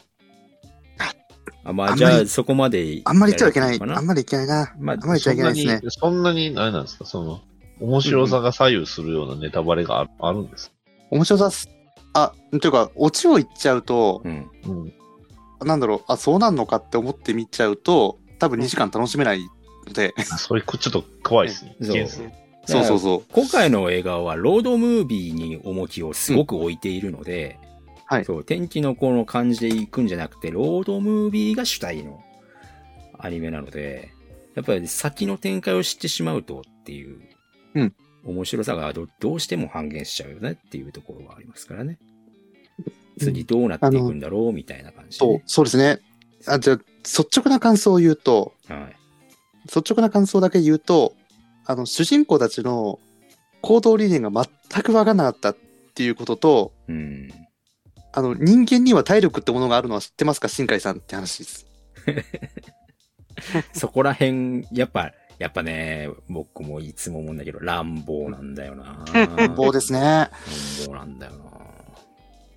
[SPEAKER 3] あ、ま
[SPEAKER 4] あん
[SPEAKER 3] あ、
[SPEAKER 4] まり
[SPEAKER 3] じゃあ、そこまで。
[SPEAKER 4] あんまり言っちゃいけない。
[SPEAKER 3] か
[SPEAKER 4] あんまりいけないな。
[SPEAKER 3] まあ
[SPEAKER 4] あんまり言っちゃいけないですね。
[SPEAKER 2] そんなに、そんなにあれなんですか、その、面白さが左右するようなネタバレがある,、あるんです。
[SPEAKER 4] 面白さす。あ、というか、オチを言っちゃうと
[SPEAKER 3] う、ん。
[SPEAKER 4] [laughs]
[SPEAKER 2] うん。
[SPEAKER 4] なんだろう、あ、そうなんのかって思って見ちゃうと、多分2時間楽しめないの [laughs] で、
[SPEAKER 2] それ、こちょっと怖いですね。
[SPEAKER 3] そう
[SPEAKER 2] 危険ですね
[SPEAKER 4] そうそうそう。
[SPEAKER 3] 今回の映画は、ロードムービーに重きをすごく置いているので、
[SPEAKER 4] はい
[SPEAKER 3] そう、天気の子の感じで行くんじゃなくて、ロードムービーが主体のアニメなので、やっぱり先の展開を知ってしまうとっていう、
[SPEAKER 4] うん
[SPEAKER 3] 面白さがどどうしても半減しちゃうよねっていうところはありますからね。次どうなっていくんだろうみたいな感じで
[SPEAKER 4] そう
[SPEAKER 3] ね、、
[SPEAKER 4] そうですね。あ、じゃあ、率直な感想を言うと、
[SPEAKER 3] はい。
[SPEAKER 4] 率直な感想だけ言うと、あの、主人公たちの行動理念が全くわかんなかったっていうことと、
[SPEAKER 3] うん。
[SPEAKER 4] あの、人間には体力ってものがあるのは知ってますか新海さんって話です。。
[SPEAKER 3] そこら辺、やっぱ、やっぱね、僕もいつも思うんだけど、乱暴なんだよな
[SPEAKER 4] [laughs] 棒です。ね。
[SPEAKER 3] 乱暴なんだよ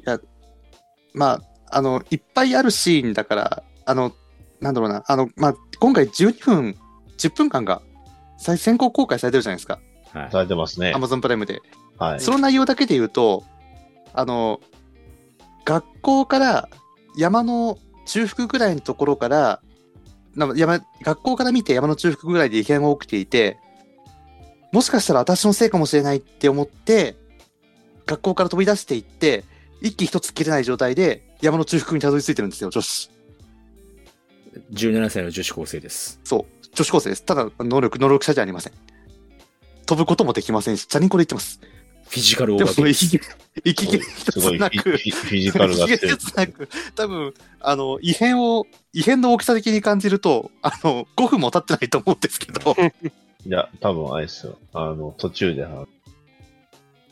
[SPEAKER 3] な。
[SPEAKER 4] まあ、あの、いっぱいあるシーンだから、あの、なんだろうな、あの、まあ、今回12分、10分間が再先行公開されてるじゃないですか。
[SPEAKER 2] さ
[SPEAKER 3] は
[SPEAKER 2] れてますね。
[SPEAKER 4] Amazon プライムで。
[SPEAKER 2] はい。
[SPEAKER 4] その内容だけで言うと、あの、学校から山の中腹ぐらいのところから、な山学校から見て山の中腹ぐらいで異変が起きていて、もしかしたら私のせいかもしれないって思って、学校から飛び出していって、一気一つ切れない状態で山の中腹にたどり着いてるんですよ、女子。
[SPEAKER 3] い。17歳の女子高生です。
[SPEAKER 4] そう、女子高生です。ただ、能力、能力者じゃありません。飛ぶこともできませんし、チャリンコで行ってます。
[SPEAKER 3] フィジカルオ
[SPEAKER 4] で
[SPEAKER 3] ー
[SPEAKER 4] も
[SPEAKER 3] バ
[SPEAKER 4] その
[SPEAKER 3] ー
[SPEAKER 4] 息息切れ一
[SPEAKER 2] すごいフ
[SPEAKER 4] つな
[SPEAKER 2] ィ
[SPEAKER 4] く
[SPEAKER 2] フィフィジカルが
[SPEAKER 4] [laughs]
[SPEAKER 2] 強い。
[SPEAKER 4] なく、多分あの異変を、異変の大きさ的に感じると、あの5分も経ってないと思うんです
[SPEAKER 2] [laughs]
[SPEAKER 4] けど、
[SPEAKER 2] いや、多分あれですよ。あの、途中で、あの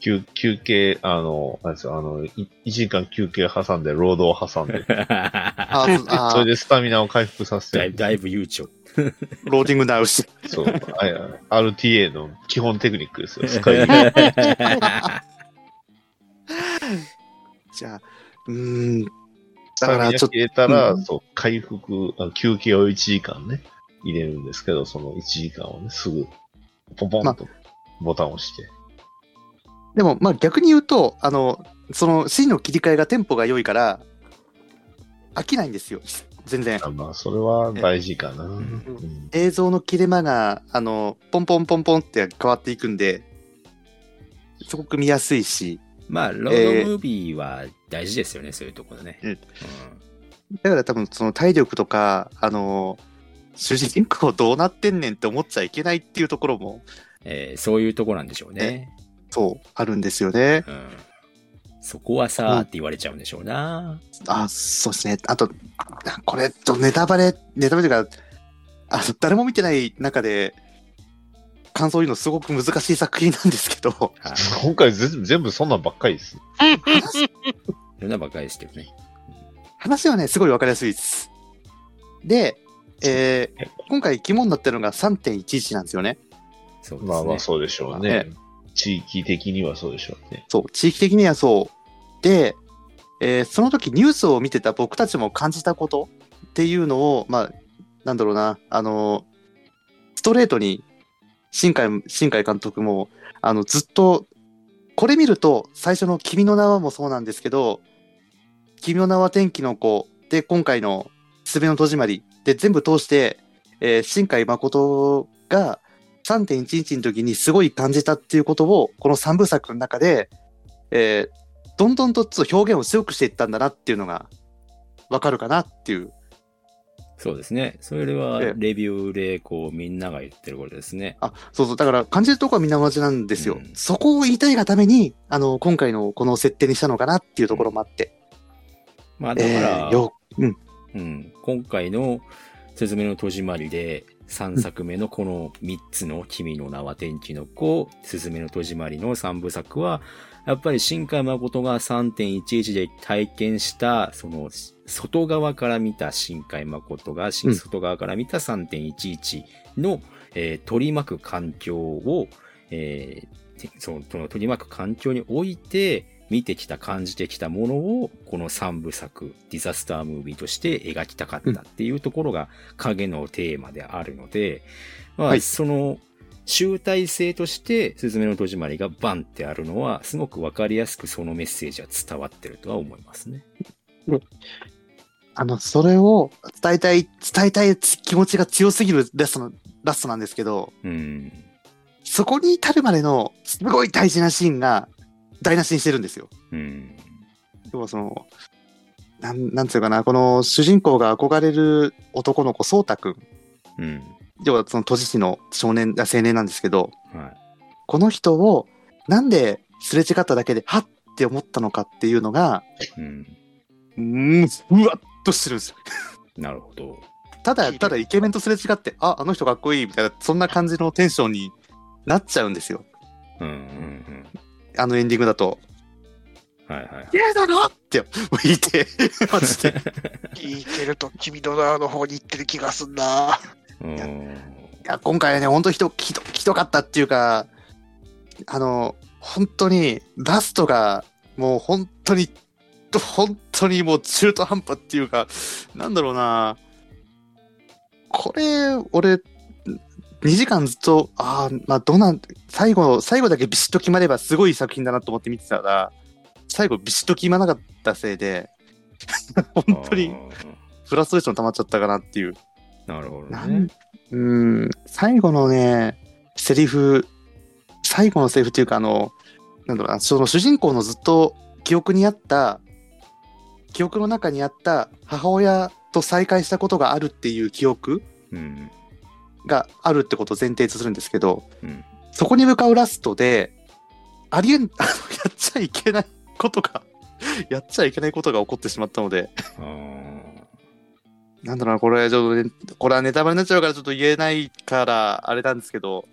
[SPEAKER 2] 休休憩、あの、あれですよ、あの、い1時間休憩挟んで、労働を挟んで、
[SPEAKER 4] あ
[SPEAKER 2] それ
[SPEAKER 4] [laughs] あ
[SPEAKER 2] でスタミナを回復さ
[SPEAKER 3] [laughs]
[SPEAKER 2] せ
[SPEAKER 3] だ
[SPEAKER 2] て
[SPEAKER 3] い、だいぶ悠長。
[SPEAKER 4] ローディングなるし、
[SPEAKER 2] そう、あれ RTA の基本テクニックです
[SPEAKER 4] [laughs]
[SPEAKER 2] よ。スカイ
[SPEAKER 4] じゃあ、うーん、
[SPEAKER 2] だ
[SPEAKER 4] だ
[SPEAKER 2] か
[SPEAKER 4] からら
[SPEAKER 2] ち
[SPEAKER 4] ち
[SPEAKER 2] ょっ
[SPEAKER 4] ょっと
[SPEAKER 2] と。入れたら、
[SPEAKER 4] うん
[SPEAKER 2] そう、回復、あ休憩を1時間ね、入れるんですけど、その1時間をね、すぐポンポ
[SPEAKER 4] ま
[SPEAKER 2] ンとボタンを押して。
[SPEAKER 4] でも、まあ逆に言うと、あの、その C の切り替えがテンポが良いから、飽きないんですよ。全然。
[SPEAKER 2] あまあ、それは大事かな。
[SPEAKER 3] ん
[SPEAKER 2] うん
[SPEAKER 4] 映像の切れ間が、あの、ポンポンポンポンって変わっていくんで、すごく見やすいし、
[SPEAKER 3] [laughs] まあ、ロードムービーは大事ですよね、そういうところね。
[SPEAKER 4] うん
[SPEAKER 3] うん
[SPEAKER 4] だから多分その体力とか、あの、主人公どうなってんねんって思っちゃいけないっていうところも、
[SPEAKER 3] えーそういうとこなんでしょうね。
[SPEAKER 4] そう、あるんですよね。
[SPEAKER 3] うん、そこは
[SPEAKER 4] うん
[SPEAKER 3] さ、って言われちゃうんでしょうな。
[SPEAKER 4] あ、そうですね。あと、あこれ、とネタバレ、ネタバレというか、あの誰も見てない中で、感想を言うのすごく難しい作品なんですけど、
[SPEAKER 3] はい。
[SPEAKER 2] [laughs] 今回ぜ全部そんなんばっかりです。
[SPEAKER 3] そんなばっかりですけどね。
[SPEAKER 4] 話はね、すごいわかりやすいです。で、えー今回肝になったのが3.11なんですよね。
[SPEAKER 3] そうですね。
[SPEAKER 2] まあまあ、そうでしょうね。地域的にはそうでしょうね。
[SPEAKER 4] そう、地域的にはそう。で、えーその時ニュースを見てた僕たちも感じたことっていうのを、まあ、なんだろうな、あの、ストレートに、新海、新海監督も、あの、ずっと、これ見ると、最初の君の名はもそうなんですけど、君の名は天気の子で、今回のすべの戸締まりで、全部通して、えー新海誠が3.11の時にすごい感じたっていうことを、この3部作の中で、えーどんどんとちょっと表現を強くしていったんだなっていうのが、わかるかなっていう。
[SPEAKER 3] そうですね。それは
[SPEAKER 4] ええ
[SPEAKER 3] レビューで、こう、みんなが言ってることですね。
[SPEAKER 4] あ、そうそう。だから感じるとこはみんな同じなんですよ。
[SPEAKER 3] うん
[SPEAKER 4] そこを言いたいがために、あの、今回のこの設定にしたのかなっていうところもあって。
[SPEAKER 3] まあ、だか
[SPEAKER 4] え
[SPEAKER 3] ら、
[SPEAKER 4] ーよ、
[SPEAKER 3] うん、今回の「すずめの戸締まり」で3作目のこの3つの「君の名は天気の子」「すずめの戸締まり」の3部作はやっぱり新海誠が3.11で体験したその外側から見た新海誠が
[SPEAKER 4] う
[SPEAKER 3] 新
[SPEAKER 4] ん
[SPEAKER 3] 外側から見た3.11の、えー取り巻く環境を、えーそのその取り巻く環境において見てきた感じてきたものをこの3部作ディザスタームービーとして描きたかったっていうところが影のテーマであるので、まあ
[SPEAKER 4] はい
[SPEAKER 3] その集大成として「すずめの戸締まり」がバンってあるのはすごくわかりやすくそのメッセージは伝わってるとは思いますね。
[SPEAKER 4] あの、それを伝えたい、伝えたい気持ちが強すぎるラストの、ラストなんですけど、
[SPEAKER 3] うん。
[SPEAKER 4] そこに至るまでのすごい大事なシーンが台無しにしてるんですよ。
[SPEAKER 3] うん。
[SPEAKER 4] 要はその、なん、なんつうかな、この主人公が憧れる男の子、蒼太くん。
[SPEAKER 3] うん。
[SPEAKER 4] 要はその都知事の少年、あ青年なんですけど、
[SPEAKER 3] はい。
[SPEAKER 4] この人をなんですれ違っただけで、はっって思ったのかっていうのが、
[SPEAKER 3] うん。
[SPEAKER 4] うーん、うわっとしてるんですよ。
[SPEAKER 3] なるほど。
[SPEAKER 4] ただ、ただイケメンとすれ違って、あ、あの人かっこいいみたいな、そんな感じのテンションになっちゃうんですよ。
[SPEAKER 3] うんうん
[SPEAKER 4] あのエンディングだと。
[SPEAKER 3] うん。はいはい。
[SPEAKER 4] いやだなって言って、マジで。
[SPEAKER 1] いけると君の名の方に行ってる気がすんな。
[SPEAKER 3] うん。
[SPEAKER 4] いや、今回はね、本当ひど、ひど、ひどかったっていうか、あの、本当に、ラストが、もう本当に、本当にもう中途半端っていうか、なんだろうな。これ、俺、2時間ずっと、ああ、まあ、どうなん、最後、最後だけビシッと決まればすごい作品だなと思って見てたら、最後ビシッと決まらなかったせいで、本当に
[SPEAKER 3] あ
[SPEAKER 4] フラストレーション溜まっちゃったかなっていう。
[SPEAKER 3] ー。なるほど
[SPEAKER 4] なん
[SPEAKER 3] ね。
[SPEAKER 4] うん、最後のね、セリフ、最後のセリフっていうか、あの、なんだろうな、その主人公のずっと記憶にあった、記憶の中にあった母親と再会したことがあるっていう記憶
[SPEAKER 3] うん。
[SPEAKER 4] があるってことを前提とするんですけど、
[SPEAKER 3] うん
[SPEAKER 4] そこに向かうラストで、ありえん、あのやっちゃいけないことが、やっちゃいけないことが起こってしまったので、
[SPEAKER 3] あー
[SPEAKER 4] なんだろうな、これはちょっとね、これはネタバレになっちゃうからちょっと言えないから、あれなんですけど、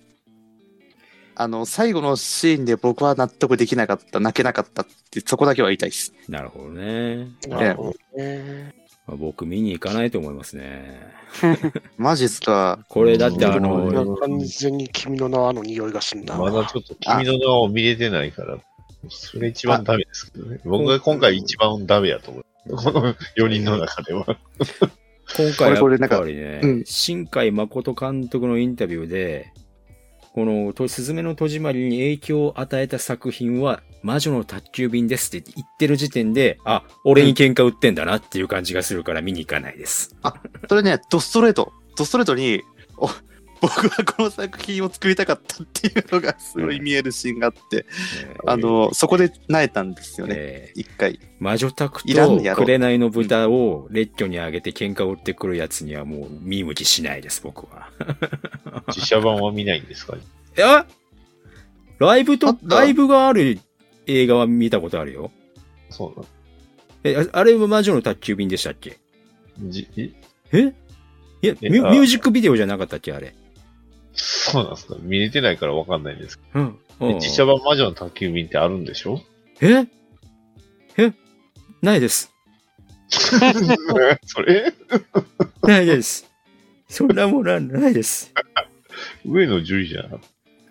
[SPEAKER 4] あの、最後のシーンで僕は納得できなかった、泣けなかったって、そこだけは言いたいです。
[SPEAKER 3] なるほどね。
[SPEAKER 1] なるほどね。
[SPEAKER 3] まあ僕見に行かないと思いますね。
[SPEAKER 4] マジっすか。
[SPEAKER 3] これだってあ
[SPEAKER 1] これ
[SPEAKER 3] の、
[SPEAKER 1] は完全に君の名の匂いがすんな。
[SPEAKER 2] まだちょっと君の名を見れてないから、それ一番ダメですけどね。僕が今回一番ダメやと思う。こ [laughs] の4人の中では。
[SPEAKER 3] 今回
[SPEAKER 4] これこれ
[SPEAKER 3] や
[SPEAKER 4] な
[SPEAKER 3] っ
[SPEAKER 4] んか
[SPEAKER 3] ぱりね
[SPEAKER 4] うん、
[SPEAKER 3] 新海誠監督のインタビューで、ここの、と、すずめの戸締まりに影響を与えた作品は、魔女の宅急便ですって言ってる時点で、あ、俺に喧嘩売ってんだなっていう感じがするから見に行かないです。
[SPEAKER 4] それね、ドストレート、ドストレートに、お僕はこの作品を作りたかったっていうのがすごい見えるシーンがあって、あの、そこで萎えたんですよね、
[SPEAKER 3] えー
[SPEAKER 4] 一回。
[SPEAKER 3] 魔女宅
[SPEAKER 4] いらん
[SPEAKER 3] と
[SPEAKER 4] のやろ
[SPEAKER 3] 紅の豚を列挙に上げて喧嘩を売ってくるやつにはもう見向きしないです、僕は。
[SPEAKER 2] 実写版は見ないんですか
[SPEAKER 3] いやライブ
[SPEAKER 4] あ
[SPEAKER 3] と
[SPEAKER 4] っ、た
[SPEAKER 3] ライブがある映画は見たことあるよ。
[SPEAKER 2] そうな
[SPEAKER 3] え、ああれも魔女の宅急便でしたっけ
[SPEAKER 2] の。じえ
[SPEAKER 3] えいやミ
[SPEAKER 2] え
[SPEAKER 3] ュ、
[SPEAKER 2] あ
[SPEAKER 3] ミュージックビデオじゃなかったっけあれ。
[SPEAKER 2] そうなんですか見れてないからわかんないんですけ
[SPEAKER 3] うん。
[SPEAKER 2] ど。え実写
[SPEAKER 3] 版
[SPEAKER 2] 版魔女の宅急便ってあるんでしょ [laughs]
[SPEAKER 3] ええないです。
[SPEAKER 2] それ
[SPEAKER 3] ないです。そんなものはないです。
[SPEAKER 2] 上野樹里じゃなかっ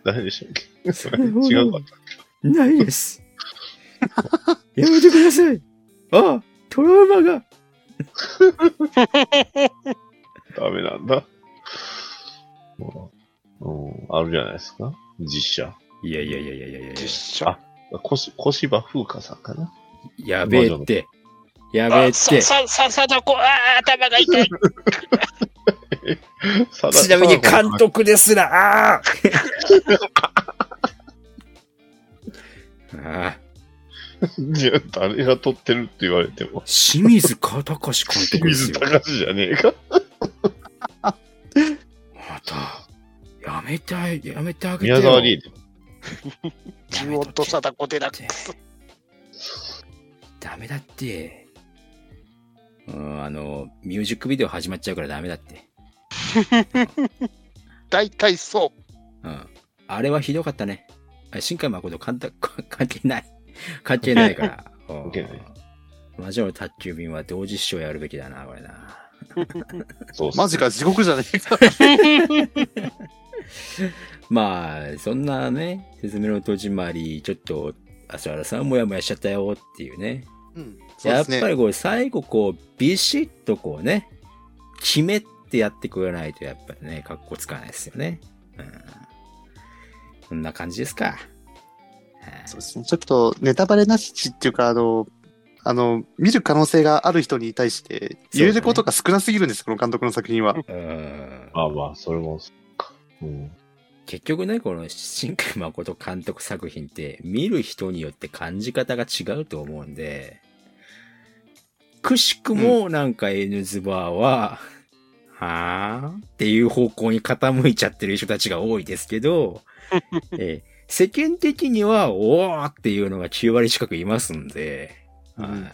[SPEAKER 2] た誰でしたっけ [laughs] それ
[SPEAKER 3] なるほど
[SPEAKER 2] 違うかった。
[SPEAKER 3] ないです。やめてください。ああ、トラウマが。
[SPEAKER 2] ダメなんだ。うん、うんあるじゃないですか。実写。
[SPEAKER 3] いやいやいやいやいやいや。
[SPEAKER 1] 実写。
[SPEAKER 2] 小し小芝風花さんかな。
[SPEAKER 3] やべえって。やべえっ
[SPEAKER 7] あ、
[SPEAKER 3] て
[SPEAKER 7] さ、。さ、さ、さだこ、あー頭が痛い。
[SPEAKER 2] さだ
[SPEAKER 3] [laughs] ちなみに監
[SPEAKER 2] 貞子
[SPEAKER 3] 督ですら、ああああ
[SPEAKER 2] いや誰が撮ってるって言われても。
[SPEAKER 3] 清水かたかし監
[SPEAKER 2] 清
[SPEAKER 3] 督です
[SPEAKER 2] 水
[SPEAKER 3] よ。
[SPEAKER 2] 隆じゃねえか。
[SPEAKER 3] また、やめてあ、やめてあげてよ。
[SPEAKER 2] 宮沢りえで。
[SPEAKER 1] ジオンと貞子デラックス。
[SPEAKER 3] ダメだって。うん、あの、ミュージックビデオ始まっちゃうからダメだって。
[SPEAKER 1] 大体そう。
[SPEAKER 3] うん。あれはひどかったね。あ新海誠関係関係ない。 [laughs] 関係ない
[SPEAKER 4] [laughs]
[SPEAKER 3] から。関
[SPEAKER 2] 係ない。
[SPEAKER 3] 魔女の宅急便は同時視聴やるべきだな、これな。
[SPEAKER 2] そうっす
[SPEAKER 4] マジ。か、地獄じゃねえか。
[SPEAKER 3] [laughs] まあ、そんなね、説明の戸締まり、ちょっと、朝原さんもやもやしちゃったよっていうね。
[SPEAKER 4] うん、そう
[SPEAKER 3] や
[SPEAKER 4] で
[SPEAKER 3] っ
[SPEAKER 4] すね。
[SPEAKER 3] ぱりこう、最後こう、ビシッとこうね、決めってやってくれないと、やっぱりね、格好つかないですよね。うん。こんな感じですか。はい
[SPEAKER 4] そうですね。ちょっとネタバレなしっていうか、あの、あの、見る可能性がある人に対して言えることが少なすぎるんです、この監督の作品は。
[SPEAKER 3] うん。
[SPEAKER 2] まあまあ、それもそっか。うん。
[SPEAKER 3] 結局ね、この新海誠監督作品って、見る人によって感じ方が違うと思うんで、くしくもなんか N ズバーは、はぁっていう方向に傾いちゃってる人たちが多いですけ
[SPEAKER 4] [laughs]
[SPEAKER 3] ど、えー世間的には、おーっていうのが9割近くいますんで、
[SPEAKER 4] うん
[SPEAKER 3] はい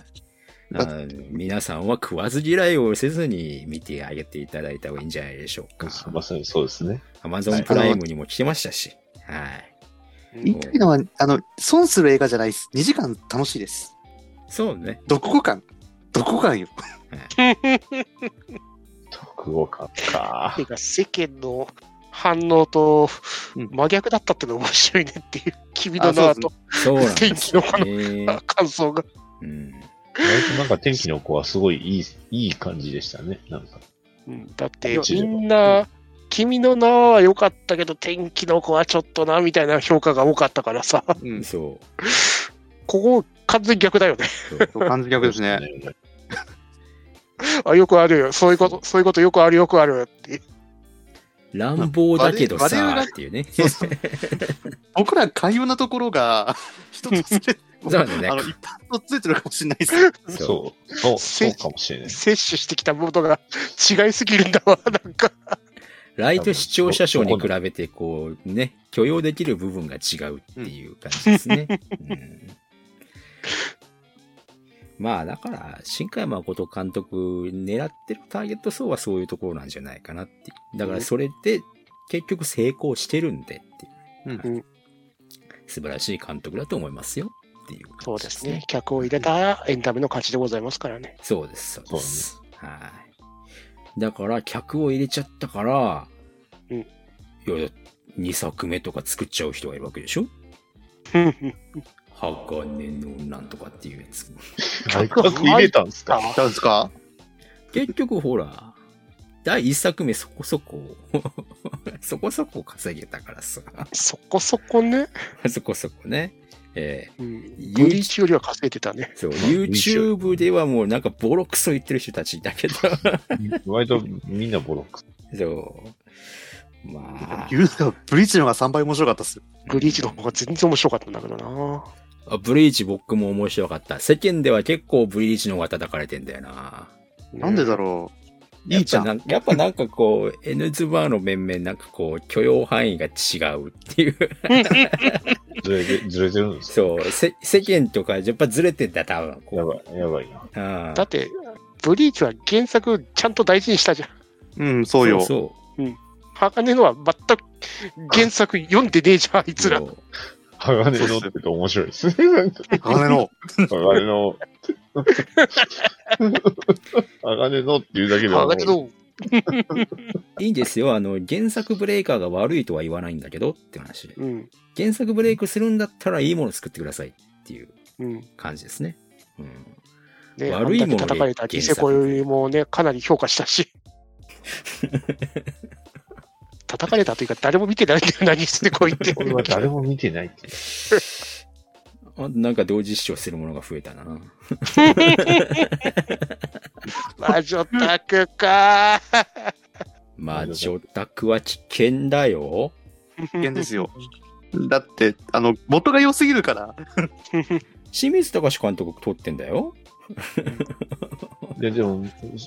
[SPEAKER 3] あー皆さんは食わず嫌いをせずに見てあげていただいた方がいいんじゃないでしょうか。
[SPEAKER 2] まさにそうですね。
[SPEAKER 3] アマゾンプライムにも来てましたし。はい。
[SPEAKER 4] 言いたいのは、あの、損する映画じゃないです。2時間楽しいです。
[SPEAKER 3] そうね。
[SPEAKER 4] どこ感どこ感よ。
[SPEAKER 2] 特語かか。
[SPEAKER 1] てか、世間の反応と
[SPEAKER 4] うん
[SPEAKER 1] 真逆だったっての面白いねっていう、君の
[SPEAKER 4] あ
[SPEAKER 1] 名
[SPEAKER 4] そ
[SPEAKER 1] と
[SPEAKER 3] そうなん [laughs] ですよ、ね。
[SPEAKER 1] 天感想が。
[SPEAKER 3] うん。
[SPEAKER 2] 割となんか天気の子はすごいいい、いい感じでしたね。なんか。
[SPEAKER 1] うんだって、
[SPEAKER 2] 一
[SPEAKER 1] み
[SPEAKER 2] 時は
[SPEAKER 1] んな、君の名は良かったけど、天気の子はちょっとな、みたいな評価が多かったからさ、 [laughs]
[SPEAKER 4] うん。
[SPEAKER 3] そ
[SPEAKER 1] ここ、完全に逆だよね。 [laughs]
[SPEAKER 3] う。そう
[SPEAKER 4] 感じ逆です
[SPEAKER 2] [laughs]
[SPEAKER 4] ね。
[SPEAKER 1] あ、よくあるよ。そういうこと、そういうことよくあるよくあるって。
[SPEAKER 3] 乱暴だけど
[SPEAKER 4] まあ我々
[SPEAKER 3] さ、
[SPEAKER 4] が
[SPEAKER 3] っていうね。
[SPEAKER 4] そうそう僕ら寛容なところが、一つずれ、
[SPEAKER 3] そうだね
[SPEAKER 4] あの、一般とついてるかもしれないです。
[SPEAKER 3] [laughs] そ
[SPEAKER 2] そう。そう、そうかもしれない。
[SPEAKER 1] 摂取してきたものが [laughs] 違いすぎるんだわ、 [laughs] なんか。
[SPEAKER 3] う。ライト視聴者賞に比べて、こう、ね、許容できる部分が違うっていう感じです
[SPEAKER 1] [laughs]
[SPEAKER 3] ね。うんまあ、だから、新海誠監督狙ってるターゲット層はそういうところなんじゃないかなっていう。だから、それで、結局成功してるんでっていう。素晴らしい監督だと思いますよっていう
[SPEAKER 1] そ
[SPEAKER 3] 感
[SPEAKER 1] う
[SPEAKER 3] じ
[SPEAKER 1] ですね。。客を入れたエンタメの価値でございますからね。
[SPEAKER 3] そうです、そうです。はい。だから、客を入れちゃったから、
[SPEAKER 1] うん
[SPEAKER 3] いや、2作目とか作っちゃう人がいるわけでしょ鋼のなんとかっていうやつ。
[SPEAKER 2] 内閣入れたんですか
[SPEAKER 1] あ
[SPEAKER 4] なんですか
[SPEAKER 3] 結局ほら、第一作目そこそこ、 [laughs] そこそこ稼げたからさ。 [laughs]
[SPEAKER 1] そこそこね。
[SPEAKER 3] そこそこね。え
[SPEAKER 1] うん。
[SPEAKER 3] ー
[SPEAKER 1] ブリーチよりは稼いでたね。
[SPEAKER 3] そう、YouTube ではもうなんかボロクソ言ってる人たちだけど。
[SPEAKER 2] 割とみんなボロクソ。
[SPEAKER 3] そう。まあ、
[SPEAKER 4] 言うてもブリーチの方が3倍面白かったっすよ。
[SPEAKER 1] ブリーチの方が全然面白かったんだけどな。
[SPEAKER 3] あブリーチ僕も面白かった。世間では結構ブリーチの方が叩かれてんだよな。
[SPEAKER 4] なんでだろう。いいじゃん。
[SPEAKER 3] やっぱなんやっぱなんかこう、N ズバーの面々なんかこう、許容範囲が違うっていう。
[SPEAKER 2] ずれて、ずれてるんですよ。
[SPEAKER 3] そう、せ世間とかやっぱずれてんだ、多分。こ
[SPEAKER 2] やばい、やばいな。
[SPEAKER 3] ううん
[SPEAKER 1] だって、ブリーチは原作ちゃんと大事にしたじゃん。
[SPEAKER 4] うん、そうよ。
[SPEAKER 3] そう
[SPEAKER 1] 鋼のは全く原作読んでねえじゃん、あい
[SPEAKER 3] そ
[SPEAKER 1] つら。
[SPEAKER 3] う。
[SPEAKER 2] 鋼のってと面白いですね。なんか
[SPEAKER 4] 鋼の。
[SPEAKER 2] 鋼の。鋼のっていうだけでも
[SPEAKER 1] 鋼の、
[SPEAKER 3] いいんですよ。あの、原作ブレイカーが悪いとは言わないんだけどって話。
[SPEAKER 1] うん、
[SPEAKER 3] 原作ブレイクするんだったらいいもの作ってくださいっていう
[SPEAKER 1] うん。
[SPEAKER 3] 感じですね。うん。
[SPEAKER 1] ね、
[SPEAKER 3] 悪いもの
[SPEAKER 1] あんだけ叩かれた
[SPEAKER 3] 原
[SPEAKER 1] リ
[SPEAKER 3] 作
[SPEAKER 1] セコよりもね、かなり評価したし。叩かれたというか、誰も見てないんだよな、リセコ行って。
[SPEAKER 2] 俺は誰も見てないって。
[SPEAKER 3] あなんか同時視聴するものが増えたな。
[SPEAKER 1] 魔女宅か。
[SPEAKER 3] まあ、ジョタクは危険だよ。
[SPEAKER 4] 危険ですよ。 [laughs] だって、あの、元が良すぎるから。
[SPEAKER 3] 清水隆監督撮ってんだよ。
[SPEAKER 2] で、でも、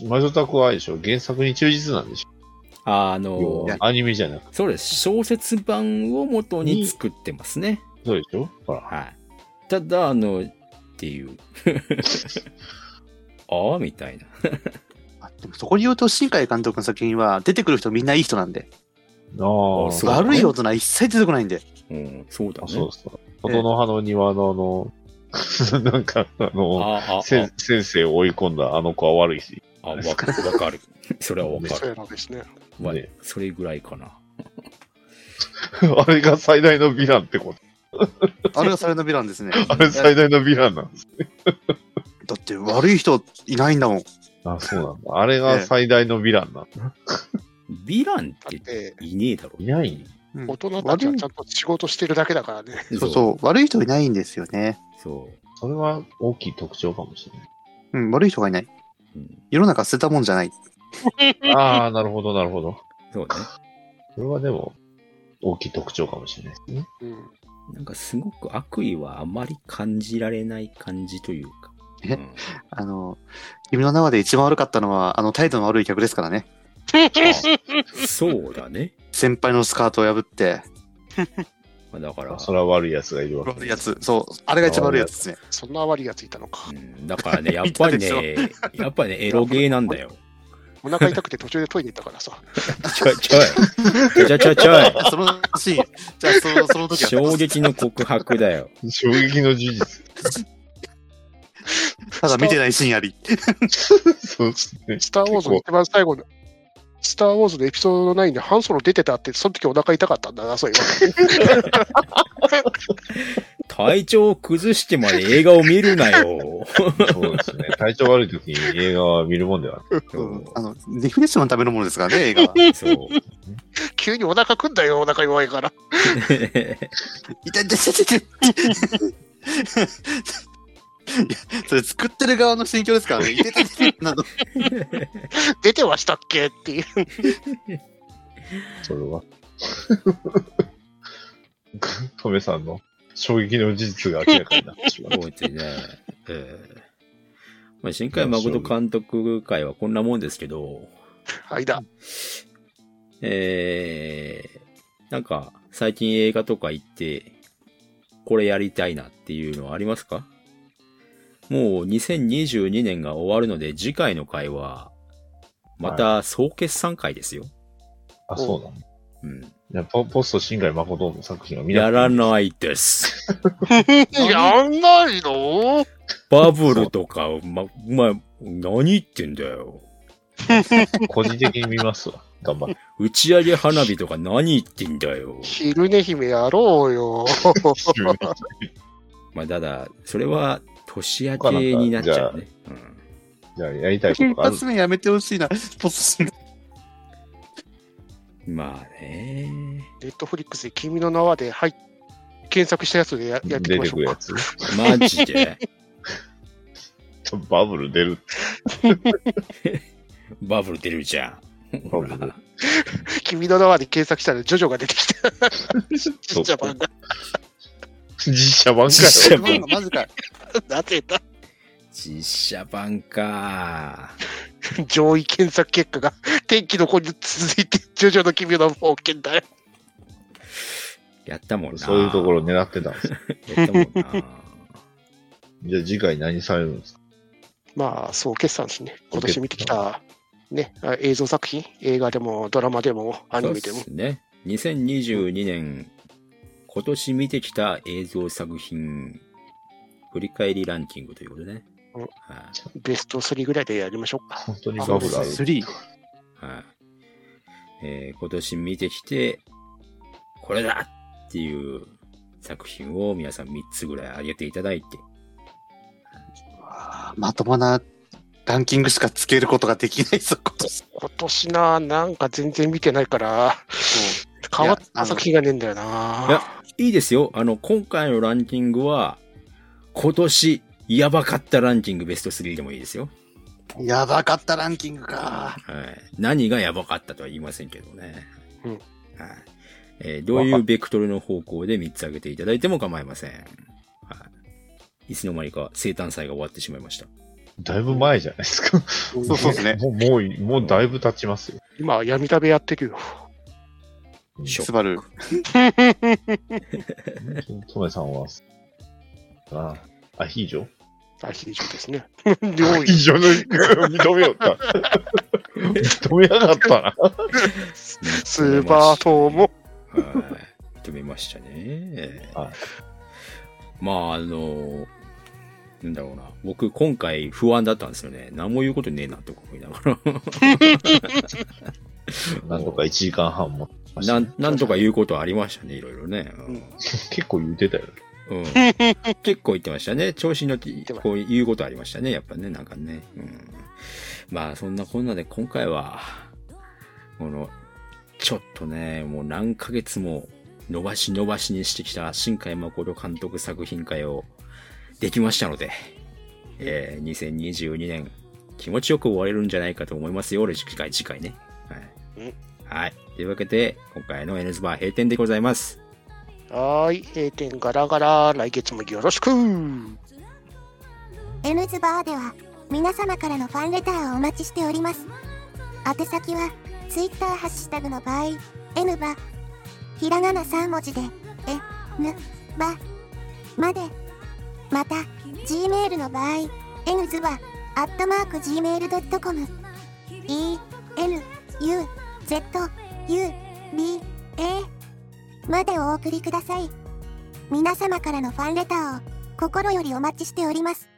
[SPEAKER 2] 魔女宅はあれでしょ原作に忠実なんでしょ
[SPEAKER 3] ああの
[SPEAKER 2] 要、はアニメじゃなくて。
[SPEAKER 3] そうです。小説版を元に作ってますね。
[SPEAKER 2] そうでしょほら。
[SPEAKER 3] はい。ただ、あの、っていう。 [laughs] ああ、みたいな。
[SPEAKER 4] あでもそこに言うと、新海監督の作品は、出てくる人みんないい人なんで、
[SPEAKER 2] ああ、
[SPEAKER 3] そうだね
[SPEAKER 4] 悪い大人一切出てこないん
[SPEAKER 3] [laughs]
[SPEAKER 4] で。
[SPEAKER 3] うん、そうだ
[SPEAKER 2] あ
[SPEAKER 3] ね。
[SPEAKER 2] そうそう。琴の葉の庭のあの、 [laughs] なんか、あの、
[SPEAKER 3] ああ、あ
[SPEAKER 2] せん先生を追い込んだあの子は悪いし。 [laughs]
[SPEAKER 3] あ、あわかる。わかる。それは
[SPEAKER 1] [laughs]
[SPEAKER 3] わか
[SPEAKER 1] そう
[SPEAKER 3] る。
[SPEAKER 1] やなんですね。
[SPEAKER 3] まあ
[SPEAKER 2] ね
[SPEAKER 3] それぐらいかな。
[SPEAKER 2] あれが最大のヴィランってこと。
[SPEAKER 4] あれがそれのヴィランですね。
[SPEAKER 2] あれ最大のヴィランなんです。
[SPEAKER 4] だって、悪い人いないんだもん。
[SPEAKER 2] あ、そうなんだ。あれが最大のヴィランなんだ。
[SPEAKER 3] ヴィランっ
[SPEAKER 1] だってて、
[SPEAKER 3] いねえだろ。
[SPEAKER 2] いないんだ
[SPEAKER 1] 大人たちはちゃんと仕事してるだけだからね。
[SPEAKER 4] そうそう、悪い人いないんですよね。
[SPEAKER 3] そう。
[SPEAKER 2] それは大きい特徴かもしれ
[SPEAKER 4] うん、悪い人がいない。
[SPEAKER 3] そう。うん
[SPEAKER 4] 世の中捨てたもんじゃない。
[SPEAKER 2] ない。ああ、なるほど、なるほど。
[SPEAKER 3] そうね。
[SPEAKER 2] それはでも、大きい特徴かもしれないですね。
[SPEAKER 1] うん。
[SPEAKER 3] なんかすごく悪意はあまり感じられない感じというか。
[SPEAKER 4] え
[SPEAKER 3] うん
[SPEAKER 4] あの、君の中で一番悪かったのは、あの態度の悪い客ですからね。
[SPEAKER 3] そうだね。
[SPEAKER 4] 先輩のスカートを破って、
[SPEAKER 3] まあだから、
[SPEAKER 2] それは悪い奴がいるわけ
[SPEAKER 4] 悪いやつ。そう、あれが一番悪いやつですね。
[SPEAKER 1] そんな悪いやついたのか
[SPEAKER 3] う。ん、だからね、やっぱりね、やっぱりね、エロゲーなんだよ。
[SPEAKER 1] お腹痛くて途中でトイレ行ったからさ。
[SPEAKER 3] ちょいちょい。ちょいちょいちょい。
[SPEAKER 4] そのシーン、じゃあその、その時は、
[SPEAKER 3] 衝撃の告白だよ。
[SPEAKER 2] 衝撃の事 [laughs] 実。
[SPEAKER 4] ただ見てないシーンあり。
[SPEAKER 2] そうですね。
[SPEAKER 1] スター・ウォーズの一番最後の、スター・ウォーズのエピソード9で半ソロ出てたって、その時お腹痛かったんだな、そうい
[SPEAKER 3] 体調を崩してまで映画を見るなよ。
[SPEAKER 2] そうですね。体調悪い時に映画は見るもんではない。
[SPEAKER 3] そう
[SPEAKER 4] あの、リフレッシュのためのものですから [laughs] ね、映画は。
[SPEAKER 3] そう。
[SPEAKER 2] [laughs]
[SPEAKER 1] えば急にお腹くんだよ、お腹弱いから。
[SPEAKER 4] 痛い痛い痛い痛い痛い。いや [laughs] それ作ってる側の心境ですから [laughs] ね。痛い痛い痛いなど
[SPEAKER 1] 出てましたっけっていう。
[SPEAKER 2] それは。 [laughs] トメさんの衝撃の事実が明らかになってしまう。
[SPEAKER 3] そうですね。ええまあ、新海誠監督会はこんなもんですけど、
[SPEAKER 1] 間。
[SPEAKER 3] ええなんか、最近映画とか行って、これやりたいなっていうのはありますかもう2022年が終わるので、次回の会は、また総決算会ですよ。
[SPEAKER 2] あ、そうなのい
[SPEAKER 3] うん。
[SPEAKER 2] やポポスト新海誠の作品は見な
[SPEAKER 3] や
[SPEAKER 2] くて
[SPEAKER 3] らない [laughs] です。
[SPEAKER 1] やんないの
[SPEAKER 3] バブルとか、ま、ま、何言ってんだよ。
[SPEAKER 2] 個人的に見ますわ。頑張って。
[SPEAKER 3] 打ち上げ花火とか何言ってんだよ。
[SPEAKER 1] 昼寝姫やろうよ。 [laughs]
[SPEAKER 3] まあ、ただ、それは年明けになっちゃうね。うん
[SPEAKER 2] [laughs] じゃあ、やりたいこ
[SPEAKER 4] 一
[SPEAKER 2] とがある
[SPEAKER 4] 発目やめてほしいな。ポス
[SPEAKER 3] まあね。
[SPEAKER 1] ネットフリックスで君の名はで、はい、検索したやつでややってみ
[SPEAKER 2] 出
[SPEAKER 1] ま
[SPEAKER 2] て
[SPEAKER 1] しょ
[SPEAKER 2] く
[SPEAKER 1] う
[SPEAKER 2] る
[SPEAKER 1] か
[SPEAKER 2] や。つ。
[SPEAKER 3] マジで
[SPEAKER 2] バブル出る。
[SPEAKER 3] バブル出るじゃん。
[SPEAKER 2] バ
[SPEAKER 3] ほ
[SPEAKER 2] ブル
[SPEAKER 3] ら。
[SPEAKER 1] 君の名はで検索したらジョジョが出てきた。 [laughs] ちっちゃ漫画。
[SPEAKER 2] 実写版か
[SPEAKER 1] [laughs]
[SPEAKER 3] 実写
[SPEAKER 2] よ。
[SPEAKER 3] 版。
[SPEAKER 4] マジか。
[SPEAKER 1] なぜだ
[SPEAKER 3] 実写版か。
[SPEAKER 1] 上位検索結果が天気の子に続いて、ジョジョの君の冒険だよ。
[SPEAKER 3] やったもんな。
[SPEAKER 2] そういうところ狙ってたんですよ
[SPEAKER 3] やったもんな。
[SPEAKER 2] じゃあ次回何されるんですか
[SPEAKER 1] まあ、そう決算ですね。今年見てきた、ね、あ映像作品、映画でもドラマでも [laughs] アニメで
[SPEAKER 3] そう
[SPEAKER 1] も
[SPEAKER 3] っ。すね。2022年、今年見てきた映像作品、振り返りランキングということね。
[SPEAKER 1] うん
[SPEAKER 3] はい、
[SPEAKER 1] ベスト3ぐらいでやりましょうか。
[SPEAKER 2] 本当にバブルある。
[SPEAKER 4] 3。
[SPEAKER 3] はい、えー今年見てきて、これだっていう作品を皆さん3つぐらい挙げていただいて、
[SPEAKER 4] まともなランキングしかつけることができないぞ、今年。
[SPEAKER 1] 今年な、なんか全然見てないから、変わっ
[SPEAKER 4] いやあ
[SPEAKER 1] た
[SPEAKER 4] の
[SPEAKER 1] 作品がねえんだよ
[SPEAKER 3] いや
[SPEAKER 1] な。、
[SPEAKER 3] いいですよ。あの、今回のランキングは、今年、やばかったランキングベスト3でもいいですよ。
[SPEAKER 4] [laughs] やばかったランキングか。
[SPEAKER 3] はい。何がやばかったとは言いませんけどね。
[SPEAKER 1] うん
[SPEAKER 3] はい。えーどういうベクトルの方向で3つ挙げていただいても構いません。はい。いつの間にか生誕祭が終わってしまいました。
[SPEAKER 2] だいぶ前じゃないですか。
[SPEAKER 1] そう
[SPEAKER 4] そうっすね
[SPEAKER 2] もう、もう、もうだいぶ経ちますよ。
[SPEAKER 1] 今、闇食べやってるよ。
[SPEAKER 3] ショ
[SPEAKER 4] ス
[SPEAKER 3] ック
[SPEAKER 4] バル。
[SPEAKER 2] トメさんは、あ、アヒージョ
[SPEAKER 1] アヒージョです
[SPEAKER 3] [laughs]
[SPEAKER 1] ね。
[SPEAKER 2] ア
[SPEAKER 1] 料
[SPEAKER 2] [laughs] ヒー
[SPEAKER 1] 理。
[SPEAKER 2] ジョの認めよった。
[SPEAKER 1] [laughs]
[SPEAKER 2] 認めやがったな。
[SPEAKER 1] スーパー島も。
[SPEAKER 3] はい。認めましたね。
[SPEAKER 2] はい
[SPEAKER 3] まあ、あの、なんだろうな。僕、今回不安だったんですよね。何も言うことねえなとか思いながら。
[SPEAKER 2] なんとか1時間半も。
[SPEAKER 3] なん、なんとか言うことはありましたね、いろいろね。うん
[SPEAKER 2] 結構言うてたよ。
[SPEAKER 3] うん結構言ってました [laughs] ね。調子に乗って
[SPEAKER 1] てま、す
[SPEAKER 3] こう言うことありましたね。やっぱね、なんかね。うん、まあ、そんなこんなで今回は、この、ちょっとね、もう何ヶ月も伸ばし伸ばしにしてきた新海誠監督作品会をできましたので、えー、2022年気持ちよく終われるんじゃないかと思いますよ。俺次回、次回ね。はい
[SPEAKER 1] うん。
[SPEAKER 3] はい。というわけで、今回の N ズバー閉店でございます。
[SPEAKER 1] はーい、閉店ガラガラ、来月もよろしく。
[SPEAKER 5] N ズバーでは皆様からのファンレターをお待ちしております宛先は Twitter ハッシュタグの場合 N バひらがな3文字で N バまでまた Gmail の場合 N ズバアットマーク Gmail.com E N U Z U B A までお送りください皆様からのファンレターを心よりお待ちしております